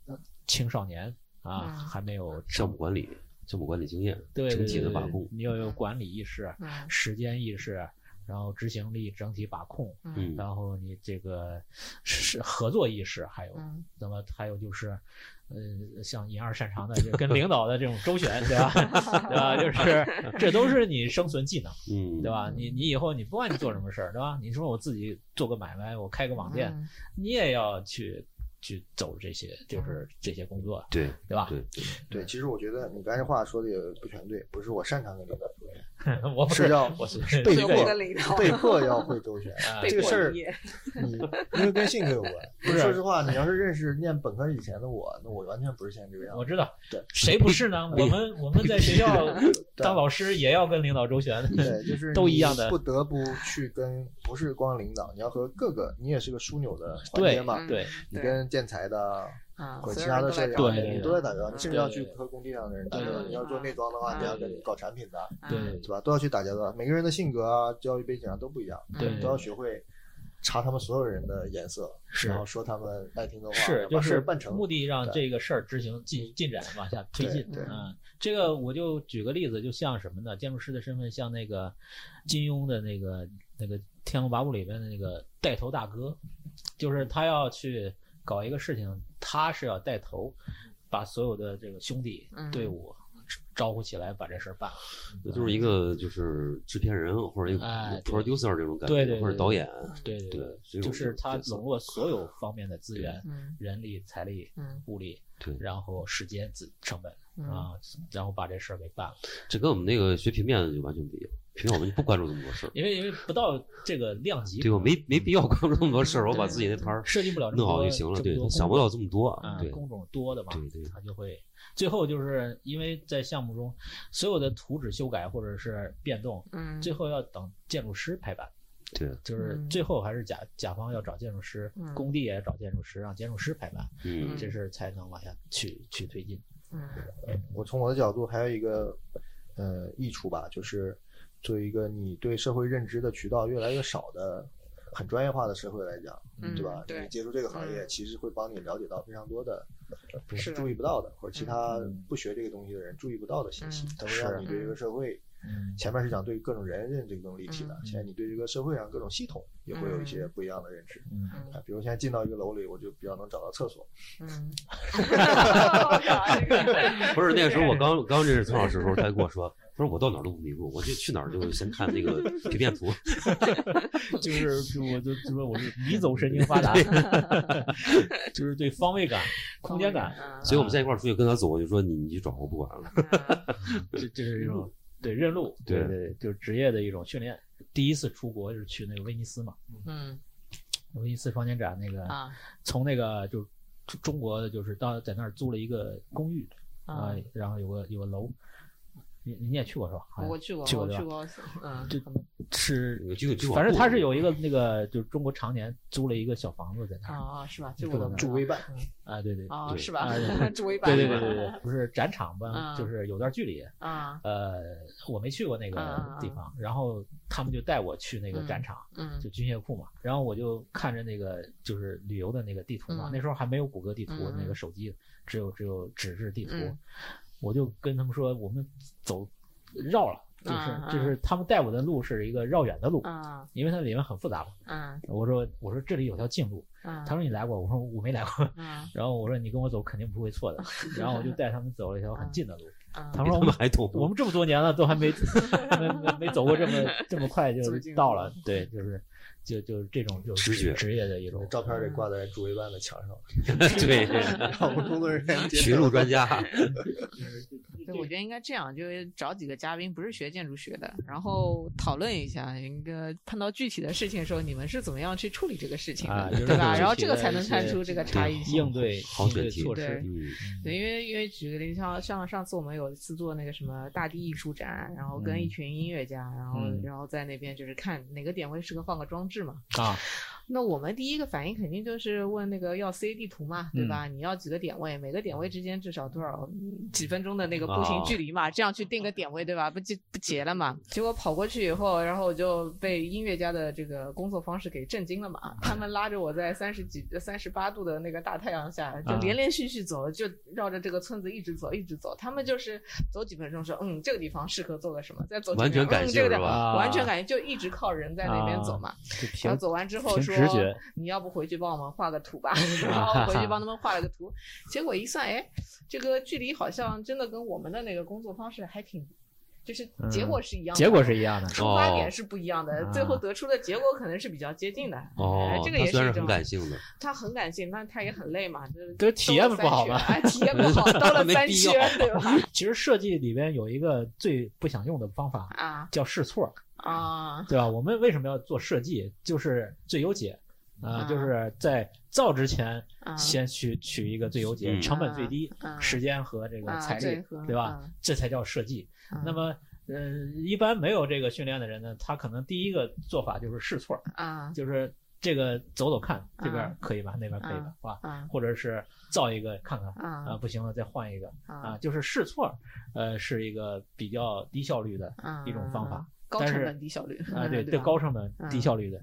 S5: 青少年啊，
S8: 嗯
S5: 还没有
S4: 项目管理，项目管理经验，
S5: 对
S4: 整
S5: 对
S4: 体的
S5: 对
S4: 把
S5: 对
S4: 控，
S5: 你要有管理意识、
S8: 嗯
S5: 时间意识，然后执行力、整体把控。
S8: 嗯
S4: 嗯，
S5: 然后你这个是是合作意识，还有
S8: 嗯，
S5: 那么还有就是，呃，像银二擅长的，就跟领导的这种周旋，对
S8: [laughs]
S5: 吧？对吧？就是这都是你生存技能，
S4: 嗯，
S5: 对吧？你你以后你不管你做什么事儿，对吧？你说我自己做个买卖，我开个网店，
S8: 嗯
S5: 你也要去去走这些，就是
S8: 嗯
S5: 这些工作，
S4: 嗯对
S5: 对吧？
S4: 对对，
S5: 嗯
S6: 对，其实我觉得你刚才话说的也不全对，不是我擅长跟领导周旋，
S5: [laughs] [laughs] 我不
S6: 是要
S5: 我是
S6: 被
S8: 社
S6: 迫
S8: 会的领
S5: [laughs]
S8: 导，
S6: 被迫要会周旋。
S5: 啊
S8: 被
S6: 这个
S8: 迫
S6: 事儿
S8: 毕业
S5: [laughs]
S6: 你因为跟性格有关。
S5: 不是
S6: 说实话，你要是认识念本科以前的我，那我完全不是现在这个样
S5: 我
S6: 子。
S5: 知道
S6: 对，
S5: 谁不是呢？我们我们在学校当老师也要跟领导周旋， [laughs]
S6: 对，就是你
S5: 都一样的
S6: 不得不去跟不是光领导，你要和各个，你也是个枢纽的环
S5: 对
S6: 节嘛。
S8: 嗯
S5: 对
S6: 你跟建材的
S8: 啊，
S6: 和
S8: 所
S6: 其
S8: 有
S6: 他
S8: 人
S6: 的
S8: 都
S6: 设
S8: 来
S6: 计
S8: 找
S6: 行
S5: 对
S8: 你
S6: 业，
S5: 对
S6: 你都在打交道，你甚至要
S5: 对
S6: 去和工地上的人打交道。
S8: 嗯
S6: 你要做内装的话，
S8: 嗯
S6: 你要跟搞产品的，
S5: 对
S6: 对吧？都要去打交道。每个人的性格啊、教育背景啊都不一样，
S5: 嗯对
S6: 你都要学会查他们所有人的颜色，
S5: 是
S6: 然后说他们爱听的话，
S5: 是，
S6: 把
S5: 就
S6: 事
S5: 是
S6: 儿办成。
S5: 目的让
S6: 对
S5: 这个事儿执行进进展往下推进。
S6: 对对
S5: 嗯，这个我就举个例子，就像什么呢？建筑师的身份像那个金庸的那个那个《天龙八部》里边的那个带头大哥，就是他要去搞一个事情，他是要带头，把所有的这个兄弟
S8: 嗯
S5: 队伍。招呼起来把这事儿办了。
S4: 就是一个就是制片人或者一个
S5: 哎对
S4: producer 这种感觉，
S5: 对对对
S4: 或者导演，
S5: 对对
S4: 对，这种
S5: 就是他
S4: 角色
S5: 笼络所有方面的资源，
S8: 嗯
S5: 人力、财力、
S8: 嗯
S5: 物力，
S4: 对
S5: 然后时间、资成本
S8: 嗯，
S5: 啊，然后把这事儿给办了。
S4: 这跟我们那个学平面的就完全不一样，平面我们就不关注这么多事儿，
S5: 因为因为不到这个量级，
S4: 对我没没必要关注这么多事儿，我把自己那摊儿
S5: 设计不了这么
S4: 弄好
S5: 多
S4: 就行了，
S5: 这么
S4: 对
S5: 多
S4: 他想不
S5: 工
S4: 到这么多
S5: 啊，，
S4: 对
S5: 工种多的嘛，
S4: 对对
S5: 他就会最后就是因为在项目中所有的图纸修改或者是变动，
S8: 嗯
S5: 最后要等建筑师拍板，
S4: 对，
S5: 就是
S8: 嗯
S5: 最后还是甲甲方要找建筑师
S8: 嗯，
S5: 工地也找建筑师，让建筑师拍板，
S4: 嗯
S5: 这事儿才能往下去去推进。
S8: 嗯
S6: 我从我的角度还有一个呃益处吧，就是作为一个你对社会认知的渠道越来越少的很专业化的社会来讲，
S8: 嗯
S6: 对吧？
S8: 对
S6: 你接触这个行业，
S8: 嗯
S6: 其实会帮你了解到非常多的
S5: 呃
S6: 平
S8: 是
S6: 时
S8: 的
S6: 注意不到的，或者
S5: 嗯
S6: 其他不学这个东西的人注意不到的信息
S8: 嗯，
S6: 它会让你对这个社会。
S5: 嗯，
S6: 前面是讲对各种人认这个更立体的，
S5: 嗯
S6: 现在你对这个社会上各种系统也会有一些不一样的认知。
S5: 嗯
S6: 啊，比如现在进到一个楼里，我就比较能找到厕所，
S8: 嗯，
S4: 不是那个时候
S5: [laughs]
S4: 我刚刚认识曹老师的时候，他就跟我说，他说我到哪儿都不迷路，我就去哪儿就先看那个平面
S5: [laughs]
S4: 图，
S5: 就是就我就就说我是迷走神经发达， [laughs] 就是对方位感、空间感，啊
S8: 啊
S4: 所以我们在一块儿出去跟他走，我就说你你去找我不管了，
S8: 啊
S5: 这这是一种对认路，
S4: 对
S5: 对对，就是职业的一种训练。第一次出国就是去那个威尼斯嘛，
S8: 嗯
S5: [laughs] 威尼斯双年展那个，
S8: 啊
S5: 从那个就是中中国的就是到在那儿租了一个公寓啊
S8: 啊，，
S5: 然后有个有个楼，你你也去过是吧？好像
S8: 我去过，
S5: 哎去过
S8: 我
S5: 对
S8: 去
S5: 吧？
S8: 过，嗯，
S5: 是，
S4: 有就就
S5: 反正他是有一个那个就是中国常年租了一个小房子在那儿
S8: 啊是吧？这我都不知
S6: 住
S8: 道
S6: 微办，
S5: 啊，对对
S8: 啊
S4: 对
S8: 是吧 [laughs]
S5: 啊？
S8: 住微
S5: 对
S8: 版
S5: 对对对对，不是展场吧，
S8: 嗯
S5: 就是有段距离，
S8: 啊
S5: 呃，我没去过那个
S8: 嗯嗯嗯
S5: 地方，然后他们就带我去那个展场，
S8: 嗯
S5: 就军械库嘛，然后我就看着那个就是旅游的那个地图嘛，
S8: 嗯
S5: 那时候还没有谷歌地图，
S8: 嗯嗯
S5: 那个手机只有只有纸质地图，
S8: 嗯
S5: 我就跟他们说我们走绕了，就是、
S8: 嗯嗯
S5: 就是他们带我的路是一个绕远的路，
S8: 啊
S5: 因为它里面很复杂嘛。
S8: 嗯
S5: 我说我说这里有条近路，
S8: 嗯，
S5: 他说你来过，我说我没来过， [laughs]
S8: 嗯
S5: 然后我说你跟我走肯定不会错
S8: 啊
S5: 的，然后我就带他们走了一条很近的路，
S8: 嗯
S5: 他
S4: 比
S5: 们
S4: 他
S5: 说 [laughs] 我们
S4: 们还懂，
S5: 我们这么多年了，都还没没没没走过这么这么快就
S8: 走
S5: 是
S8: 进
S5: 到了，对，就是就就是这种就是
S4: 直觉
S5: 职业的一种
S6: 照片得挂在住微办的墙上，
S4: 对
S5: [laughs]
S6: 让我们工作
S4: [laughs]
S6: 人员
S4: 寻路专家，
S8: 对，我觉得应该这样，就是找几个嘉宾，不是学建筑学的，然后讨论一下，应该碰到具体的事情的时候，你们是怎么样去处理这个事情的， [laughs]
S5: 啊就是
S8: 对吧？
S5: 具
S8: 然后
S5: 体
S8: 这个
S5: 的
S8: 才
S5: 一
S8: 能看
S5: 些
S8: 出这个差异性。
S5: 应对
S4: 好
S5: 应对
S4: 选题
S5: 措
S8: 对
S5: 施。
S4: 嗯，
S8: 对，因为因为举个例子，像像上次我们有一次做那个什么大地艺术展，然后跟一
S5: 嗯
S8: 群音乐家，然后、
S5: 嗯
S8: 然后在那边就是看哪个点位适合放个装置嘛。
S5: 啊，
S8: 那我们第一个反应肯定就是问那个要 C 地图嘛，对吧？
S4: 嗯
S8: 你要几个点位，每个点位之间至少多少嗯几分钟的那个步
S4: 哦
S8: 行距离嘛，这样去定个点位，对吧？不就不结了嘛？结果跑过去以后，然后我就被音乐家的这个工作方式给震惊了嘛。他们拉着我在三十几、三十八度的那个大太阳下，就
S5: 啊
S4: 嗯
S8: 连连续续走，就绕着这个村子一直走，一直走。他们就是走几分钟说，嗯，这个地方适合做个什么，再走几
S4: 完全
S8: 分钟
S4: 感
S8: 嗯
S4: 性
S8: 这个地
S4: 是
S8: 方
S4: 吧
S5: 啊
S8: 完全感觉就一直靠人在那边走嘛。
S5: 就
S8: 然
S5: 凭
S8: 后走完之后
S5: 凭
S8: 说
S5: 直觉，
S8: 你要不回去帮我们画个图
S5: [laughs]
S8: 吧？然后回去帮他们画了个图，结果一算，哎，这个距离好像真的跟我们的那个工作方式还挺，就是结果是一样
S5: 嗯
S8: 的，
S5: 结果是一啊样的。
S8: 出发
S4: 哦
S8: 点是不一样的，最后得出的结果可能是比较接近的。哎
S4: 哦，
S8: 这个
S4: 他
S8: 也
S4: 虽然
S8: 是
S4: 是很感性的，
S8: 他很感性，但他也很累嘛，就是
S5: 就是体验不好
S8: 嘛
S5: 嘛，
S8: 哎，体验不
S5: [laughs]
S8: 好，兜了
S4: 没
S8: 三
S4: 必要
S8: 圈，对吧？
S5: 其实设计里边有一个最不想用的方法 [laughs]
S8: 啊
S5: 叫试错，
S8: 啊，
S5: 对吧？我们为什么要做设计？就是最优解啊，
S8: 嗯
S5: 就是在造之前
S8: 啊
S5: 先去取一个最优解，
S4: 嗯
S5: 成本最低，
S8: 嗯嗯
S5: 时间和这个
S8: 啊
S5: 财
S8: 这
S5: 力
S8: 和，
S5: 对吧
S8: 嗯？
S5: 这才叫设计。那么，呃，一般没有这个训练的人呢，他可能第一个做法就是试错，
S8: 啊
S5: 就是这个走走看，这边
S8: 啊
S5: 可以吧，那边可以吧，是吧？
S8: 啊
S5: 或者是造一个看看，啊，
S8: 啊
S5: 不行了再换一个，啊，
S8: 啊
S5: 就是试错，呃，是一个比较低效率的
S8: 啊
S5: 一种方法。
S7: 高
S5: 但
S7: 成
S5: 是
S7: 本低效率
S5: 啊，
S8: 嗯
S5: 对，
S7: [laughs] 对
S5: 对
S7: 吧
S5: 高成本、低
S7: 嗯
S5: 效率的，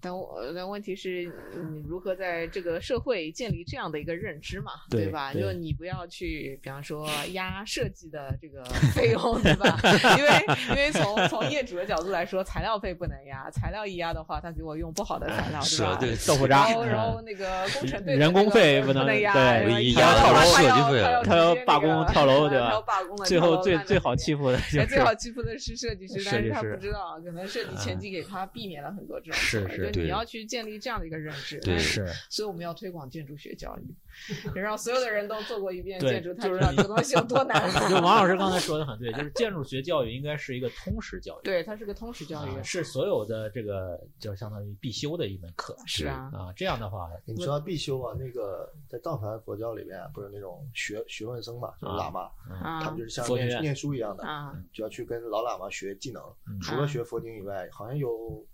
S7: 但我但问题是，你如何在这个社会建立这样的一个认知嘛，
S5: 对
S7: 吧？
S5: 对
S7: 就你不要去，比方说压设计的这个 [laughs] 费用，对吧？ [laughs] 因为因为从从业主的角度来说，材料费不能压，材料一压的话，他给我用不好的材料，
S4: 是
S7: 吧？
S4: 啊，对，
S5: 豆腐
S7: 然
S5: 渣
S7: 后，然后
S5: 嗯 [laughs]
S7: 那个工程队
S5: 人工费不
S7: 不
S5: 能
S7: 压，
S5: 对
S7: 然后
S4: 一
S7: 压
S4: 压跳
S7: 的话
S4: 楼
S7: 他
S4: 设
S7: 要
S4: 计费了
S7: 他
S5: 他要
S7: 直接
S5: 罢
S7: 那个
S5: 工跳楼对吧
S7: 他要罢工了，
S5: 最
S7: 跳
S5: 后
S7: 楼
S5: 最
S7: 烂
S5: 最
S7: 了
S5: 好
S7: 直接
S5: 欺负的就
S7: 哎，最
S5: 是
S7: 好欺负的是设计师，但
S5: 设计
S7: 是他
S5: 师啊
S7: 不知道，可能设计前期给他避免了很多这种
S5: 是
S7: 行为。
S5: 是
S7: 就
S4: 对
S7: 你要去建立这样的一个认知。
S4: 对
S7: 但
S5: [laughs]
S7: 是
S5: 是
S7: 所以我们要推广建筑学教育，让所有的人都做过一遍
S5: 对
S7: 建筑，他
S5: 就
S7: 知
S5: 是
S7: 道
S5: 你
S7: 这个东西有多
S5: [laughs]
S7: 难。
S5: 啊就王老师刚才说的很对，就是建筑学教育应该是一个通识教育，
S7: 对，它是个通识教
S5: 啊
S7: 育。
S5: 是所有的这个就相当于必修的一门课
S7: 是啊，
S5: 啊。这样的话，
S6: 你说到必修啊，那个在藏传佛教里面啊不是那种学学问僧嘛，就是喇嘛，他
S7: 啊
S6: 们就是像
S5: 佛学
S6: 念
S5: 院
S6: 念书一样的，
S7: 啊，
S6: 就要去跟老喇嘛学技能。
S5: 嗯
S6: 除了学佛经以外，好像有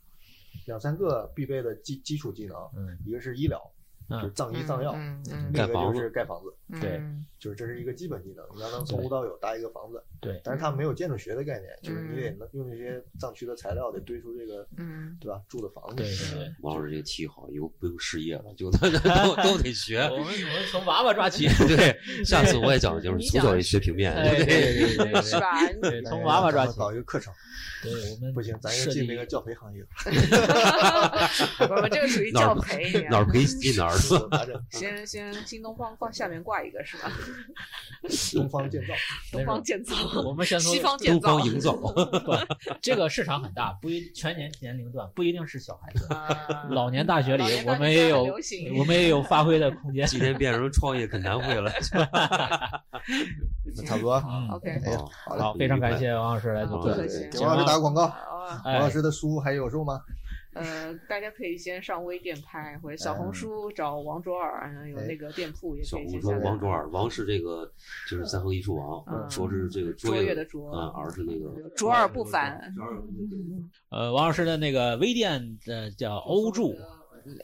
S6: 两三个必备的基基础技能，
S5: 嗯
S6: 一个是医疗，就是
S5: 嗯
S6: 藏医藏药；
S7: 嗯
S6: 另
S7: 嗯
S6: 一个
S4: 盖房
S6: 就
S4: 子
S6: 是盖房子，
S7: 嗯，
S5: 对
S7: 嗯
S6: 就是这是一个基本技能，你要能从
S5: 对
S6: 无到有搭一个房子。
S5: 对
S6: 但是它没有建筑学的概念，
S7: 嗯
S6: 就是你得能用这些藏区的材料，得堆出这个
S7: 嗯，
S6: 对吧住的房子
S5: 对。对对。
S4: 王老师这个题好，以后不用失业了，就 [laughs] 都都都得学。
S5: 我们我们从娃娃抓 [laughs] 起，
S4: 对，下次我也讲，就是
S7: 你
S4: 从
S7: 讲
S4: 小就学平面，
S5: 哎对对对对
S7: 是吧？
S4: [laughs]
S5: 对，
S6: 哎
S5: 从娃娃抓
S6: 咱们
S5: 起，
S6: 搞一个课程，
S5: 对我们
S6: 不行，咱
S5: 设
S6: 又
S5: 计
S6: 进那个教培行业了，
S7: 我们这个属于
S4: 哪
S7: 教
S4: 儿
S7: 培，你知
S4: 哪
S7: 道
S4: 儿
S7: 吗
S4: 培进哪儿。
S6: 我拿着
S7: 先先新东方挂下面挂一个是吧？
S6: 东方建
S5: [laughs]
S6: 造。
S7: 东方建造，
S5: 我们先从
S7: 西方建
S4: 东
S7: 造
S4: 方，营造，
S5: 这个市场很大，不一全年年龄段不一定是小孩子，
S7: [laughs] [laughs] 啊
S5: 老年大学里
S7: 老年
S5: 我
S7: 大
S5: 们
S7: 学
S5: 也
S7: 很
S5: 有
S7: 流行
S5: 我们也有发挥的
S4: [laughs]
S5: 空间。
S4: 今天变成创业恳谈会了。
S6: 那差
S7: [laughs]
S6: 不多。
S5: 嗯
S7: OK，
S6: 哎呀
S4: 哦
S6: 好嘞，
S5: 好，非常感谢王老师来做
S4: 好
S5: 客
S4: 对。
S6: 对
S7: 客气
S6: 对，给王老师打个广告。
S7: 啊，
S6: 王
S5: 哎
S6: 老，师的书还有售吗？
S7: 呃，大家可以先上微店拍，或者小红书找王卓尔，嗯有那个店铺
S4: 嗯
S7: 也
S4: 哎小
S7: 可以
S4: 红
S7: 先
S4: 说
S7: 下
S4: 王
S7: 载。
S4: 卓尔，王是这个就是三横一竖王，
S7: 嗯
S4: 卓是这个
S7: 卓
S4: 卓
S7: 越
S4: 越
S7: 的卓
S4: 嗯，儿是那个啊
S7: 卓尔不凡，嗯
S5: 呃，王老师的那个微店呃叫欧住，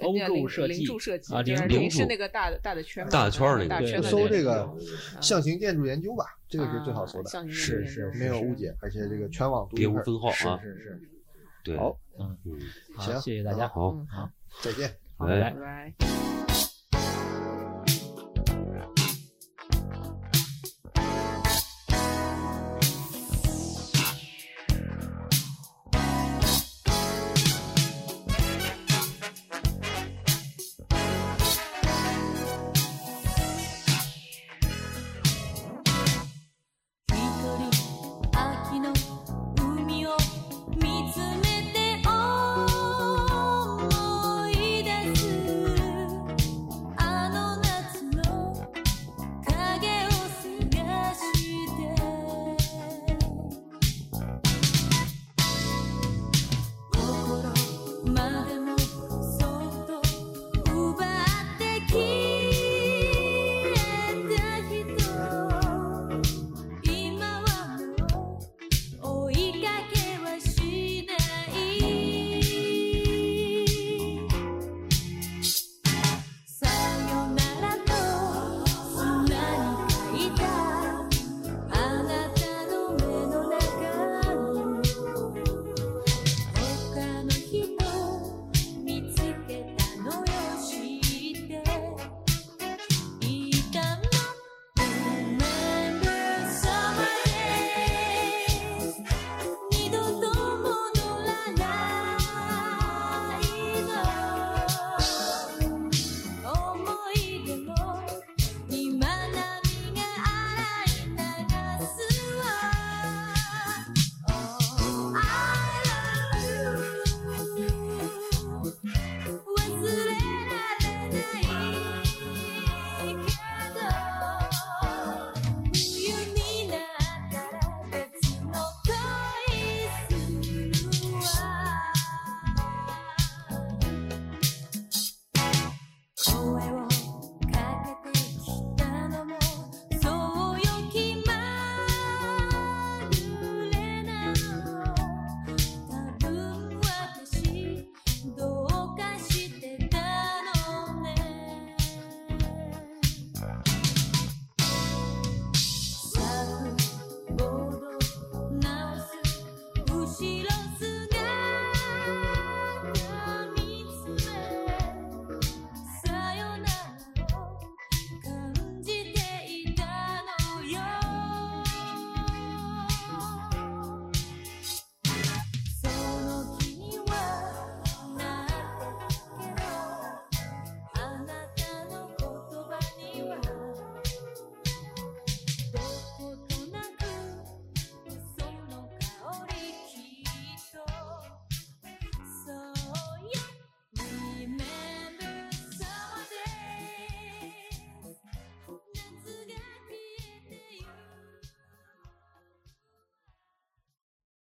S5: 欧
S7: 那个
S5: 柱
S7: 零
S5: 设
S7: 零
S5: 计
S7: 柱设计
S5: 啊
S7: 就
S5: 零
S7: 是
S4: 零
S7: 零是
S4: 柱
S7: 那个大的大的圈嘛，
S4: 大圈儿那个
S7: 大
S5: 对
S7: 圈的
S6: 搜
S7: 那
S6: 这
S7: 个
S6: 个象形建筑研究吧，这个是最好搜的，
S7: 嗯啊象形
S5: 是
S7: 建筑
S5: 是
S7: 研究
S6: 没有误解，而且这个全网独一
S4: 别无
S6: 份儿
S4: 分号啊。
S6: 是是是，
S4: 对，
S6: 好
S4: 嗯，
S5: 好，
S6: 行
S5: 啊谢谢大家，
S4: 好，
S7: 嗯好，
S6: 再见。
S5: 好，
S4: 哎
S5: 拜拜
S7: 拜。拜。